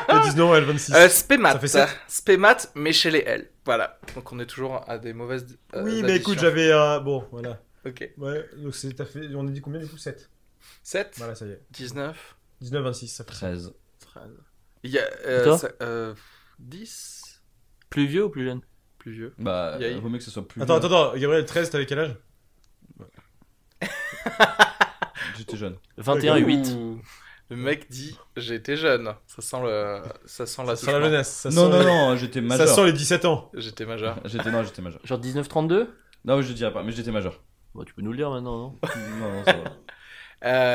Speaker 2: Elle 19 ans, elle 26.
Speaker 3: Euh, spémat.
Speaker 2: Ça fait sept.
Speaker 3: Spémat, mais chez les L. Voilà. Donc on est toujours à des mauvaises. euh,
Speaker 2: oui, mais écoute,
Speaker 3: additions.
Speaker 2: j'avais. euh, Bon, voilà.
Speaker 3: Ok.
Speaker 2: Ouais, donc c'est- t'as fait... on a dit combien du coup 7.
Speaker 3: 7,
Speaker 2: Voilà, ça y est.
Speaker 3: 19,
Speaker 2: 19-26, ça fait 7.
Speaker 5: 13.
Speaker 3: 13. Il y a. euh,
Speaker 4: Et toi
Speaker 3: ça- euh, 10
Speaker 4: Plus vieux ou plus jeune
Speaker 3: Plus vieux.
Speaker 5: Bah,
Speaker 3: Yay.
Speaker 5: vaut mieux que ce soit plus.
Speaker 2: Attends,
Speaker 5: vieux.
Speaker 2: attends, attends, Gabriel, 13, t'avais quel âge
Speaker 5: J'étais jeune.
Speaker 4: 21 et 8.
Speaker 3: Ouh. Le mec dit j'étais jeune. Ça sent le, ça sent la.
Speaker 2: Ça sent la jeunesse. Ça
Speaker 5: non,
Speaker 2: sent
Speaker 5: non,
Speaker 2: les-
Speaker 5: non, j'étais majeur.
Speaker 2: Ça sent les 17 ans.
Speaker 3: J'étais majeur.
Speaker 5: J'étais non, j'étais majeur.
Speaker 4: Genre 19-32
Speaker 5: Non, je dirais pas, mais j'étais majeur.
Speaker 4: Bah, Tu peux nous le dire maintenant, non
Speaker 5: Non, non, ça va.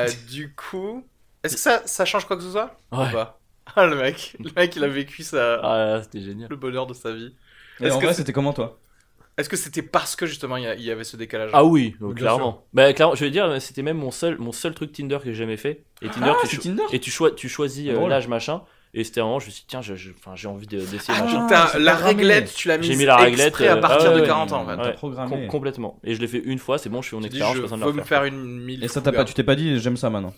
Speaker 3: Euh,
Speaker 4: [LAUGHS]
Speaker 3: du coup, est-ce que ça, ça change quoi que ce soit ou
Speaker 4: Ouais.
Speaker 3: pas [LAUGHS] Ah le mec, le mec il a vécu sa,
Speaker 4: Ah là là, c'était génial.
Speaker 3: le bonheur de sa vie.
Speaker 5: Et
Speaker 3: Est-ce
Speaker 5: en
Speaker 3: que
Speaker 5: vrai,
Speaker 3: c'est-
Speaker 5: c'était comment toi
Speaker 3: Est-ce que c'était parce que justement il y, a- il y avait ce décalage
Speaker 4: Ah oui, donc,
Speaker 2: Bien
Speaker 4: clairement. Bah, clairement, je vais dire, c'était même mon seul, mon seul truc Tinder que j'ai jamais fait. Et Tinder,
Speaker 5: Ah,
Speaker 4: tu,
Speaker 5: c'est
Speaker 4: cho-
Speaker 5: Tinder
Speaker 4: et tu, choi- tu choisis euh,
Speaker 5: Drôle.
Speaker 4: l'âge machin. Et c'était un moment, je me suis dit, tiens, je- je- enfin, j'ai envie de- d'essayer
Speaker 5: Ah,
Speaker 4: machin.
Speaker 3: Donc t'as
Speaker 5: c'est
Speaker 3: la
Speaker 5: programmé.
Speaker 3: réglette, tu l'as mise
Speaker 4: J'ai mis la réglette,
Speaker 3: exprès à
Speaker 4: euh,
Speaker 3: partir
Speaker 4: ah ouais,
Speaker 3: de
Speaker 4: ouais.
Speaker 3: 40 ans en fait.
Speaker 5: T'as
Speaker 4: Ouais.
Speaker 5: programmé.
Speaker 4: Com- complètement. Et je l'ai fait une fois, c'est bon, je suis mon
Speaker 3: Tu dis,
Speaker 4: expérience, je
Speaker 3: je
Speaker 4: personne ne
Speaker 3: veux
Speaker 4: le
Speaker 3: me
Speaker 4: refait.
Speaker 3: faire une mille.
Speaker 5: Et ça t'a
Speaker 3: cougar.
Speaker 5: pas, tu t'es pas dit j'aime ça maintenant.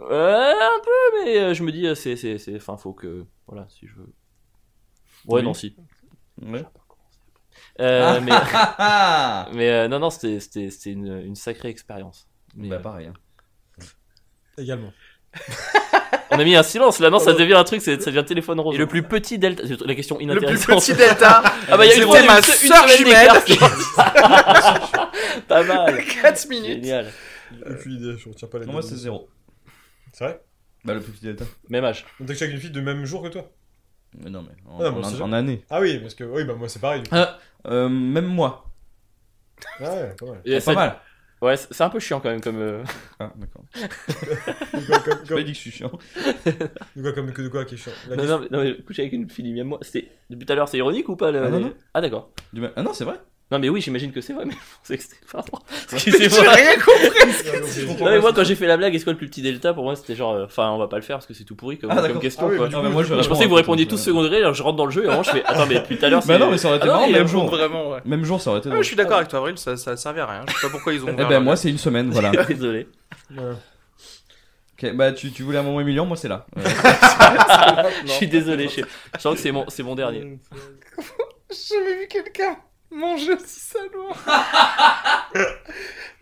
Speaker 4: Ouais, un peu, mais euh, je me dis, euh, c'est, c'est, c'est, enfin, faut que, voilà, si je veux. Ouais,
Speaker 5: Oui.
Speaker 4: non, si.
Speaker 5: Ouais.
Speaker 4: Euh, mais,
Speaker 5: Ah
Speaker 4: mais euh, non, non, c'était, c'était, c'était une, une sacrée expérience. Mais,
Speaker 5: Bah
Speaker 4: euh,
Speaker 5: pareil. hein.
Speaker 2: Également.
Speaker 4: euh, on a mis un silence là, non, ça devient un truc, c'est- ça devient téléphone rose.
Speaker 3: Et
Speaker 4: Et
Speaker 3: le
Speaker 4: le plus petit delta, c'est la question
Speaker 3: Le plus
Speaker 4: inintéressante.
Speaker 3: petit delta,
Speaker 4: [LAUGHS]
Speaker 3: [LAUGHS]
Speaker 4: Ah bah il y a
Speaker 3: C'était
Speaker 4: une, fois, une-
Speaker 3: ma
Speaker 4: une
Speaker 3: sœur
Speaker 4: semaine
Speaker 3: jumelle.
Speaker 4: d'écart.
Speaker 3: [LAUGHS]
Speaker 4: [LAUGHS] Pas mal.
Speaker 3: 4 [LAUGHS] minutes.
Speaker 4: Génial.
Speaker 2: Euh, Aucune idée, je retiens pas la
Speaker 5: Non, moi c'est zéro.
Speaker 2: C'est vrai
Speaker 5: Bah le plus petit delta.
Speaker 4: Même âge.
Speaker 2: Donc t'as que une fille de même jour que toi
Speaker 5: Mais non, mais en,
Speaker 2: Ah, bon,
Speaker 5: en-
Speaker 2: c'est
Speaker 5: en année.
Speaker 2: Ah oui, parce que oui, bah moi c'est pareil. du coup.
Speaker 5: Euh, même moi.
Speaker 2: Ah ouais, pas mal.
Speaker 4: Et
Speaker 5: C'est pas
Speaker 4: ça-
Speaker 5: mal.
Speaker 4: Ouais, c'est c'est un peu chiant quand même comme. euh,
Speaker 5: Ah, d'accord.
Speaker 2: De quoi, comme,
Speaker 5: J'ai pas
Speaker 2: comme-
Speaker 5: dit que [LAUGHS] je suis chiant.
Speaker 2: de quoi, comme- que de quoi qui est chiant La
Speaker 4: [LAUGHS] Non,
Speaker 2: question-
Speaker 4: non, mais, non, mais coucher avec une fille, même moi. C'était depuis tout à l'heure, c'est ironique ou pas le...
Speaker 5: Ah, non, non.
Speaker 4: Ah, d'accord.
Speaker 5: Du mal- Ah non, c'est vrai.
Speaker 4: Non mais oui, j'imagine que c'est vrai, [LAUGHS] mais je pensais que c'était. Pardon.
Speaker 3: J'ai
Speaker 4: Excusez-moi.
Speaker 3: rien compris.
Speaker 5: [LAUGHS]
Speaker 4: Non mais moi quand j'ai fait la blague, est-ce quoi le plus petit delta Pour moi c'était genre, euh, enfin on va pas le faire parce que c'est tout pourri comme,
Speaker 5: Ah,
Speaker 4: comme
Speaker 5: d'accord.
Speaker 4: question.
Speaker 2: Ah oui,
Speaker 4: quoi.
Speaker 2: mais du
Speaker 5: Ah,
Speaker 2: coup,
Speaker 5: bah, moi,
Speaker 2: je-
Speaker 5: je-
Speaker 4: Mais je pensais que vous
Speaker 5: Attends,
Speaker 4: répondiez
Speaker 5: je-
Speaker 4: tous second degré, alors je rentre dans le jeu et vraiment je fais, attends mais depuis tout à l'heure
Speaker 5: Bah
Speaker 4: c'est. [LAUGHS]
Speaker 5: non, mais ça aurait été
Speaker 4: Ah non,
Speaker 5: marrant
Speaker 4: il
Speaker 5: même
Speaker 4: répond
Speaker 5: jour.
Speaker 3: Vraiment ouais.
Speaker 5: Même jour, ça aurait été
Speaker 3: Ah, je
Speaker 5: drôle.
Speaker 3: suis d'accord avec toi, Avril, ça, ça servait à rien. Je sais pas pourquoi ils ont.
Speaker 5: Eh
Speaker 3: ouvert
Speaker 5: ben
Speaker 3: le-
Speaker 5: moi c'est une semaine, voilà.
Speaker 4: Désolé.
Speaker 2: Ouais.
Speaker 5: Ok, bah tu, tu voulais un moment humiliant, moi c'est là. Euh,
Speaker 4: Je suis désolé, je sais- je sens que c'est mon, c'est mon dernier.
Speaker 3: J'ai jamais vu quelqu'un manger aussi [LAUGHS] salement.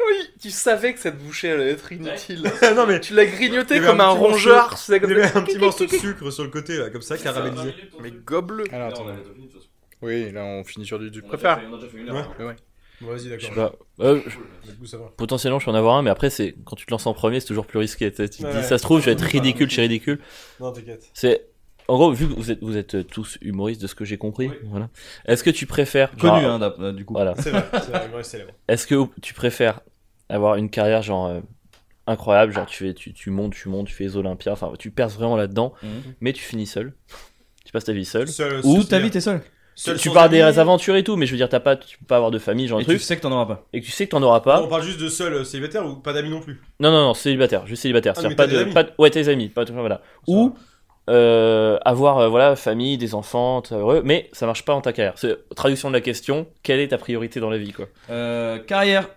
Speaker 3: oui, tu savais que cette bouchée allait être inutile.
Speaker 2: [LAUGHS] non mais
Speaker 3: Tu l'as
Speaker 2: Il y
Speaker 3: grignoté
Speaker 2: avait
Speaker 3: comme
Speaker 2: un
Speaker 3: un
Speaker 2: petit morceau-
Speaker 3: rongeur, tu sais,
Speaker 2: il y
Speaker 3: comme
Speaker 2: avait un petit morceau de sucre sur le côté là, comme ça caramélisé.
Speaker 3: Mais gobe-le. Oui, là on finit sur du, du préfère.
Speaker 2: Bon, Vas-y,
Speaker 4: Je sais
Speaker 2: d'accord.
Speaker 4: pas. Euh, je-
Speaker 2: Du coup, ça va.
Speaker 4: Potentiellement, je peux en avoir un, mais après, c'est quand tu te lances en premier, c'est toujours plus risqué. Tu sais, tu te
Speaker 2: Ouais.
Speaker 4: dis, ça se trouve, je vais être ridicule, je suis ridicule.
Speaker 2: Non, t'inquiète.
Speaker 4: C'est en gros, vu que vous êtes, vous êtes tous humoristes de ce que j'ai compris, voilà. Est-ce que tu préfères
Speaker 5: Connu
Speaker 4: genre,
Speaker 5: hein, d'ap- euh, du coup.
Speaker 4: Voilà.
Speaker 2: C'est vrai, c'est vrai, moi, c'est célèbre.
Speaker 4: Est-ce que tu préfères avoir une carrière genre euh, incroyable, genre tu, fais, tu, tu montes, tu montes, tu fais les Olympiades, enfin, tu perces vraiment là-dedans,
Speaker 5: Mhm.
Speaker 4: mais tu finis seul. tu passes ta vie seul.
Speaker 2: Seul-
Speaker 5: Ou
Speaker 2: seul-
Speaker 5: ta vie t'es seul.
Speaker 2: seul
Speaker 4: tu
Speaker 2: sans
Speaker 4: pars
Speaker 2: amis.
Speaker 4: des aventures et tout, mais je veux dire, t'as pas, tu peux pas avoir de famille, genre
Speaker 5: Et
Speaker 4: de
Speaker 5: tu
Speaker 4: truc,
Speaker 5: sais bah. que t'en auras pas.
Speaker 4: et que tu sais que t'en auras pas.
Speaker 2: On parle juste de seul euh, célibataire ou pas d'amis non plus.
Speaker 4: Non, non, non, célibataire, juste célibataire.
Speaker 2: Ah,
Speaker 4: C'est-à-dire
Speaker 2: mais
Speaker 4: pas
Speaker 2: t'as des
Speaker 4: de.
Speaker 2: amis.
Speaker 4: Pas de- ouais, tes amis, pas de- voilà. Ou euh, avoir euh, voilà, famille, des enfants, t'es heureux, mais ça marche pas en ta carrière. C'est traduction de la question, quelle est ta priorité dans la vie quoi
Speaker 5: Euh, carrière.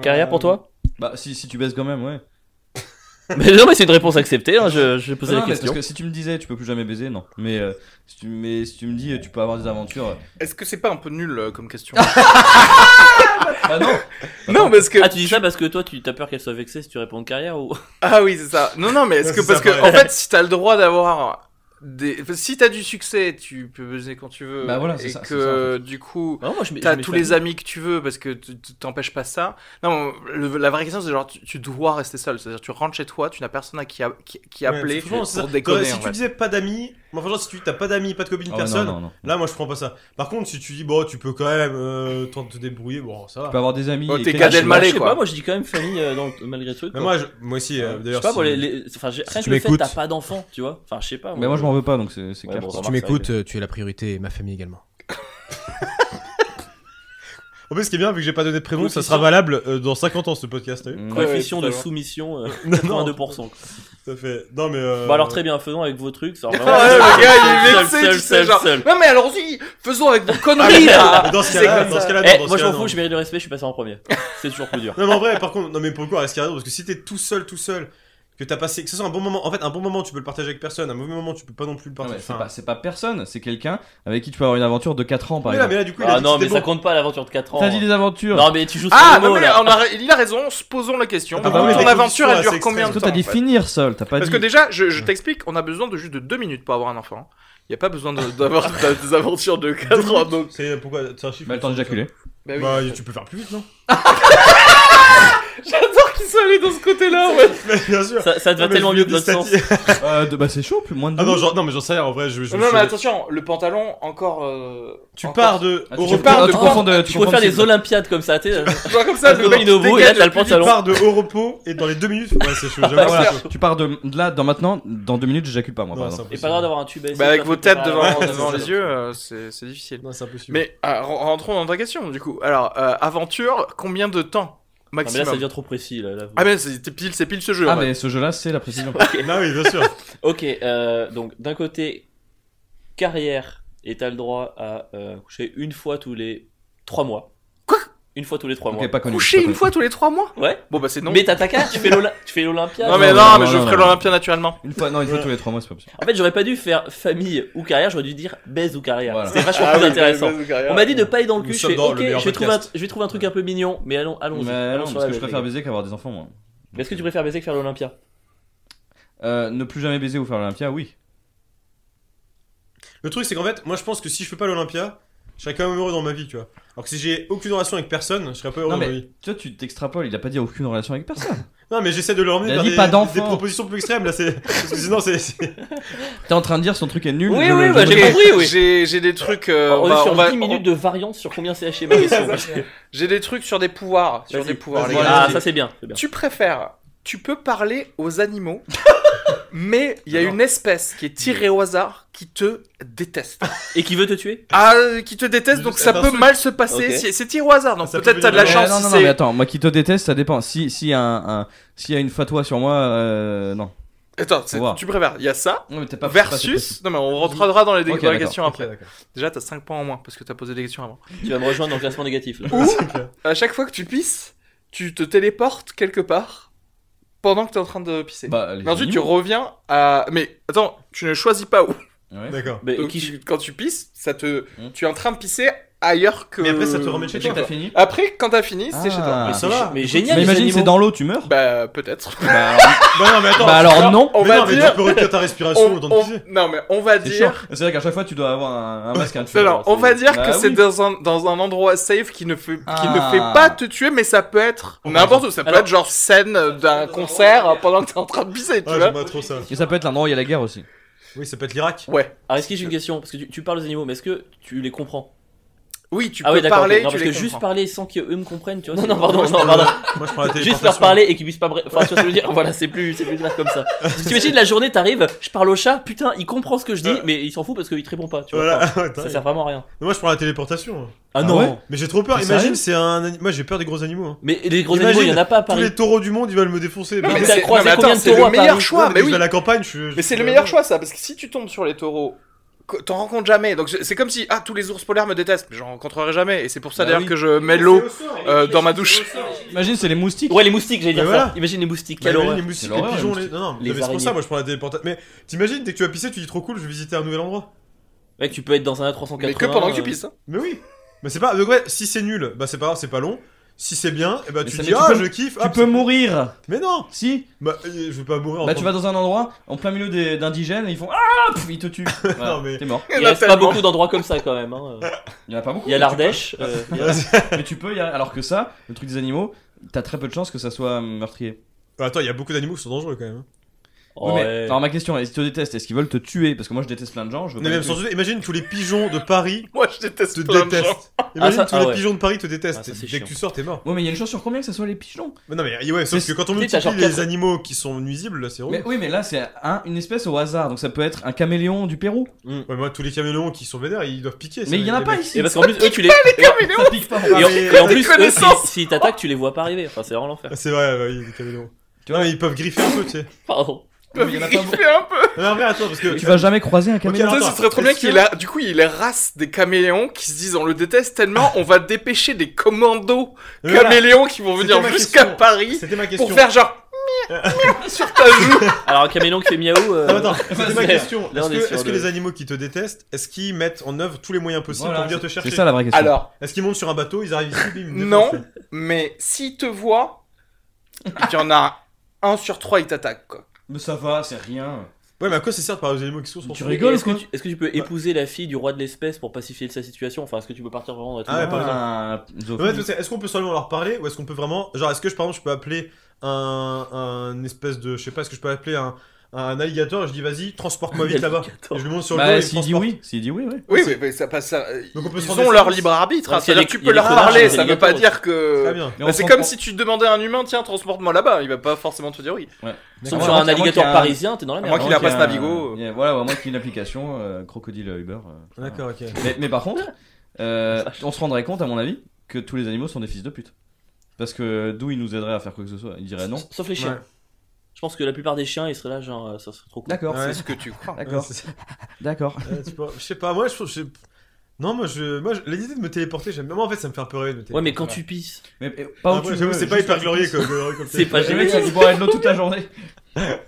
Speaker 4: Carrière pour toi [LAUGHS]
Speaker 5: Bah si, si tu baisses quand même, ouais.
Speaker 4: mais Non, mais c'est une réponse acceptée, hein, je, je posais
Speaker 5: Non,
Speaker 4: la
Speaker 5: mais parce
Speaker 4: question.
Speaker 5: que si tu me disais tu peux plus jamais baiser, non. Mais, euh, si, tu, mais si tu me dis euh, tu peux avoir des aventures. euh,
Speaker 3: Est-ce que c'est pas un peu nul euh,
Speaker 4: [LAUGHS]
Speaker 3: comme question
Speaker 5: Bah non
Speaker 3: Non, parce que.
Speaker 4: Ah, tu dis ça parce que toi, tu as peur qu'elle soit vexée si tu réponds carrière ou.
Speaker 3: Ah oui, c'est ça. Non, non, mais est-ce
Speaker 2: Ouais,
Speaker 3: que
Speaker 2: c'est
Speaker 3: parce
Speaker 2: ça,
Speaker 3: que en
Speaker 2: pareil.
Speaker 3: fait, si t'as le droit d'avoir des, enfin, si t'as du succès, tu peux baiser quand tu veux.
Speaker 5: Bah voilà, c'est
Speaker 3: et
Speaker 5: ça, c'est
Speaker 3: que du coup,
Speaker 4: Non, Bah, moi, je mets-
Speaker 3: t'as
Speaker 4: je mets
Speaker 3: tous
Speaker 4: famille.
Speaker 3: les amis que tu veux parce que tu tu t'empêches pas ça. Non, le- la vraie question c'est genre tu, tu dois rester seul. C'est-à-dire tu rentres chez toi, tu n'as personne à qui, a- qui, qui
Speaker 2: Ouais,
Speaker 3: appeler
Speaker 2: franchement,
Speaker 3: pour
Speaker 2: c'est ça.
Speaker 3: déconner.
Speaker 2: Si
Speaker 3: en
Speaker 2: tu
Speaker 3: fait.
Speaker 2: disais pas d'amis, moi, franchement, si tu t'as pas d'amis, pas de copine,
Speaker 5: Oh,
Speaker 2: personne,
Speaker 5: non, non, non.
Speaker 2: là, moi, je prends pas ça. Par contre, si tu dis, bon, tu peux quand même euh, tenter de te débrouiller, bon, ça
Speaker 5: Tu peux
Speaker 2: va.
Speaker 5: avoir des amis.
Speaker 3: Oh,
Speaker 5: et
Speaker 3: t'es
Speaker 5: quelques-
Speaker 4: Ah, je sais
Speaker 3: Gadel
Speaker 4: pas,
Speaker 3: Mallet,
Speaker 4: je sais
Speaker 3: quoi.
Speaker 4: pas, moi, je dis quand même famille euh, dans, malgré le truc.
Speaker 2: Mais
Speaker 4: quoi.
Speaker 2: moi, je- moi aussi, euh,
Speaker 4: je sais
Speaker 2: d'ailleurs,
Speaker 4: pas,
Speaker 2: si-
Speaker 4: pour les, les- enfin, j'ai-
Speaker 2: si
Speaker 4: rien
Speaker 2: tu
Speaker 4: que le fait que t'as
Speaker 2: m'écoutes-
Speaker 4: pas d'enfant, tu vois. Enfin, je sais pas.
Speaker 5: Mais moi je m'en veux pas donc c'est c'est
Speaker 4: Ouais,
Speaker 5: clair.
Speaker 4: bon,
Speaker 2: si
Speaker 4: ça
Speaker 2: tu
Speaker 4: marche, ça
Speaker 2: m'écoutes, euh, tu es la priorité, ma famille également. [LAUGHS] En fait, ce qui est bien, vu que j'ai pas donné de prénom, ça sera valable euh, dans 50 ans ce podcast.
Speaker 4: [LAUGHS]
Speaker 2: t'as vu
Speaker 5: Mm.
Speaker 4: Coefficient
Speaker 3: Ouais,
Speaker 4: de
Speaker 3: totalement.
Speaker 4: soumission, euh,
Speaker 2: Non,
Speaker 4: 82%. quoi.
Speaker 2: Ça fait. Non, mais. euh,
Speaker 4: Bon Bah, alors très bien, faisons avec vos trucs.
Speaker 3: Ah ouais, le gars, il est vexé, tu sais, genre. Non, mais allons-y, faisons avec
Speaker 2: [LAUGHS]
Speaker 3: vos conneries là.
Speaker 2: mais dans ce
Speaker 3: C'est
Speaker 2: cas-là,
Speaker 3: comme
Speaker 2: dans
Speaker 3: ça.
Speaker 2: ce cas-là, non,
Speaker 4: Eh,
Speaker 2: dans
Speaker 4: moi
Speaker 2: ce
Speaker 4: je
Speaker 2: cas-là,
Speaker 4: m'en
Speaker 2: non.
Speaker 4: fous, je mérite le respect, je suis passé en premier. C'est toujours plus dur.
Speaker 2: Non, mais en vrai, par contre, non, mais pour le coup, reste carré, parce que si t'es tout seul, tout seul, que t'as passé, que ce soit un bon moment, en fait, un bon moment, tu peux le partager avec personne, un mauvais moment, tu peux pas non plus le
Speaker 4: Ah
Speaker 5: Non, mais
Speaker 2: partager.
Speaker 5: c'est
Speaker 2: Enfin,
Speaker 5: pas, c'est pas personne, c'est quelqu'un avec qui tu peux avoir une aventure de 4 ans par
Speaker 2: mais là,
Speaker 5: exemple.
Speaker 2: mais là, du coup, il a
Speaker 4: Ah
Speaker 2: dit
Speaker 4: non,
Speaker 2: que
Speaker 4: mais
Speaker 2: c'était
Speaker 4: ça
Speaker 2: bon.
Speaker 4: compte pas l'aventure de 4 ans. hein.
Speaker 5: T'as dit des aventures
Speaker 4: Non mais tu joues sur
Speaker 3: Ah,
Speaker 4: les
Speaker 3: non,
Speaker 4: mots
Speaker 3: mais
Speaker 4: là.
Speaker 3: on a- il a raison, se posons la question.
Speaker 5: Ah, bah oui,
Speaker 3: Ton
Speaker 2: les
Speaker 3: aventure, elle
Speaker 2: conditions,
Speaker 3: dure
Speaker 2: c'est
Speaker 3: combien
Speaker 5: Parce
Speaker 3: de
Speaker 5: que
Speaker 3: temps
Speaker 5: t'as dit
Speaker 3: en fait
Speaker 5: finir seul, t'as pas
Speaker 3: Parce
Speaker 5: dit.
Speaker 3: que déjà, je, je t'explique, on a besoin de juste de deux minutes pour avoir un enfant. Il n'y a pas besoin de- d'avoir de- des aventures de 4 ans. Bah Donc...
Speaker 2: C'est pourquoi, c'est un chiffre.
Speaker 4: Ah
Speaker 5: Bah, le temps d'éjaculer.
Speaker 2: Bah, tu peux faire plus vite, non
Speaker 3: J'adore [LAUGHS] qu'ils soient allés dans ce côté-là, ouais.
Speaker 2: [LAUGHS] Mais bien sûr.
Speaker 4: Ça, ça te va
Speaker 2: Non, mais
Speaker 4: tellement
Speaker 2: je
Speaker 4: mieux que
Speaker 2: voulais
Speaker 4: notre
Speaker 2: des
Speaker 4: sens.
Speaker 2: stati-
Speaker 5: Euh, de- bah c'est chaud, plus moins de
Speaker 2: Ah non,
Speaker 5: deux.
Speaker 2: genre, non, mais j'en sais rien, en vrai, je, je me
Speaker 3: Non,
Speaker 2: suis-
Speaker 3: mais attention, le pantalon, encore. euh,
Speaker 2: Tu
Speaker 3: encore-
Speaker 2: pars de.
Speaker 5: Ah,
Speaker 2: au
Speaker 5: tu
Speaker 2: repos-
Speaker 3: parles de
Speaker 5: tu
Speaker 3: quoi
Speaker 5: confonds de-
Speaker 4: Tu
Speaker 5: tu
Speaker 4: pourrais
Speaker 5: confonds
Speaker 4: faire
Speaker 5: de
Speaker 4: des
Speaker 5: cible.
Speaker 4: olympiades comme ça, tu sais.
Speaker 3: Genre comme ça,
Speaker 4: Parce
Speaker 3: le
Speaker 4: que
Speaker 3: mec,
Speaker 4: dans
Speaker 3: il
Speaker 4: le nouveau,
Speaker 3: dégage
Speaker 4: là, t'as le
Speaker 3: plus
Speaker 2: Tu
Speaker 4: pantalon.
Speaker 2: pars de haut repos et dans les deux minutes. Ouais, c'est chaud, j'avoue.
Speaker 5: Voilà,
Speaker 2: c'est
Speaker 5: tu pars de là dans maintenant, dans deux minutes, j'éjacule bah, pas moi.
Speaker 2: Non,
Speaker 5: par
Speaker 2: c'est
Speaker 5: exemple.
Speaker 4: Et pas le droit d'avoir un tube. à
Speaker 3: vite.
Speaker 4: essai,
Speaker 3: Bah, avec
Speaker 4: pas
Speaker 3: vos
Speaker 4: tout, pas-
Speaker 3: têtes devant,
Speaker 4: Ouais,
Speaker 3: devant [LAUGHS]
Speaker 4: c'est
Speaker 3: les
Speaker 4: ça.
Speaker 3: yeux, euh, c'est c'est difficile.
Speaker 2: Non, c'est impossible.
Speaker 3: Mais euh, re- rentrons dans ta question, du coup. Alors, euh, aventure, combien de temps
Speaker 4: Non, mais là,
Speaker 3: maximum
Speaker 4: ça devient trop précis. Là, là.
Speaker 3: Ah, mais c'est c'est pile, c'est pile ce jeu.
Speaker 5: Ah
Speaker 3: en vrai.
Speaker 5: mais ce jeu-là, c'est la précision.
Speaker 2: [LAUGHS] Non, oui, bien sûr.
Speaker 4: Ok, euh, donc d'un côté, carrière, et t'as le droit à euh, coucher une fois tous les 3 mois.
Speaker 3: Quoi
Speaker 4: Une fois tous les 3
Speaker 5: Ok,
Speaker 4: mois.
Speaker 5: pas connu.
Speaker 3: Coucher
Speaker 5: pas
Speaker 3: une
Speaker 5: connu.
Speaker 3: fois tous les 3 mois
Speaker 4: Ouais,
Speaker 3: Bon, bah, c'est non.
Speaker 4: mais t'as ta carte, tu fais l'Oly- tu fais l'Olympia.
Speaker 3: Non, mais
Speaker 5: Non,
Speaker 3: non,
Speaker 5: non,
Speaker 3: mais je
Speaker 5: non,
Speaker 3: ferai
Speaker 5: non.
Speaker 3: l'Olympia naturellement.
Speaker 5: Une fois, non, une fois
Speaker 2: Ouais.
Speaker 5: tous les trois mois, c'est pas possible.
Speaker 4: En fait, j'aurais pas dû faire famille ou carrière, j'aurais dû dire baise ou carrière.
Speaker 5: Voilà.
Speaker 4: C'était
Speaker 3: Ah
Speaker 4: vachement plus Ah intéressant. On m'a dit de pas aller dans le
Speaker 2: Nous
Speaker 4: cul, je
Speaker 2: sommes
Speaker 4: fais
Speaker 2: dans le
Speaker 4: ok,
Speaker 2: meilleur
Speaker 4: je vais, trouver un,
Speaker 2: podcast.
Speaker 4: je vais trouver un truc un peu mignon, mais allons, allons-y.
Speaker 5: Mais
Speaker 4: allons
Speaker 5: non,
Speaker 4: sur
Speaker 5: parce
Speaker 4: la
Speaker 5: que je
Speaker 4: vague.
Speaker 5: préfère baiser qu'avoir des enfants, moi.
Speaker 4: Mais Est-ce que tu préfères baiser que faire l'Olympia
Speaker 5: Euh, ne plus jamais baiser ou faire l'Olympia, oui.
Speaker 2: Le truc, c'est qu'en fait, moi, je pense que si je fais pas l'Olympia, je serais quand même heureux dans ma vie, tu vois. Alors que si j'ai aucune relation avec personne, je serais pas heureux
Speaker 5: Non
Speaker 2: dans ma
Speaker 5: mais
Speaker 2: vie.
Speaker 5: toi, tu t'extrapoles. Il a pas dit aucune relation avec personne.
Speaker 2: Non, mais j'essaie de leur
Speaker 5: Il a
Speaker 2: mettre
Speaker 5: dit
Speaker 2: des,
Speaker 5: pas d'enfant.
Speaker 2: des propositions plus extrêmes, là, c'est. Parce que sinon, c'est. c'est-
Speaker 5: T'es en train de dire son truc est nul.
Speaker 4: Oui,
Speaker 5: je
Speaker 4: oui,
Speaker 5: le-
Speaker 4: bah,
Speaker 5: je le-
Speaker 4: j'ai compris, oui.
Speaker 3: J'ai j'ai des trucs. euh,
Speaker 4: On
Speaker 3: bah,
Speaker 4: est sur
Speaker 3: va-
Speaker 4: 10 minutes de variance sur combien c'est HM.
Speaker 3: J'ai des trucs sur des pouvoirs. Sur
Speaker 2: Vas-y,
Speaker 3: des pouvoirs,
Speaker 2: vas-y,
Speaker 3: Oh, les gars.
Speaker 4: Ah,
Speaker 2: vas-y.
Speaker 4: ça c'est bien. c'est bien.
Speaker 3: Tu préfères. Tu peux parler
Speaker 4: [LAUGHS]
Speaker 3: aux animaux, mais il y a
Speaker 2: Non.
Speaker 3: une espèce qui est tirée au hasard qui te déteste.
Speaker 4: Et qui veut te tuer
Speaker 3: Ah, euh, qui te déteste, donc
Speaker 2: Juste
Speaker 3: ça
Speaker 2: un
Speaker 3: peut
Speaker 2: truc.
Speaker 3: mal se passer.
Speaker 4: Ok.
Speaker 3: C'est- C'est tiré au hasard, donc
Speaker 2: Ça
Speaker 3: peut-être
Speaker 2: peut
Speaker 3: t'as de la
Speaker 2: venir-
Speaker 5: Ouais,
Speaker 3: chance.
Speaker 5: non,
Speaker 3: si
Speaker 5: non, non,
Speaker 3: c'est-
Speaker 5: mais attends, moi qui te déteste, ça dépend. Si, si, un, un- s'il y a une fatwa sur moi, euh, non.
Speaker 3: Attends, c'est-
Speaker 5: voir.
Speaker 3: tu préfères. Il y a ça.
Speaker 5: Non, mais t'es
Speaker 3: Versus, non mais on rentrera dans les, dé-
Speaker 5: Ok,
Speaker 3: dans les
Speaker 5: d'accord.
Speaker 3: questions
Speaker 2: Ok,
Speaker 3: après.
Speaker 2: d'accord.
Speaker 3: Déjà t'as 5 points en moins parce que t'as posé des questions avant.
Speaker 4: Tu vas me rejoindre dans le classement négatif. là.
Speaker 3: Ou
Speaker 2: C'est clair.
Speaker 3: à chaque fois que tu pisses, tu te téléportes quelque part pendant que t'es en train de pisser.
Speaker 5: Bah, les
Speaker 3: mais ensuite tu
Speaker 5: animaux.
Speaker 3: reviens à. Mais attends, tu ne choisis pas où.
Speaker 5: Ouais.
Speaker 2: D'accord.
Speaker 4: Mais
Speaker 3: Donc,
Speaker 4: qui- Hein
Speaker 3: tu- quand tu pisses, ça te,
Speaker 5: Hmm.
Speaker 3: tu es en train de pisser ailleurs que.
Speaker 2: Mais après, ça te remet chez
Speaker 5: Dès que
Speaker 2: toi.
Speaker 5: t'as fini.
Speaker 3: Après, quand t'as fini, c'est chez toi.
Speaker 5: Ah.
Speaker 2: Mais ça va.
Speaker 4: Mais
Speaker 5: Mais
Speaker 4: génial. les
Speaker 5: imagine,
Speaker 4: animaux.
Speaker 5: c'est dans l'eau, tu meurs.
Speaker 3: Bah peut-être.
Speaker 5: Bah, alors-
Speaker 2: Bah, non, mais attends.
Speaker 5: bah, alors non.
Speaker 3: On
Speaker 2: mais
Speaker 3: va
Speaker 2: non, mais
Speaker 3: dire.
Speaker 2: tu peux retenir ta respiration autant
Speaker 3: on-
Speaker 2: de pisser.
Speaker 3: Non mais on va
Speaker 5: C'est chiant.
Speaker 3: dire.
Speaker 5: C'est vrai qu'à chaque fois, tu dois avoir un, un masque. hein, tu vois,
Speaker 3: Alors,
Speaker 5: c'est-
Speaker 3: on va dire
Speaker 5: Bah
Speaker 3: que c'est
Speaker 5: oui.
Speaker 3: dans un, dans un endroit safe qui ne fait, qui
Speaker 5: Ah.
Speaker 3: ne fait pas te tuer, mais ça peut être
Speaker 2: Oh,
Speaker 3: n'importe où. Ça peut
Speaker 4: Alors-
Speaker 3: être genre scène euh, d'un concert euh, pendant que t'es en train de pisser, tu
Speaker 2: Ah,
Speaker 3: vois.
Speaker 2: j'aime pas trop ça.
Speaker 5: Et ça peut être l'endroit où il y a la guerre aussi.
Speaker 2: Oui, ça peut être l'Irak.
Speaker 3: Ouais.
Speaker 4: Alors, est-ce que j'ai une question Parce que tu, tu parles aux animaux, mais est-ce que tu les comprends
Speaker 3: Oui, tu
Speaker 4: Ah,
Speaker 3: peux
Speaker 4: oui, d'accord. ok.
Speaker 3: parler,
Speaker 4: Non,
Speaker 3: tu
Speaker 4: parce
Speaker 3: les
Speaker 4: que juste
Speaker 3: comprends.
Speaker 4: parler sans qu'eux me comprennent, tu vois. Non, non, pardon, non,
Speaker 2: Moi, je
Speaker 4: pardon.
Speaker 2: prends- Moi, je prends la téléportation.
Speaker 4: Juste faire parler et qu'ils puissent pas. bref- Enfin, tu vois ce que je veux dire Voilà, c'est plus, c'est plus grave comme ça. Parce que T'imagines la journée, t'arrives, je parle au chat, putain, il comprend ce que je dis,
Speaker 2: Ouais.
Speaker 4: mais il s'en fout parce qu'il te répond pas, tu vois.
Speaker 2: Voilà.
Speaker 4: Enfin, Ça
Speaker 2: [LAUGHS]
Speaker 4: sert vraiment à rien.
Speaker 2: Moi, je prends la téléportation.
Speaker 4: Ah
Speaker 5: non. ouais
Speaker 2: Mais j'ai trop peur.
Speaker 5: Mais
Speaker 2: Imagine,
Speaker 5: sérieux
Speaker 2: c'est un. ani- Moi, j'ai peur des gros animaux. hein.
Speaker 4: Mais les gros
Speaker 2: Imagine,
Speaker 4: animaux, il y en a pas à
Speaker 2: Tous
Speaker 4: Paris.
Speaker 2: les taureaux du monde, ils veulent me défoncer. Bah,
Speaker 4: mais
Speaker 2: Non,
Speaker 4: t'as
Speaker 3: c'est-
Speaker 4: croisé
Speaker 3: non, mais
Speaker 4: combien
Speaker 3: attends,
Speaker 4: de
Speaker 3: c'est
Speaker 4: taureaux à
Speaker 3: le meilleur
Speaker 4: Paris
Speaker 2: Non,
Speaker 3: choix, mais
Speaker 2: je vais
Speaker 3: oui.
Speaker 2: à la campagne, je suis.
Speaker 3: Mais c'est le meilleur choix, ça, parce que si tu tombes sur les taureaux, que- t'en rencontres jamais. Donc c'est c'est comme si, ah, tous les ours polaires me détestent, mais j'en rencontrerai jamais. Et c'est pour ça
Speaker 5: Bah
Speaker 3: d'ailleurs
Speaker 5: oui.
Speaker 3: que je mets l'eau euh, dans ma douche.
Speaker 5: Imagine, c'est les moustiques.
Speaker 4: Ouais, les moustiques, j'allais dire
Speaker 2: Mais
Speaker 4: ça.
Speaker 2: voilà.
Speaker 4: Imagine les moustiques,
Speaker 2: Bah,
Speaker 4: quelle
Speaker 2: imagine
Speaker 4: horreur.
Speaker 2: les moustiques,
Speaker 5: C'est
Speaker 2: les
Speaker 5: l'horreur,
Speaker 2: pigeons,
Speaker 5: les
Speaker 2: les. Non, non,
Speaker 4: Les
Speaker 2: mais c'est pour ça,
Speaker 4: araignées.
Speaker 2: moi je prends la téléportation. Mais t'imagines, dès que tu vas pisser, tu dis trop cool, je vais visiter un nouvel endroit.
Speaker 4: Mec, tu peux être dans un A380.
Speaker 3: Mais que pendant que tu
Speaker 4: euh,
Speaker 3: pisses. hein.
Speaker 2: Mais oui Mais c'est pas. donc ouais, si c'est nul, bah c'est pas grave, c'est pas long. Si c'est bien, et bah
Speaker 5: Mais
Speaker 2: tu
Speaker 5: ça-
Speaker 2: dis
Speaker 5: mais tu
Speaker 2: ah, je
Speaker 5: peux-
Speaker 2: kiffe.
Speaker 5: Tu
Speaker 2: ah,
Speaker 5: peux mourir.
Speaker 2: Mais non
Speaker 5: Si.
Speaker 2: Bah euh, je vais pas mourir en
Speaker 5: Bah
Speaker 2: tant
Speaker 5: tu
Speaker 2: que-
Speaker 5: vas dans un endroit en plein milieu des- d'indigènes et ils font ah pff, ils te tuent. Voilà,
Speaker 2: Non, mais-
Speaker 5: T'es mort.
Speaker 4: euh, Il
Speaker 3: y en a
Speaker 4: reste pas
Speaker 3: tellement.
Speaker 4: beaucoup d'endroits comme ça quand même. hein.
Speaker 5: Il y en a pas beaucoup.
Speaker 4: Il y a
Speaker 5: mais tu
Speaker 4: l'Ardèche. euh, il y a-
Speaker 5: peux- Mais tu peux. il y a- Alors que ça, le truc des animaux, t'as très peu de chances que ça soit meurtrier.
Speaker 2: Ah, Attends, il y a beaucoup d'animaux qui sont dangereux quand même. hein.
Speaker 5: Oui, mais-
Speaker 4: oh, Ouais.
Speaker 5: Alors ma question, est-ce qu'ils te détestent Est-ce qu'ils veulent te tuer Parce que moi je déteste plein de gens. Je veux
Speaker 2: Mais
Speaker 5: pas
Speaker 2: même
Speaker 5: les tuer.
Speaker 2: sans doute, imagine tous les pigeons de Paris
Speaker 3: Moi, je déteste
Speaker 2: te
Speaker 3: plein de gens.
Speaker 2: détestent. Imagine
Speaker 4: ça-
Speaker 2: tous
Speaker 4: ah
Speaker 2: les
Speaker 4: ouais.
Speaker 2: pigeons de Paris te
Speaker 4: Ah,
Speaker 2: détestent.
Speaker 4: ça, c'est
Speaker 2: Dès que
Speaker 4: chiant.
Speaker 2: tu sors, t'es mort.
Speaker 5: Ouais mais il y a une chance sur combien que ça soit les pigeons
Speaker 2: Mais non, mais ouais, sauf
Speaker 5: C'est-
Speaker 2: que quand on
Speaker 4: tu sais, t'as
Speaker 2: multiplie
Speaker 4: genre
Speaker 2: les
Speaker 4: quatre-
Speaker 2: animaux qui sont nuisibles, là c'est relou.
Speaker 5: mais, Oui mais là c'est un- une espèce au hasard donc ça peut être un caméléon du Pérou.
Speaker 2: Ouais, moi, tous les caméléons qui sont vénères, ils doivent piquer. ça,
Speaker 5: Mais il y en a
Speaker 2: les
Speaker 5: pas
Speaker 2: mecs.
Speaker 5: ici.
Speaker 4: Et bah, parce qu'en plus, eux, tu les. Et en-
Speaker 5: Ça pique pas.
Speaker 4: et en-
Speaker 2: mais-
Speaker 4: Et en plus,
Speaker 3: Des
Speaker 4: eux,
Speaker 3: connaissances.
Speaker 4: si- s'ils t'attaquent, tu les vois pas arriver. Enfin, c'est vraiment l'enfer.
Speaker 2: Ah, C'est vrai, bah oui, les caméléons.
Speaker 5: Tu
Speaker 2: Tu vois, mais ils peuvent griffer un peu,
Speaker 5: [LAUGHS]
Speaker 2: tu sais.
Speaker 4: Pardon.
Speaker 5: Non, mais il y en a [LAUGHS] pas beaucoup.
Speaker 3: Griffer un peu.
Speaker 2: Non, mais en vrai, attends, parce que. euh,
Speaker 5: Tu vas jamais croiser un
Speaker 2: Ok,
Speaker 5: caméléon.
Speaker 2: alors-
Speaker 3: Putain,
Speaker 2: Attends,
Speaker 3: ce serait trop bien
Speaker 2: est-ce
Speaker 3: qu'il
Speaker 2: que-
Speaker 3: a. Du coup, il les race des caméléons qui se disent on le déteste tellement, on va dépêcher des commandos
Speaker 2: Mais voilà,
Speaker 3: caméléons qui vont venir
Speaker 2: C'était ma
Speaker 3: jusqu'à
Speaker 2: question.
Speaker 3: Paris
Speaker 2: C'était ma question.
Speaker 3: pour faire genre. miaou, sur ta joue.
Speaker 4: Alors, un caméléon qui fait miaou. euh,
Speaker 2: Ah,
Speaker 5: [LAUGHS]
Speaker 2: attends, c'était ma
Speaker 4: c'est-
Speaker 2: question. Est-ce
Speaker 4: là, on
Speaker 2: que,
Speaker 4: est sur
Speaker 2: est-ce que
Speaker 4: le-
Speaker 2: les animaux qui te détestent, est-ce qu'ils mettent en œuvre tous les moyens possibles
Speaker 5: Voilà,
Speaker 2: pour venir te chercher
Speaker 5: C'est ça la vraie question.
Speaker 3: Alors,
Speaker 2: Est-ce qu'ils montent sur un bateau, ils arrivent ici, bim, ils me
Speaker 3: non,
Speaker 2: défoncent.
Speaker 3: mais s'ils te voient, il y en a un sur trois, ils t'attaquent quoi.
Speaker 5: Mais ça va, c'est rien.
Speaker 2: Ouais, mais à quoi ça sert de parler aux animaux qui sont sur
Speaker 4: Tu
Speaker 2: son-
Speaker 4: rigoles Est-ce
Speaker 2: Est-ce
Speaker 4: que, tu- est-ce que tu peux épouser la fille du roi de l'espèce pour pacifier de sa situation Enfin, est-ce que tu peux partir vraiment dans la
Speaker 2: Ah ouais,
Speaker 4: tour-
Speaker 2: par exemple.
Speaker 5: Ah, zoophilie.
Speaker 2: Ouais, tu sais, Est-ce qu'on peut seulement leur parler ou est-ce qu'on peut vraiment. Genre, est-ce que je, par exemple, je peux appeler un, un espèce de. Je sais pas, est-ce que je peux appeler un, un alligator et je dis vas-y, transporte-moi vite là-bas. Et je lui monte sur le dos
Speaker 5: Bah,
Speaker 2: et il
Speaker 5: s'il dit
Speaker 2: transporte.
Speaker 5: oui, s'il dit oui, ouais.
Speaker 3: Oui, mais, mais ça passe. Ça...
Speaker 2: Donc on peut se
Speaker 3: Ils
Speaker 2: rendre
Speaker 3: ont
Speaker 2: service.
Speaker 3: leur libre arbitre.
Speaker 4: Ouais,
Speaker 3: hein,
Speaker 4: s'il y a
Speaker 3: C'est-à-dire
Speaker 4: des-
Speaker 3: que tu
Speaker 4: il y
Speaker 3: peux
Speaker 4: a des
Speaker 3: leur
Speaker 4: connards,
Speaker 3: parler.
Speaker 4: il y a
Speaker 3: Ça
Speaker 4: des
Speaker 3: veut pas
Speaker 4: gâteaux.
Speaker 3: dire
Speaker 2: Très
Speaker 3: que.
Speaker 2: bien.
Speaker 5: Mais on
Speaker 3: Bah, c'est
Speaker 5: s'en
Speaker 3: comme
Speaker 5: prend-
Speaker 3: si tu demandais à un humain, tiens, transporte-moi là-bas. Il va pas forcément te dire oui.
Speaker 4: Sauf
Speaker 5: Ouais,
Speaker 4: sur
Speaker 5: à moins
Speaker 4: un
Speaker 5: qu'il y ait
Speaker 4: alligator
Speaker 5: un-
Speaker 4: parisien, t'es dans la
Speaker 3: à
Speaker 4: merde.
Speaker 3: moins qu'il a
Speaker 5: Avant
Speaker 3: un passe
Speaker 5: qu'il y ait
Speaker 3: Navigo.
Speaker 5: il y a- Voilà, à moins qu'il y ait une application, euh, Crocodile Uber. euh, voilà.
Speaker 2: D'accord, ok.
Speaker 5: Mais, mais par contre, euh, on se rendrait compte, à mon avis, que tous les animaux sont des fils de pute. Parce que d'où ils nous aideraient à faire quoi que ce soit Ils diraient Ah, bah, non.
Speaker 4: Sauf les chiens.
Speaker 2: Ouais.
Speaker 4: Je pense que la plupart des chiens, ils seraient là, genre, euh, ça serait trop cool.
Speaker 5: D'accord,
Speaker 2: Ouais.
Speaker 3: C'est ce que tu crois.
Speaker 5: d'accord,
Speaker 2: Ouais, c'est-
Speaker 5: d'accord.
Speaker 2: euh, tu peux- Je sais pas, moi je trouve. je sais- Non, moi, je... moi je- l'idée de me téléporter, j'aime bien. Moi en fait, ça me fait un peu rêver de me téléporter.
Speaker 4: Ouais, mais quand tu pisses,
Speaker 5: Mais mais
Speaker 2: Ah,
Speaker 5: pas où
Speaker 2: ouais,
Speaker 5: tu
Speaker 2: j'avoue,
Speaker 5: veux,
Speaker 2: c'est pas
Speaker 5: juste
Speaker 2: hyper
Speaker 5: où tu
Speaker 2: glorieux
Speaker 5: pisses.
Speaker 2: comme, comme- comme
Speaker 4: C'est pas
Speaker 5: Le mec,
Speaker 4: génial.
Speaker 5: ça dit boire de l'eau toute la journée.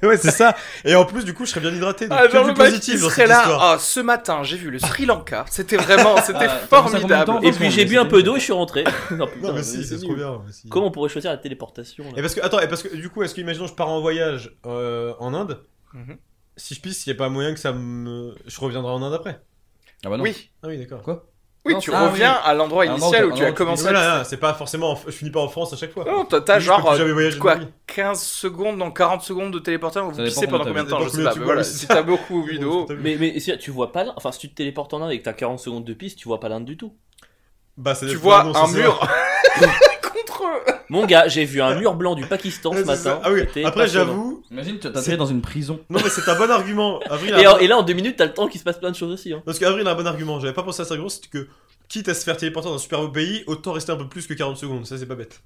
Speaker 2: Ouais, c'est ça. Et en plus, du coup, je serais bien hydraté. Donc,
Speaker 3: Ah,
Speaker 2: que
Speaker 3: genre,
Speaker 2: du
Speaker 3: le mec,
Speaker 2: positif
Speaker 3: il
Speaker 2: dans
Speaker 3: serait
Speaker 2: cette
Speaker 3: là.
Speaker 2: histoire.
Speaker 3: Ah, ce matin, j'ai vu le Sri Lanka. C'était vraiment, c'était
Speaker 5: Ah, t'as vu ça combien de
Speaker 3: formidable.
Speaker 5: temps
Speaker 4: et
Speaker 5: Franchement,
Speaker 4: puis j'ai
Speaker 5: mais
Speaker 4: bu un
Speaker 5: c'était-
Speaker 4: peu d'eau et je suis rentré. Non, putain,
Speaker 2: Non, mais
Speaker 4: mais
Speaker 2: si,
Speaker 4: c'est
Speaker 2: c'est trop
Speaker 4: nul.
Speaker 2: bien. mais si.
Speaker 4: Comment on pourrait choisir la téléportation
Speaker 2: Et
Speaker 4: là
Speaker 2: parce que, attends, et parce que du coup, est-ce que, imaginons, je pars en voyage euh, en Inde.
Speaker 3: Mhm.
Speaker 4: Ah,
Speaker 2: Si je pisse, il n'y a pas moyen que ça me. Je reviendrai en Inde après.
Speaker 5: Ah bah non.
Speaker 3: Oui,
Speaker 2: Ah oui, d'accord.
Speaker 3: oui,
Speaker 5: Non,
Speaker 3: tu
Speaker 5: c'est- ah,
Speaker 3: reviens à l'endroit
Speaker 5: Ah, non,
Speaker 3: initial
Speaker 5: t'as-
Speaker 3: où
Speaker 5: ah,
Speaker 3: tu as
Speaker 5: non, tu-
Speaker 2: Mais
Speaker 3: commencé.
Speaker 2: voilà, là, c'est pas forcément. en- Je finis pas en France à chaque fois.
Speaker 3: Non, t'as- t'as
Speaker 2: Je peux plus
Speaker 3: genre euh,
Speaker 2: jamais voyager de
Speaker 3: quoi,
Speaker 2: ma vie.
Speaker 3: 15 secondes dans 40 secondes de téléporteur, vous
Speaker 5: Ça dépend
Speaker 3: pissez pendant combien
Speaker 5: combien t'as
Speaker 3: de temps,
Speaker 2: vu.
Speaker 3: je sais
Speaker 2: Combien
Speaker 3: pas.
Speaker 2: tu
Speaker 3: mais
Speaker 2: bois,
Speaker 3: Voilà,
Speaker 2: oui, c'est
Speaker 3: si
Speaker 2: ça.
Speaker 3: t'as [LAUGHS] beaucoup vu d'eau.
Speaker 2: T'as vu
Speaker 4: Mais, mais si tu vois pas l'Inde, enfin si tu te téléportes en Inde et que t'as 40 secondes de piste, tu vois pas l'Inde du tout.
Speaker 2: Bah, c'est-
Speaker 3: Tu
Speaker 2: non,
Speaker 3: vois
Speaker 2: non, ça,
Speaker 3: un
Speaker 2: c'est
Speaker 3: [LAUGHS] mur contre eux.
Speaker 4: Mon gars, j'ai vu un mur blanc du Pakistan
Speaker 2: vrai.
Speaker 4: ce
Speaker 2: Ouais, c'est ça.
Speaker 4: matin.
Speaker 2: Ah oui,
Speaker 4: C'était
Speaker 2: après,
Speaker 4: passionnant.
Speaker 2: j'avoue.
Speaker 5: Imagine, t'as
Speaker 2: C'est-
Speaker 5: atterri dans une prison.
Speaker 2: Non, mais c'est un bon argument. Avril, a
Speaker 4: Et,
Speaker 2: un
Speaker 4: en-
Speaker 2: bon-
Speaker 4: et là, en deux minutes, t'as le temps qu'il se passe plein de choses aussi. Hein.
Speaker 2: Parce qu'Avril a un bon argument. J'avais pas pensé à cet argument. C'est que, quitte à se faire téléporter dans un super beau pays, autant rester un peu plus que 40 secondes. Ça, c'est pas bête.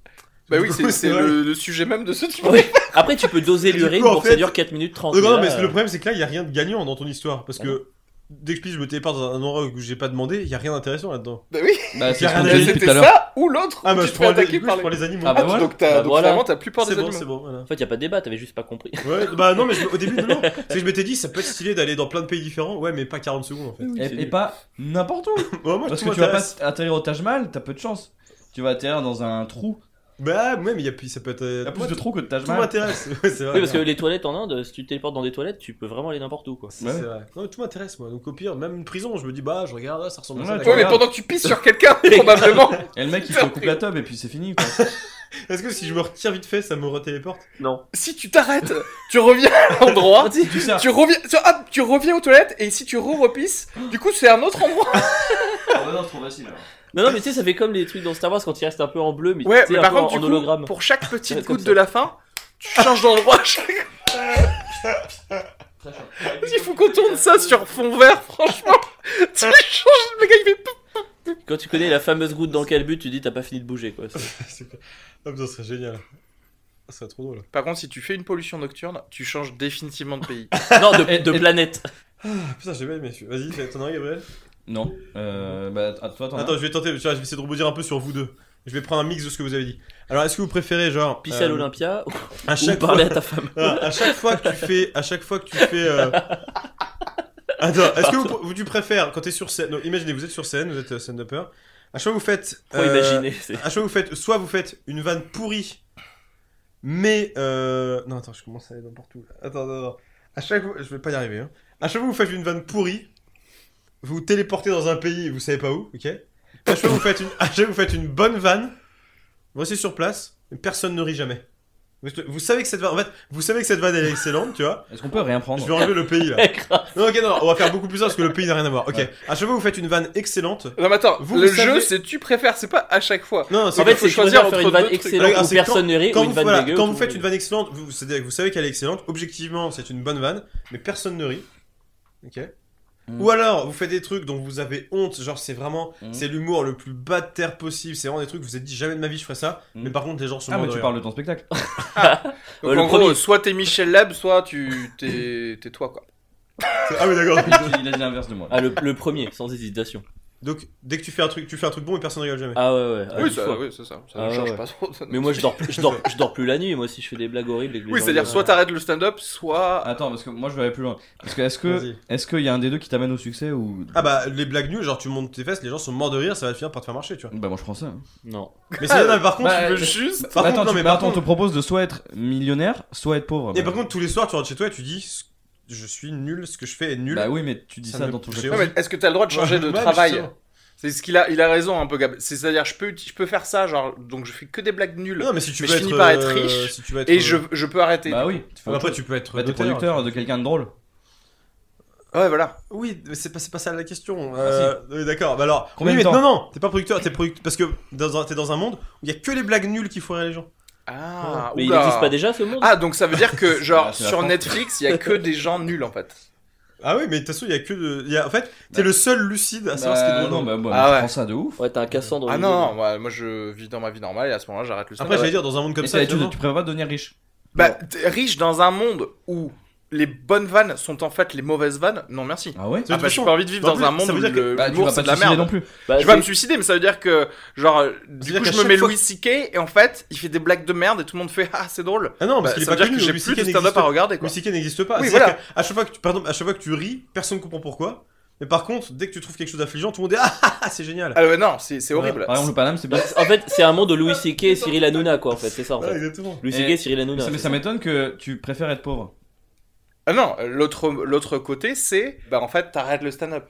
Speaker 3: Bah
Speaker 2: Du
Speaker 3: oui,
Speaker 2: coup,
Speaker 3: c'est c'est
Speaker 2: vrai.
Speaker 3: le, le sujet même de ce type.
Speaker 4: Ouais. Après, tu peux doser
Speaker 2: Du coup,
Speaker 4: l'urine
Speaker 2: en
Speaker 4: pour que
Speaker 2: fait-
Speaker 4: ça dure 4 minutes 30.
Speaker 2: Non, non,
Speaker 4: Oh, mais
Speaker 2: mais
Speaker 4: là, euh,
Speaker 2: le problème, c'est que là, il n'y a rien de gagnant dans ton histoire. Parce
Speaker 4: Ah
Speaker 2: que dès que je pisse, je me téléporte dans un endroit où j'ai pas demandé, il n'y a rien d'intéressant là-dedans.
Speaker 3: Bah oui,
Speaker 5: Bah, c'est ce
Speaker 2: Carrément, On
Speaker 3: mais
Speaker 5: qu'on
Speaker 2: te l'a
Speaker 5: t'a dit tout
Speaker 3: c'était
Speaker 5: à l'heure.
Speaker 3: ça ou l'autre.
Speaker 2: Ah,
Speaker 3: où
Speaker 2: bah, je
Speaker 3: tu te fais
Speaker 2: prends, les...
Speaker 3: attaquer
Speaker 2: du coup,
Speaker 3: par
Speaker 2: je
Speaker 3: les.
Speaker 2: prends les animaux.
Speaker 5: Ah,
Speaker 3: Ah,
Speaker 5: bah
Speaker 3: tu-
Speaker 5: voilà.
Speaker 3: donc t'as-
Speaker 4: Bah,
Speaker 3: donc
Speaker 4: voilà.
Speaker 3: vraiment t'as plus peur
Speaker 2: c'est
Speaker 3: des
Speaker 2: bon,
Speaker 3: animaux.
Speaker 2: c'est bon. voilà.
Speaker 4: En fait, y a pas de débat, t'avais juste pas compris.
Speaker 2: Ouais, bah non, mais je- au début, non, non. C'est que je m'étais dit, ça peut être stylé d'aller dans plein de pays différents. Ouais, mais pas 40 secondes en
Speaker 3: Mm.
Speaker 2: fait.
Speaker 5: Et, et pas n'importe où.
Speaker 2: Ouais, moi, je
Speaker 5: Parce
Speaker 2: trouve
Speaker 5: que tu vas
Speaker 2: intéressant.
Speaker 5: pas atterrir au Taj Mahal, t'as peu de chance. Tu vas atterrir dans un trou.
Speaker 2: Bah, ouais, mais il y a plus, ça peut être. euh,
Speaker 5: T'as plus
Speaker 2: moi,
Speaker 5: de trous que de Taj
Speaker 2: Tout
Speaker 5: Mahal.
Speaker 2: m'intéresse. Ouais, c'est vrai.
Speaker 4: Oui, parce que les toilettes en Inde, si tu te téléportes dans des toilettes, tu peux vraiment aller n'importe où quoi.
Speaker 2: C'est
Speaker 5: Ouais.
Speaker 2: vrai. Non, mais tout m'intéresse, moi. Donc, au pire, même une prison, je me dis, bah, je regarde, ah, ça ressemble
Speaker 5: Ouais,
Speaker 2: à ça.
Speaker 5: tu
Speaker 2: d'accord.
Speaker 3: Ouais, mais
Speaker 5: Regarde.
Speaker 3: pendant que tu pisses sur quelqu'un,
Speaker 2: [LAUGHS]
Speaker 3: probablement.
Speaker 5: Et le mec, il te coupe la tube et puis c'est fini. Quoi.
Speaker 2: Est-ce que si je me retire vite fait, ça me retéléporte [LAUGHS]
Speaker 4: Non.
Speaker 3: Si tu t'arrêtes, tu reviens à l'endroit.
Speaker 5: tu
Speaker 2: [LAUGHS]
Speaker 5: sers.
Speaker 3: Tu reviens, tu, ah, tu reviens aux toilettes et si tu re-repisses, du coup c'est un autre endroit.
Speaker 5: Ah, bah non, c'est trop facile. alors.
Speaker 4: Non, non, mais tu sais, ça fait comme les trucs dans Star Wars quand il reste un peu en bleu, mais
Speaker 3: Ouais,
Speaker 4: tu sais,
Speaker 3: mais
Speaker 4: un
Speaker 3: par
Speaker 4: peu
Speaker 3: contre,
Speaker 4: en,
Speaker 3: du
Speaker 4: en
Speaker 3: coup,
Speaker 4: hologramme.
Speaker 3: pour chaque
Speaker 4: Ouais,
Speaker 3: [LAUGHS] petite
Speaker 4: comme
Speaker 3: goutte
Speaker 4: ça.
Speaker 3: de la fin, tu changes d'endroit. à chaque-
Speaker 4: [LAUGHS]
Speaker 3: Il faut qu'on tourne ça sur fond
Speaker 4: [LAUGHS]
Speaker 3: vert, franchement. Tu changes, le gars il fait
Speaker 4: Quand tu connais la fameuse goutte
Speaker 3: [LAUGHS]
Speaker 4: dans quel but, tu dis t'as pas fini de bouger quoi. C'est-
Speaker 2: C'est clair. Ah, mais ça serait génial. Ça serait trop drôle.
Speaker 3: Par contre, si tu fais une pollution nocturne, tu changes définitivement de pays.
Speaker 4: Non, de,
Speaker 5: Et-
Speaker 4: de
Speaker 5: et-
Speaker 4: planète.
Speaker 2: Ah, putain, j'ai bien aimé. Vas-y, t'en as un, Gabriel
Speaker 5: Non. Euh, bah, à toi, t'en as.
Speaker 2: Attends, je vais tenter, je vais essayer de rebondir un peu sur vous deux. Je vais prendre un mix de ce que vous avez dit. Alors, est-ce que vous préférez, genre.
Speaker 4: Pisser à
Speaker 2: euh,
Speaker 4: l'Olympia ou
Speaker 2: à chaque fois,
Speaker 4: parler à ta femme.
Speaker 2: Ah, à chaque fois que tu fais. À chaque fois que tu fais.
Speaker 4: [LAUGHS]
Speaker 2: euh, Attends, est-ce que vous, vous- tu préfères, quand t'es sur scène. non, imaginez, vous êtes sur scène, vous êtes euh, stand-upper. À chaque fois, vous faites.
Speaker 4: Faut
Speaker 2: euh,
Speaker 4: imaginer. c'est-
Speaker 2: À chaque fois, vous faites. Soit vous faites une vanne pourrie, mais. euh, Non, attends, je commence à aller n'importe où. Attends, attends, attends. À chaque fois. Je vais pas y arriver. hein. À chaque fois, vous faites une vanne pourrie, vous vous téléportez dans un pays, vous savez pas où, ok À chaque fois, vous faites une, à chaque fois, vous faites une bonne vanne, vous restez sur place, et personne ne rit jamais. Vous, vous savez que cette vanne, en fait, vous savez que cette vanne elle est excellente, tu vois.
Speaker 5: Est-ce qu'on peut rien
Speaker 2: Je
Speaker 5: prendre
Speaker 2: vais enlever le pays
Speaker 4: [LAUGHS]
Speaker 2: là.
Speaker 4: Grave.
Speaker 2: Non, ok, non, on va faire beaucoup plus ça parce que le pays n'a rien à voir. Ok.
Speaker 5: Ouais.
Speaker 2: À chaque fois, vous faites une vanne excellente.
Speaker 3: Non, mais attends,
Speaker 2: Vous,
Speaker 3: le
Speaker 2: vous savez-
Speaker 3: jeu c'est tu préfères, c'est pas à chaque fois.
Speaker 2: Non, non, c'est
Speaker 4: En fait,
Speaker 3: faut
Speaker 4: c'est
Speaker 3: choisir
Speaker 4: choisir faire une
Speaker 3: entre
Speaker 4: vanne
Speaker 3: deux trucs.
Speaker 4: excellente
Speaker 2: Ah,
Speaker 4: où
Speaker 2: c'est
Speaker 4: personne ne rit
Speaker 2: quand
Speaker 4: ou une
Speaker 2: vous,
Speaker 4: vanne
Speaker 2: voilà,
Speaker 4: dégueu.
Speaker 2: quand
Speaker 4: où
Speaker 2: vous
Speaker 4: tout le
Speaker 2: faites une
Speaker 4: monde
Speaker 2: vanne excellente, vous, c'est-à-dire que vous savez qu'elle est excellente, objectivement c'est une bonne vanne, mais personne ne rit. Ok.
Speaker 5: Mm.
Speaker 2: Ou alors vous faites des trucs dont vous avez honte, genre c'est vraiment
Speaker 5: Mm.
Speaker 2: c'est l'humour le plus bas de terre possible, c'est vraiment des trucs que vous vous êtes dit jamais de ma vie je ferais ça,
Speaker 5: Mm.
Speaker 2: mais par contre les gens se
Speaker 5: Ah,
Speaker 2: meurent
Speaker 5: mais
Speaker 2: de
Speaker 5: tu
Speaker 2: rire.
Speaker 5: parles de ton
Speaker 2: [LAUGHS]
Speaker 5: spectacle.
Speaker 3: Donc
Speaker 4: Le
Speaker 3: en gros,
Speaker 4: premier.
Speaker 3: soit t'es Michel Lab, soit tu t'es t'es toi quoi.
Speaker 2: Ah oui d'accord. [LAUGHS]
Speaker 5: Il a dit l'inverse de moi.
Speaker 4: Ah, le, le premier, sans hésitation.
Speaker 2: Donc dès que tu fais un truc, tu fais un truc bon et personne ne rigole jamais.
Speaker 4: Ah ouais, ouais. ah,
Speaker 3: oui,
Speaker 4: une
Speaker 3: ça,
Speaker 4: fois.
Speaker 3: oui, c'est ça. Ça
Speaker 4: Ah
Speaker 3: ne
Speaker 4: ouais,
Speaker 3: change
Speaker 4: ouais.
Speaker 3: pas trop. ça.
Speaker 4: Mais moi, je dors, plus- je, dors, je dors plus la nuit. Moi aussi, je fais des blagues horribles. et que les
Speaker 3: Oui,
Speaker 4: gens euh, Ah,
Speaker 3: c'est-à-dire
Speaker 4: rigolent.
Speaker 3: soit t'arrêtes le stand-up, soit.
Speaker 5: Attends, parce que moi je vais aller plus loin. Parce que est-ce que
Speaker 2: Vas-y.
Speaker 5: est-ce qu'il y a un des deux qui t'amène au succès ou
Speaker 2: Ah bah les blagues nues, genre tu montes tes fesses, les gens sont morts de rire, ça va finir par te faire marcher, tu vois.
Speaker 5: Bah moi je prends ça. hein.
Speaker 4: Non.
Speaker 2: Mais c'est non, mais par contre,
Speaker 5: Bah,
Speaker 2: tu veux-
Speaker 3: Juste.
Speaker 2: par
Speaker 5: Bah,
Speaker 2: contre,
Speaker 5: attends,
Speaker 2: non,
Speaker 5: tu-
Speaker 2: mais
Speaker 5: bah,
Speaker 2: par
Speaker 5: attends, on
Speaker 2: contre-
Speaker 5: te propose de soit être millionnaire, soit être pauvre.
Speaker 2: et
Speaker 5: Bah,
Speaker 2: par contre tous les soirs tu rentres chez toi et tu dis je suis nul, ce que je fais est nul.
Speaker 5: Bah oui, mais tu dis
Speaker 2: Ça
Speaker 5: ça,
Speaker 2: me-
Speaker 5: dans ton
Speaker 2: j'ai
Speaker 5: jeu.
Speaker 3: Ouais, mais est-ce que t'as le droit de changer
Speaker 2: [LAUGHS]
Speaker 3: de
Speaker 2: Ouais,
Speaker 3: travail
Speaker 2: justement.
Speaker 3: C'est ce qu'il a, il a raison un peu, Gab. C'est- C'est-à-dire, je peux, je peux faire ça, genre, donc je fais que des blagues nulles.
Speaker 2: Non, mais si tu
Speaker 3: Mais
Speaker 2: veux
Speaker 3: je
Speaker 2: être,
Speaker 3: finis par être
Speaker 2: euh,
Speaker 3: riche,
Speaker 2: si tu veux être,
Speaker 3: et
Speaker 2: euh,
Speaker 3: je, je peux arrêter.
Speaker 5: Bah oui. tu fais
Speaker 2: Bah,
Speaker 5: autre
Speaker 2: après,
Speaker 5: chose.
Speaker 2: tu peux être
Speaker 5: Bah, t'es
Speaker 2: notaire.
Speaker 5: producteur de quelqu'un de drôle.
Speaker 3: Ouais, voilà.
Speaker 2: Oui, mais c'est pas, c'est pas ça la question. Euh, oui, D'accord, bah alors.
Speaker 5: Ah, Combien
Speaker 2: oui,
Speaker 5: de
Speaker 2: mais
Speaker 5: temps
Speaker 2: non, non, t'es pas producteur, t'es producteur. Parce que dans un- t'es dans un monde où il y a que les blagues nulles qui font rire les gens.
Speaker 3: Ah,
Speaker 4: Mais il
Speaker 3: oula.
Speaker 4: n'existe pas déjà ce monde
Speaker 3: Ah, donc ça veut dire
Speaker 2: [LAUGHS]
Speaker 3: que, genre,
Speaker 5: C'est la
Speaker 3: sur
Speaker 5: France.
Speaker 3: Netflix, il y a que des gens nuls en fait.
Speaker 2: Ah oui, mais de toute façon, il y a que. De... il y a- En fait, t'es
Speaker 5: Bah.
Speaker 2: le seul lucide à savoir ce qui
Speaker 5: Bah,
Speaker 2: est drôle.
Speaker 5: non, bah, moi,
Speaker 3: Ah
Speaker 5: je
Speaker 3: ouais.
Speaker 5: prends ça de ouf.
Speaker 4: Ouais, t'as un Cassandre.
Speaker 3: Ah
Speaker 4: au
Speaker 3: non,
Speaker 4: milieu.
Speaker 3: non, moi, moi, je vis dans ma vie normale et à ce moment-là j'arrête le
Speaker 2: Après,
Speaker 3: stand-up.
Speaker 2: j'allais dire, dans un monde comme
Speaker 5: Et
Speaker 2: ça.
Speaker 5: ça, tu,
Speaker 2: évidemment.
Speaker 5: tu prévois pas de devenir riche.
Speaker 3: Bah, t'es riche dans un monde où les bonnes vannes sont en fait les mauvaises vannes Non, merci.
Speaker 5: Ah ouais
Speaker 2: C'est
Speaker 3: Ah
Speaker 2: une
Speaker 3: bah, j'ai
Speaker 2: question.
Speaker 3: pas envie de
Speaker 2: En
Speaker 3: vivre dans
Speaker 2: plus,
Speaker 3: un
Speaker 2: ça
Speaker 3: monde
Speaker 2: veut
Speaker 3: où
Speaker 2: dire que-
Speaker 3: le-
Speaker 5: Bah, tu vas
Speaker 3: l'humour
Speaker 5: pas
Speaker 3: c'est
Speaker 5: te
Speaker 3: de la
Speaker 5: suicider
Speaker 3: merde.
Speaker 5: non plus.
Speaker 4: Bah,
Speaker 3: Je vais
Speaker 4: c'est-
Speaker 3: me suicider, mais ça veut dire que, genre, euh,
Speaker 2: veut
Speaker 3: du
Speaker 2: dire
Speaker 3: coup,
Speaker 2: qu'à
Speaker 3: je me
Speaker 2: chaque
Speaker 3: mets
Speaker 2: fois-
Speaker 3: Louis C.K. et en fait, il fait des blagues de merde et tout le monde fait Ah, c'est drôle.
Speaker 2: Ah non, parce
Speaker 3: Bah,
Speaker 2: qu'il est
Speaker 3: ça veut
Speaker 2: pas
Speaker 3: dire
Speaker 2: connu,
Speaker 3: que j'ai
Speaker 2: Louis CK
Speaker 3: plus de stand-up
Speaker 2: n'existe
Speaker 3: à regarder quoi.
Speaker 2: Louis CK n'existe pas.
Speaker 3: Oui,
Speaker 2: C'est-à-dire
Speaker 3: voilà.
Speaker 2: que à chaque fois que tu, pardon, à chaque fois que tu ris, personne comprend pourquoi. Mais par contre, dès que tu trouves quelque chose d'affligeant, tout le monde est [LAUGHS] ah, ah, ah, c'est génial.
Speaker 3: Ah ouais, non, c'est c'est horrible.
Speaker 5: Par exemple, le Paname, c'est bien.
Speaker 4: En fait, c'est un monde de Louis C.K. et Cyril Hanouna, quoi, en fait, c'est ça, en
Speaker 2: Voilà,
Speaker 4: fait.
Speaker 2: exactement.
Speaker 4: Louis
Speaker 5: Et-
Speaker 4: C.K. Cyril
Speaker 5: Mais
Speaker 4: Hanouna.
Speaker 5: ça- mais ça m'étonne que tu préfères être pauvre.
Speaker 3: Ah non, euh, l'autre l'autre côté, c'est bah en fait, t'arrêtes le stand-up.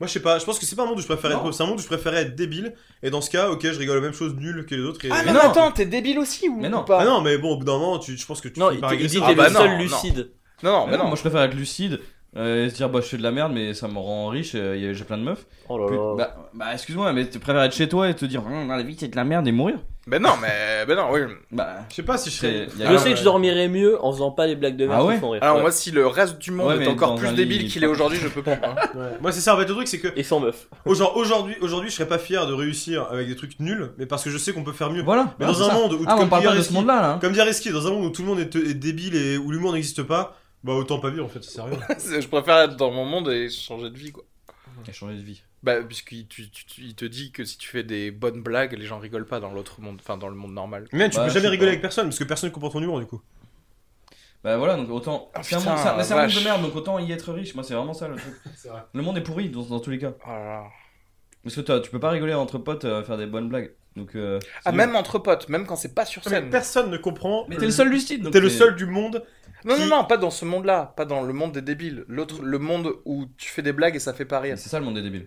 Speaker 2: Moi, je sais pas. Je pense que c'est pas un monde où je préfère être
Speaker 5: Non.
Speaker 2: pauvre. C'est un monde où je préfère être débile. Et dans ce cas, ok, je rigole la même chose nulle que les autres. Et...
Speaker 3: Ah mais
Speaker 5: mais non.
Speaker 3: attends, t'es débile aussi ou
Speaker 5: Mais non.
Speaker 3: ou pas
Speaker 2: Ah non, mais bon, au bout d'un moment, tu, je pense que tu
Speaker 4: Non,
Speaker 2: finis
Speaker 4: il,
Speaker 2: par
Speaker 4: il
Speaker 2: régresser.
Speaker 4: dit que
Speaker 3: Ah
Speaker 4: t'es
Speaker 3: bah
Speaker 4: le
Speaker 3: non,
Speaker 4: seul
Speaker 3: non.
Speaker 4: lucide.
Speaker 3: Non, non,
Speaker 5: Ah
Speaker 3: mais
Speaker 5: non,
Speaker 3: non.
Speaker 5: Moi je préfère être lucide euh, et se dire bah je fais de la merde mais ça me rend riche, euh, y a- j'ai plein de meufs.
Speaker 4: Oh là
Speaker 5: Puis-
Speaker 4: là.
Speaker 5: bah bah, excuse-moi mais tu préfères être chez toi et te dire Hum, la vie c'est de la merde et mourir.
Speaker 3: Ben non, mais ben non, oui.
Speaker 5: Bah
Speaker 2: Je sais pas si je serais.
Speaker 5: C'est-
Speaker 4: Je
Speaker 5: y a- Ah,
Speaker 4: sais que je dormirais mieux en faisant pas les blagues de merde
Speaker 5: Ah
Speaker 4: qui
Speaker 5: ouais
Speaker 4: font rire.
Speaker 3: Alors
Speaker 4: ouais.
Speaker 3: moi, si le reste du monde
Speaker 5: Ouais,
Speaker 3: est
Speaker 5: mais
Speaker 3: encore
Speaker 5: dans
Speaker 3: plus
Speaker 5: un
Speaker 3: débile
Speaker 5: lit-
Speaker 3: qu'il est aujourd'hui, je peux plus. hein. [LAUGHS]
Speaker 2: Ouais. Moi, c'est ça. En fait, le truc, c'est que
Speaker 4: Et sans meuf.
Speaker 2: au genre, aujourd'hui, aujourd'hui, je serais pas fier de réussir avec des trucs nuls, mais parce que je sais qu'on peut faire mieux.
Speaker 5: voilà.
Speaker 2: Mais
Speaker 5: Ah,
Speaker 2: dans
Speaker 5: c'est
Speaker 2: un
Speaker 5: ça.
Speaker 2: monde où
Speaker 5: Ah on
Speaker 2: comme
Speaker 5: parle
Speaker 2: dit
Speaker 5: pas de
Speaker 2: Ariski,
Speaker 5: ce monde là là. hein.
Speaker 2: Comme dit Ariski, dans un monde où tout le monde est, est débile et où l'humour n'existe pas, bah autant pas vivre en fait, c'est
Speaker 5: [LAUGHS]
Speaker 2: sérieux.
Speaker 3: C'est- je préfère être dans mon monde et changer de vie quoi.
Speaker 5: Et changer de vie.
Speaker 3: Bah puisqu'il tu, tu- tu- il te dit que si tu fais des bonnes blagues, les gens rigolent pas dans l'autre monde, enfin dans le monde normal.
Speaker 2: Mais tu
Speaker 5: Bah,
Speaker 2: peux
Speaker 5: je
Speaker 2: jamais
Speaker 5: sais
Speaker 2: rigoler
Speaker 5: pas.
Speaker 2: avec personne parce que personne comprend ton humour du coup.
Speaker 5: Bah voilà donc autant.
Speaker 3: Ah,
Speaker 5: c'est un
Speaker 3: putain,
Speaker 5: monde, c'est un- mais c'est un monde
Speaker 3: vache.
Speaker 5: de merde donc autant y être riche. Moi c'est vraiment ça le truc. Le monde est pourri dans, dans tous les cas.
Speaker 3: Oh là là.
Speaker 5: Parce que toi tu peux pas rigoler entre potes euh, faire des bonnes blagues. Donc euh, c'est
Speaker 3: Ah
Speaker 5: nul.
Speaker 3: même entre potes, même quand c'est pas sur
Speaker 2: Mais
Speaker 3: scène.
Speaker 2: personne ne comprend.
Speaker 5: Mais t'es le seul lucide. donc
Speaker 2: T'es le
Speaker 5: t'es-
Speaker 2: seul du monde.
Speaker 3: Non, non,
Speaker 2: Qui-
Speaker 3: non, pas dans ce monde-là, pas dans le monde des débiles. L'autre, le monde où tu fais des blagues et ça fait pas
Speaker 5: Mais
Speaker 3: rire.
Speaker 5: C'est ça le monde des débiles.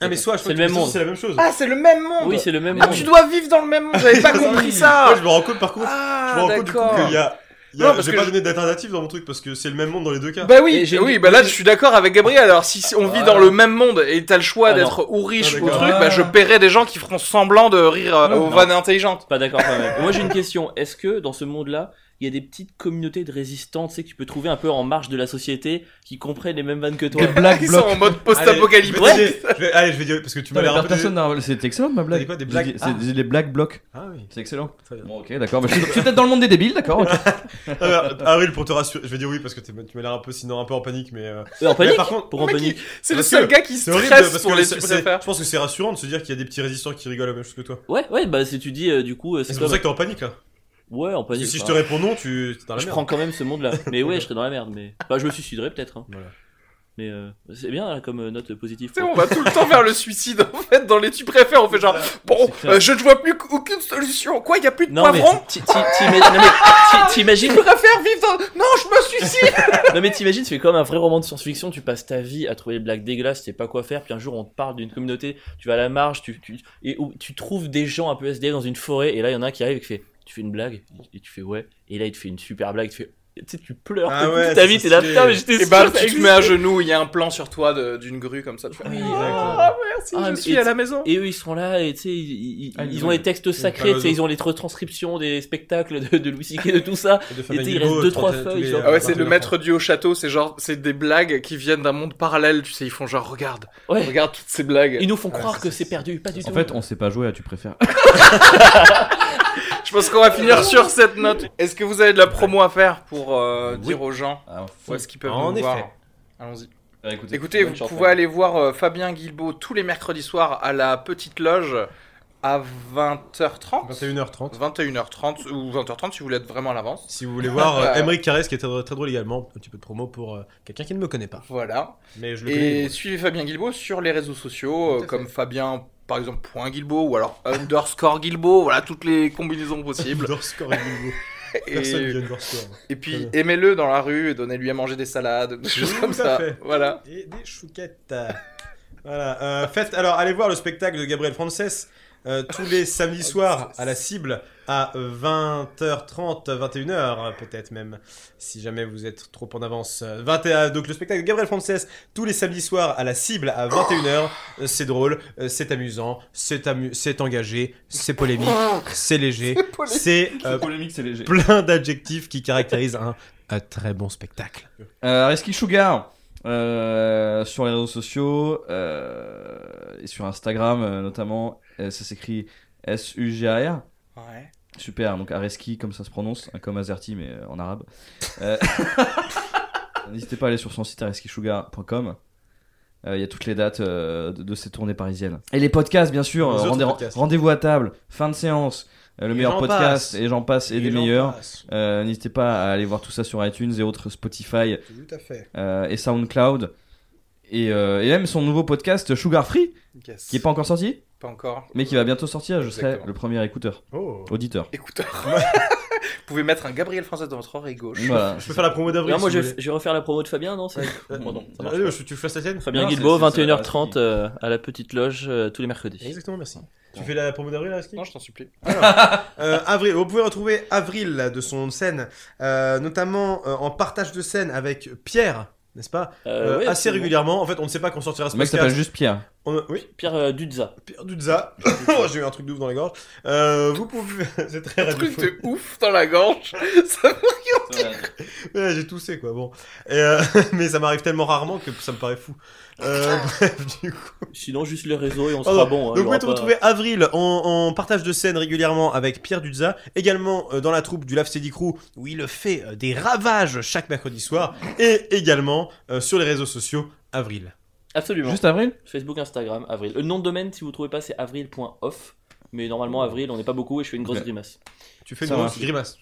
Speaker 2: Ah mais soit je
Speaker 4: C'est le
Speaker 2: crois que
Speaker 4: même monde.
Speaker 2: C'est la même chose.
Speaker 3: Ah, c'est le même monde
Speaker 4: Oui, c'est le même
Speaker 5: Ah,
Speaker 3: Ah,
Speaker 4: monde.
Speaker 3: tu dois vivre dans le même monde, j'avais [LAUGHS] pas
Speaker 2: Oui.
Speaker 3: compris
Speaker 2: Moi,
Speaker 3: ça
Speaker 2: je me rends compte par contre. je me
Speaker 3: Ah,
Speaker 2: rends compte du coup
Speaker 3: d'accord
Speaker 2: qu'il y a. il y a-
Speaker 3: Non, parce
Speaker 2: J'ai
Speaker 3: que
Speaker 2: pas
Speaker 3: je-
Speaker 2: donné d'alternative dans mon truc parce que c'est le même monde dans les deux cas.
Speaker 3: Bah
Speaker 4: Et
Speaker 3: oui,
Speaker 4: j'ai-
Speaker 3: oui, bah là je suis d'accord avec Gabriel. Alors si si on vit
Speaker 5: Ah.
Speaker 3: dans le même monde et t'as le choix
Speaker 4: Ah, non.
Speaker 3: d'être ou riche
Speaker 2: Ah,
Speaker 3: ou
Speaker 2: d'accord.
Speaker 3: truc, bah je paierai des gens qui feront semblant de rire euh,
Speaker 5: Non,
Speaker 3: aux
Speaker 5: non.
Speaker 3: vannes intelligentes.
Speaker 4: Pas d'accord quand même. Moi j'ai une question. Est-ce que dans ce monde-là, il y a des petites communautés de résistants, tu sais, que tu peux trouver un peu en marge de la société, qui comprennent les mêmes vannes que toi
Speaker 5: Des blagues
Speaker 3: Ils sont
Speaker 5: blocs.
Speaker 3: en mode
Speaker 2: Allez,
Speaker 3: post-apocalyptique.
Speaker 2: je vais- je vais- Allez, je vais dire parce que tu m'as l'air un peu.
Speaker 5: Personne n'a- C'est excellent
Speaker 2: T'as
Speaker 5: ma
Speaker 2: dit
Speaker 5: blague.
Speaker 2: quoi, des
Speaker 5: J'ai
Speaker 2: blagues
Speaker 5: dit-
Speaker 2: Ah.
Speaker 5: C'est c'est des blagues blocs.
Speaker 2: Ah oui.
Speaker 5: C'est excellent.
Speaker 2: Très bien.
Speaker 5: Bon, ok, d'accord. mais Je suis, je suis peut-être dans le monde des débiles,
Speaker 2: [LAUGHS]
Speaker 5: d'accord. ok.
Speaker 2: Ah, bah, Avril, pour te rassurer, je vais dire oui parce que t'es- tu m'as l'air un peu, sinon un peu en panique, mais. euh,
Speaker 4: Euh, En
Speaker 2: mais
Speaker 4: panique
Speaker 2: par contre,
Speaker 4: Pour en
Speaker 3: Mec, il-
Speaker 4: panique
Speaker 3: C'est le
Speaker 2: Parce
Speaker 3: seul
Speaker 2: que
Speaker 3: gars qui
Speaker 2: c'est horrible parce que
Speaker 3: stresse pour les tuer
Speaker 2: c'est-
Speaker 3: ses
Speaker 2: je pense que c'est rassurant de se dire qu'il y a des petits résistants qui rigolent la même chose que toi.
Speaker 4: Ouais, ouais, bah si tu dis euh, du coup, euh,
Speaker 2: Et
Speaker 4: c'est
Speaker 2: C'est
Speaker 4: comme.
Speaker 2: pour ça que t'es en panique là.
Speaker 4: Ouais, en
Speaker 2: Parce que
Speaker 4: panique.
Speaker 2: si je
Speaker 4: bah,
Speaker 2: te réponds non, tu t'es dans la
Speaker 4: je
Speaker 2: merde.
Speaker 4: prends quand même ce monde-là. Mais ouais, je serais dans la merde. Mais bah, je me suiciderais peut-être. hein.
Speaker 2: Voilà.
Speaker 4: Mais euh, c'est bien là, comme euh, note positive.
Speaker 3: Tu sais, on va tout le temps vers le suicide en fait. Dans les tu préfères, on fait genre bon,
Speaker 5: C'est clair.
Speaker 3: euh, je ne vois plus aucune solution. Quoi, il y a plus de
Speaker 4: Non mais
Speaker 3: poivrons
Speaker 4: t'i- t'i- t'ima- non, mais t'i- t'imagines
Speaker 3: Je préfère vivre dans. Non, je me [LAUGHS] suicide
Speaker 4: non mais t'imagines tu fais comme un vrai roman de science-fiction tu passes ta vie à trouver des blagues dégueulasses tu sais pas quoi faire puis un jour on te parle d'une communauté tu vas à la marge tu tu et où tu trouves des gens un peu SDF dans une forêt et là il y en a un qui arrive et qui fait tu fais une blague et tu fais ouais et là il te fait une super blague tu fais tu sais tu pleures
Speaker 2: Ah
Speaker 4: toute
Speaker 2: ouais,
Speaker 4: ta
Speaker 2: c'est
Speaker 4: vie t'es là
Speaker 2: stylé.
Speaker 4: putain mais j'étais
Speaker 3: Et
Speaker 4: sûr
Speaker 3: bah,
Speaker 4: que ça
Speaker 3: tu te mets à
Speaker 4: existait.
Speaker 3: genoux, il y a un plan sur toi de- d'une grue comme ça. Tu fais,
Speaker 4: Oui,
Speaker 3: ah, merci,
Speaker 4: Ah,
Speaker 3: je
Speaker 4: mais-
Speaker 3: suis
Speaker 4: et
Speaker 3: à
Speaker 4: tu-
Speaker 3: la maison.
Speaker 4: et eux ils sont là et tu sais ils, ils-
Speaker 5: Ah, ils
Speaker 4: ils
Speaker 5: ont
Speaker 4: ont
Speaker 5: le-
Speaker 4: les textes sacrés tu sais, ils ont les retranscriptions des spectacles de, de Louis C.K. de tout ça
Speaker 2: De
Speaker 4: Et
Speaker 2: Fabien
Speaker 4: il reste
Speaker 2: Guibaud,
Speaker 4: deux, trois
Speaker 2: tous les-
Speaker 4: feuilles,
Speaker 2: tous les-
Speaker 4: genre.
Speaker 3: Ah ouais, c'est le
Speaker 2: euh,
Speaker 3: maître du haut château, c'est genre, c'est des blagues qui viennent d'un monde parallèle, tu sais, ils font genre, regarde,
Speaker 4: ouais
Speaker 3: regarde toutes ces blagues.
Speaker 4: ils nous font
Speaker 2: Ouais,
Speaker 4: croire
Speaker 2: c'est-
Speaker 4: que c'est perdu pas du
Speaker 5: En
Speaker 4: tout
Speaker 5: fait, on sait pas jouer à tu préfères.
Speaker 3: Je pense qu'on va finir sur cette note. Est-ce que vous avez de la promo à faire pour euh,
Speaker 5: Oui.
Speaker 3: dire aux gens
Speaker 5: Ah, Eh,
Speaker 3: où est-ce qu'ils peuvent
Speaker 2: En
Speaker 3: nous
Speaker 2: effet.
Speaker 3: voir Allons-y.
Speaker 5: Écoutez,
Speaker 3: Écoutez, vous pouvez aller voir euh, Fabien Guilbeault tous les mercredis soirs à la Petite Loge à 20h30.
Speaker 2: 21h30.
Speaker 3: 21h30 ou 20h30 si vous voulez être vraiment à l'avance.
Speaker 2: Si vous voulez voir [LAUGHS] euh,
Speaker 3: Ouais.
Speaker 2: Aymeric Carrès qui est très, très drôle également, un petit peu de promo pour euh, quelqu'un qui ne me connaît pas.
Speaker 3: Voilà.
Speaker 2: Mais je le connais. il est
Speaker 3: Et
Speaker 2: drôle.
Speaker 3: suivez Fabien Guilbeault sur les réseaux sociaux
Speaker 2: Tout à
Speaker 3: euh, comme Fabien par exemple point Guilbeault ou alors underscore Guilbeault, voilà toutes les combinaisons possibles.
Speaker 2: Underscore Guibaud. [LAUGHS] Personne
Speaker 3: Et,
Speaker 2: vient de voir ce soir.
Speaker 3: et puis,
Speaker 2: Voilà.
Speaker 3: aimez-le dans la rue et donnez-lui à manger des salades, ou des choses
Speaker 2: Tout
Speaker 3: comme
Speaker 2: à
Speaker 3: ça.
Speaker 2: fait.
Speaker 3: Voilà.
Speaker 2: Et des chouquettes. voilà. euh, faites, alors, allez voir le spectacle de Gabriel Frances euh, tous les samedis soirs à la cible à 20h30, 21h peut-être même, si jamais vous êtes trop en avance. Euh, 21, donc le spectacle de Gabriel Frances tous les samedis soirs à la cible à 21h, Euh, c'est drôle, euh, c'est amusant, c'est amu- c'est engagé, c'est polémique, c'est léger, c'est euh,
Speaker 5: polémique, c'est léger.
Speaker 2: plein d'adjectifs qui caractérisent un, un très bon spectacle.
Speaker 5: Euh, Risky Sugar euh, sur les réseaux sociaux euh, et sur Instagram euh, notamment, euh, ça s'écrit S-U-G-A-R.
Speaker 3: Ouais.
Speaker 5: Super, donc Areski, comme ça se prononce, hein, comme Azerty, mais euh, en arabe. Euh, [LAUGHS] N'hésitez pas à aller sur son site areskishuga.com. Euh, Il y a toutes les dates euh, de, de ses tournées parisiennes. Et les podcasts, bien sûr.
Speaker 2: Les
Speaker 5: euh,
Speaker 2: autres
Speaker 5: rendez-
Speaker 2: podcasts.
Speaker 5: Rendez-vous à table, fin de séance, euh, le
Speaker 2: Et
Speaker 5: meilleur
Speaker 2: j'en
Speaker 5: podcast,
Speaker 2: passe.
Speaker 5: et j'en passe, et, des
Speaker 2: j'en
Speaker 5: meilleurs.
Speaker 2: passe.
Speaker 5: Euh, N'hésitez pas à aller voir tout ça sur iTunes et autres Spotify
Speaker 2: Tout à fait.
Speaker 5: euh, et SoundCloud. Et, euh, et même son nouveau podcast Sugar Free,
Speaker 3: Yes.
Speaker 5: qui est pas encore sorti,
Speaker 3: Pas encore.
Speaker 5: mais qui va bientôt sortir. Je serai
Speaker 3: Exactement.
Speaker 5: le premier écouteur,
Speaker 2: Oh.
Speaker 5: auditeur.
Speaker 3: Écouteur. [LAUGHS] Vous pouvez mettre un Gabriel François dans votre oreille gauche.
Speaker 5: Voilà.
Speaker 2: Je peux faire la promo d'avril.
Speaker 4: Non, moi
Speaker 2: si
Speaker 4: je
Speaker 2: vous
Speaker 4: vais, je vais refaire la promo de Fabien, non c'est- Bon, non, ça
Speaker 2: voulez.
Speaker 4: marche
Speaker 2: Allez,
Speaker 4: pas.
Speaker 2: je- tu fasses la tienne
Speaker 4: Fabien
Speaker 5: Non, c'est-
Speaker 4: Guilbault,
Speaker 5: c'est- c'est-
Speaker 4: 21h30 euh, à la petite loge euh, tous les mercredis.
Speaker 2: Exactement, merci. Tu
Speaker 5: Ouais.
Speaker 2: fais la promo d'avril, Aski
Speaker 3: Non, je t'en supplie.
Speaker 2: Euh, Avril, vous pouvez retrouver Avril de son scène, euh, notamment euh, en partage de scène avec Pierre, n'est-ce pas
Speaker 4: Euh,
Speaker 2: Euh,
Speaker 4: ouais,
Speaker 2: Assez
Speaker 4: absolument.
Speaker 2: régulièrement. En fait, on ne sait pas quand sortira ce
Speaker 5: Le mec s'appelle
Speaker 2: podcast.
Speaker 5: juste Pierre.
Speaker 2: On- Oui,
Speaker 4: Pierre
Speaker 2: [LAUGHS]
Speaker 4: euh, Dudza.
Speaker 2: Pierre Dudza. Oh, J'ai eu un truc de ouf dans la gorge. Euh, vous pouvez. [LAUGHS] C'est très
Speaker 3: Un truc
Speaker 2: radiophonique.
Speaker 3: de ouf dans la gorge. [LAUGHS] Ça
Speaker 2: Ouais, j'ai toussé quoi, bon. Et, euh, [LAUGHS] mais ça m'arrive tellement rarement que ça me paraît fou. Euh, [LAUGHS] bref, du coup.
Speaker 4: Sinon, juste le réseau et on
Speaker 2: Oh
Speaker 4: sera
Speaker 2: non.
Speaker 4: bon. hein, il y
Speaker 2: Donc vous pouvez
Speaker 4: aura pas-
Speaker 2: retrouver Avril en, en partage de scène régulièrement avec Pierre Dudza, également euh, dans la troupe du Lave City Crew où il fait euh, des ravages chaque mercredi soir, et également euh, sur les réseaux sociaux Avril.
Speaker 4: Absolument.
Speaker 5: Juste avril
Speaker 4: Facebook, Instagram, Avril. Le nom de domaine, si vous trouvez pas, c'est avril.off. Mais normalement, Avril, on n'est pas beaucoup et je fais une grosse
Speaker 5: Ok.
Speaker 4: grimace.
Speaker 2: Tu fais une
Speaker 5: Ça
Speaker 2: grosse
Speaker 5: marche.
Speaker 2: grimace.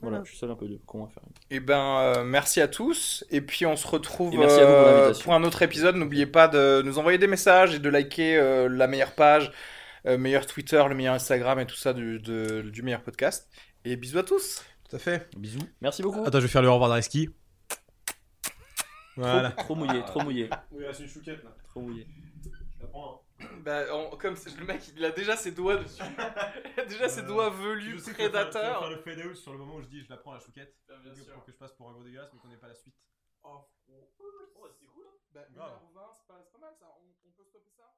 Speaker 4: Voilà, je suis seul un peu de con à faire.
Speaker 3: Et ben, euh, merci à tous. Et puis, on se retrouve
Speaker 4: Et merci à vous pour
Speaker 3: euh,
Speaker 4: l'invitation.
Speaker 3: pour un autre épisode. N'oubliez pas de nous envoyer des messages et de liker euh, la meilleure page, euh, meilleur Twitter, le meilleur Instagram et tout ça du, de- du meilleur podcast. Et bisous à tous.
Speaker 2: Tout à fait.
Speaker 5: Bisous.
Speaker 4: Merci beaucoup.
Speaker 2: Attends, je vais faire le au revoir d'Areski. Voilà.
Speaker 4: Trop, trop mouillé, trop mouillé,
Speaker 2: Oui, c'est une chouquette là.
Speaker 4: trop mouillé.
Speaker 2: hein.
Speaker 3: Bah, comme le mec, il a déjà ses doigts dessus. [LAUGHS] déjà
Speaker 2: ses doigts
Speaker 3: velus,
Speaker 2: le fade out sur le moment où je dis je la prends la chouquette. Pour que je passe pour un gros dégueulasse, mais qu'on n'ait pas la suite.
Speaker 3: Oh, c'est cool. Bah,
Speaker 2: Grave.
Speaker 3: c'est pas mal ça. On, peut stopper ça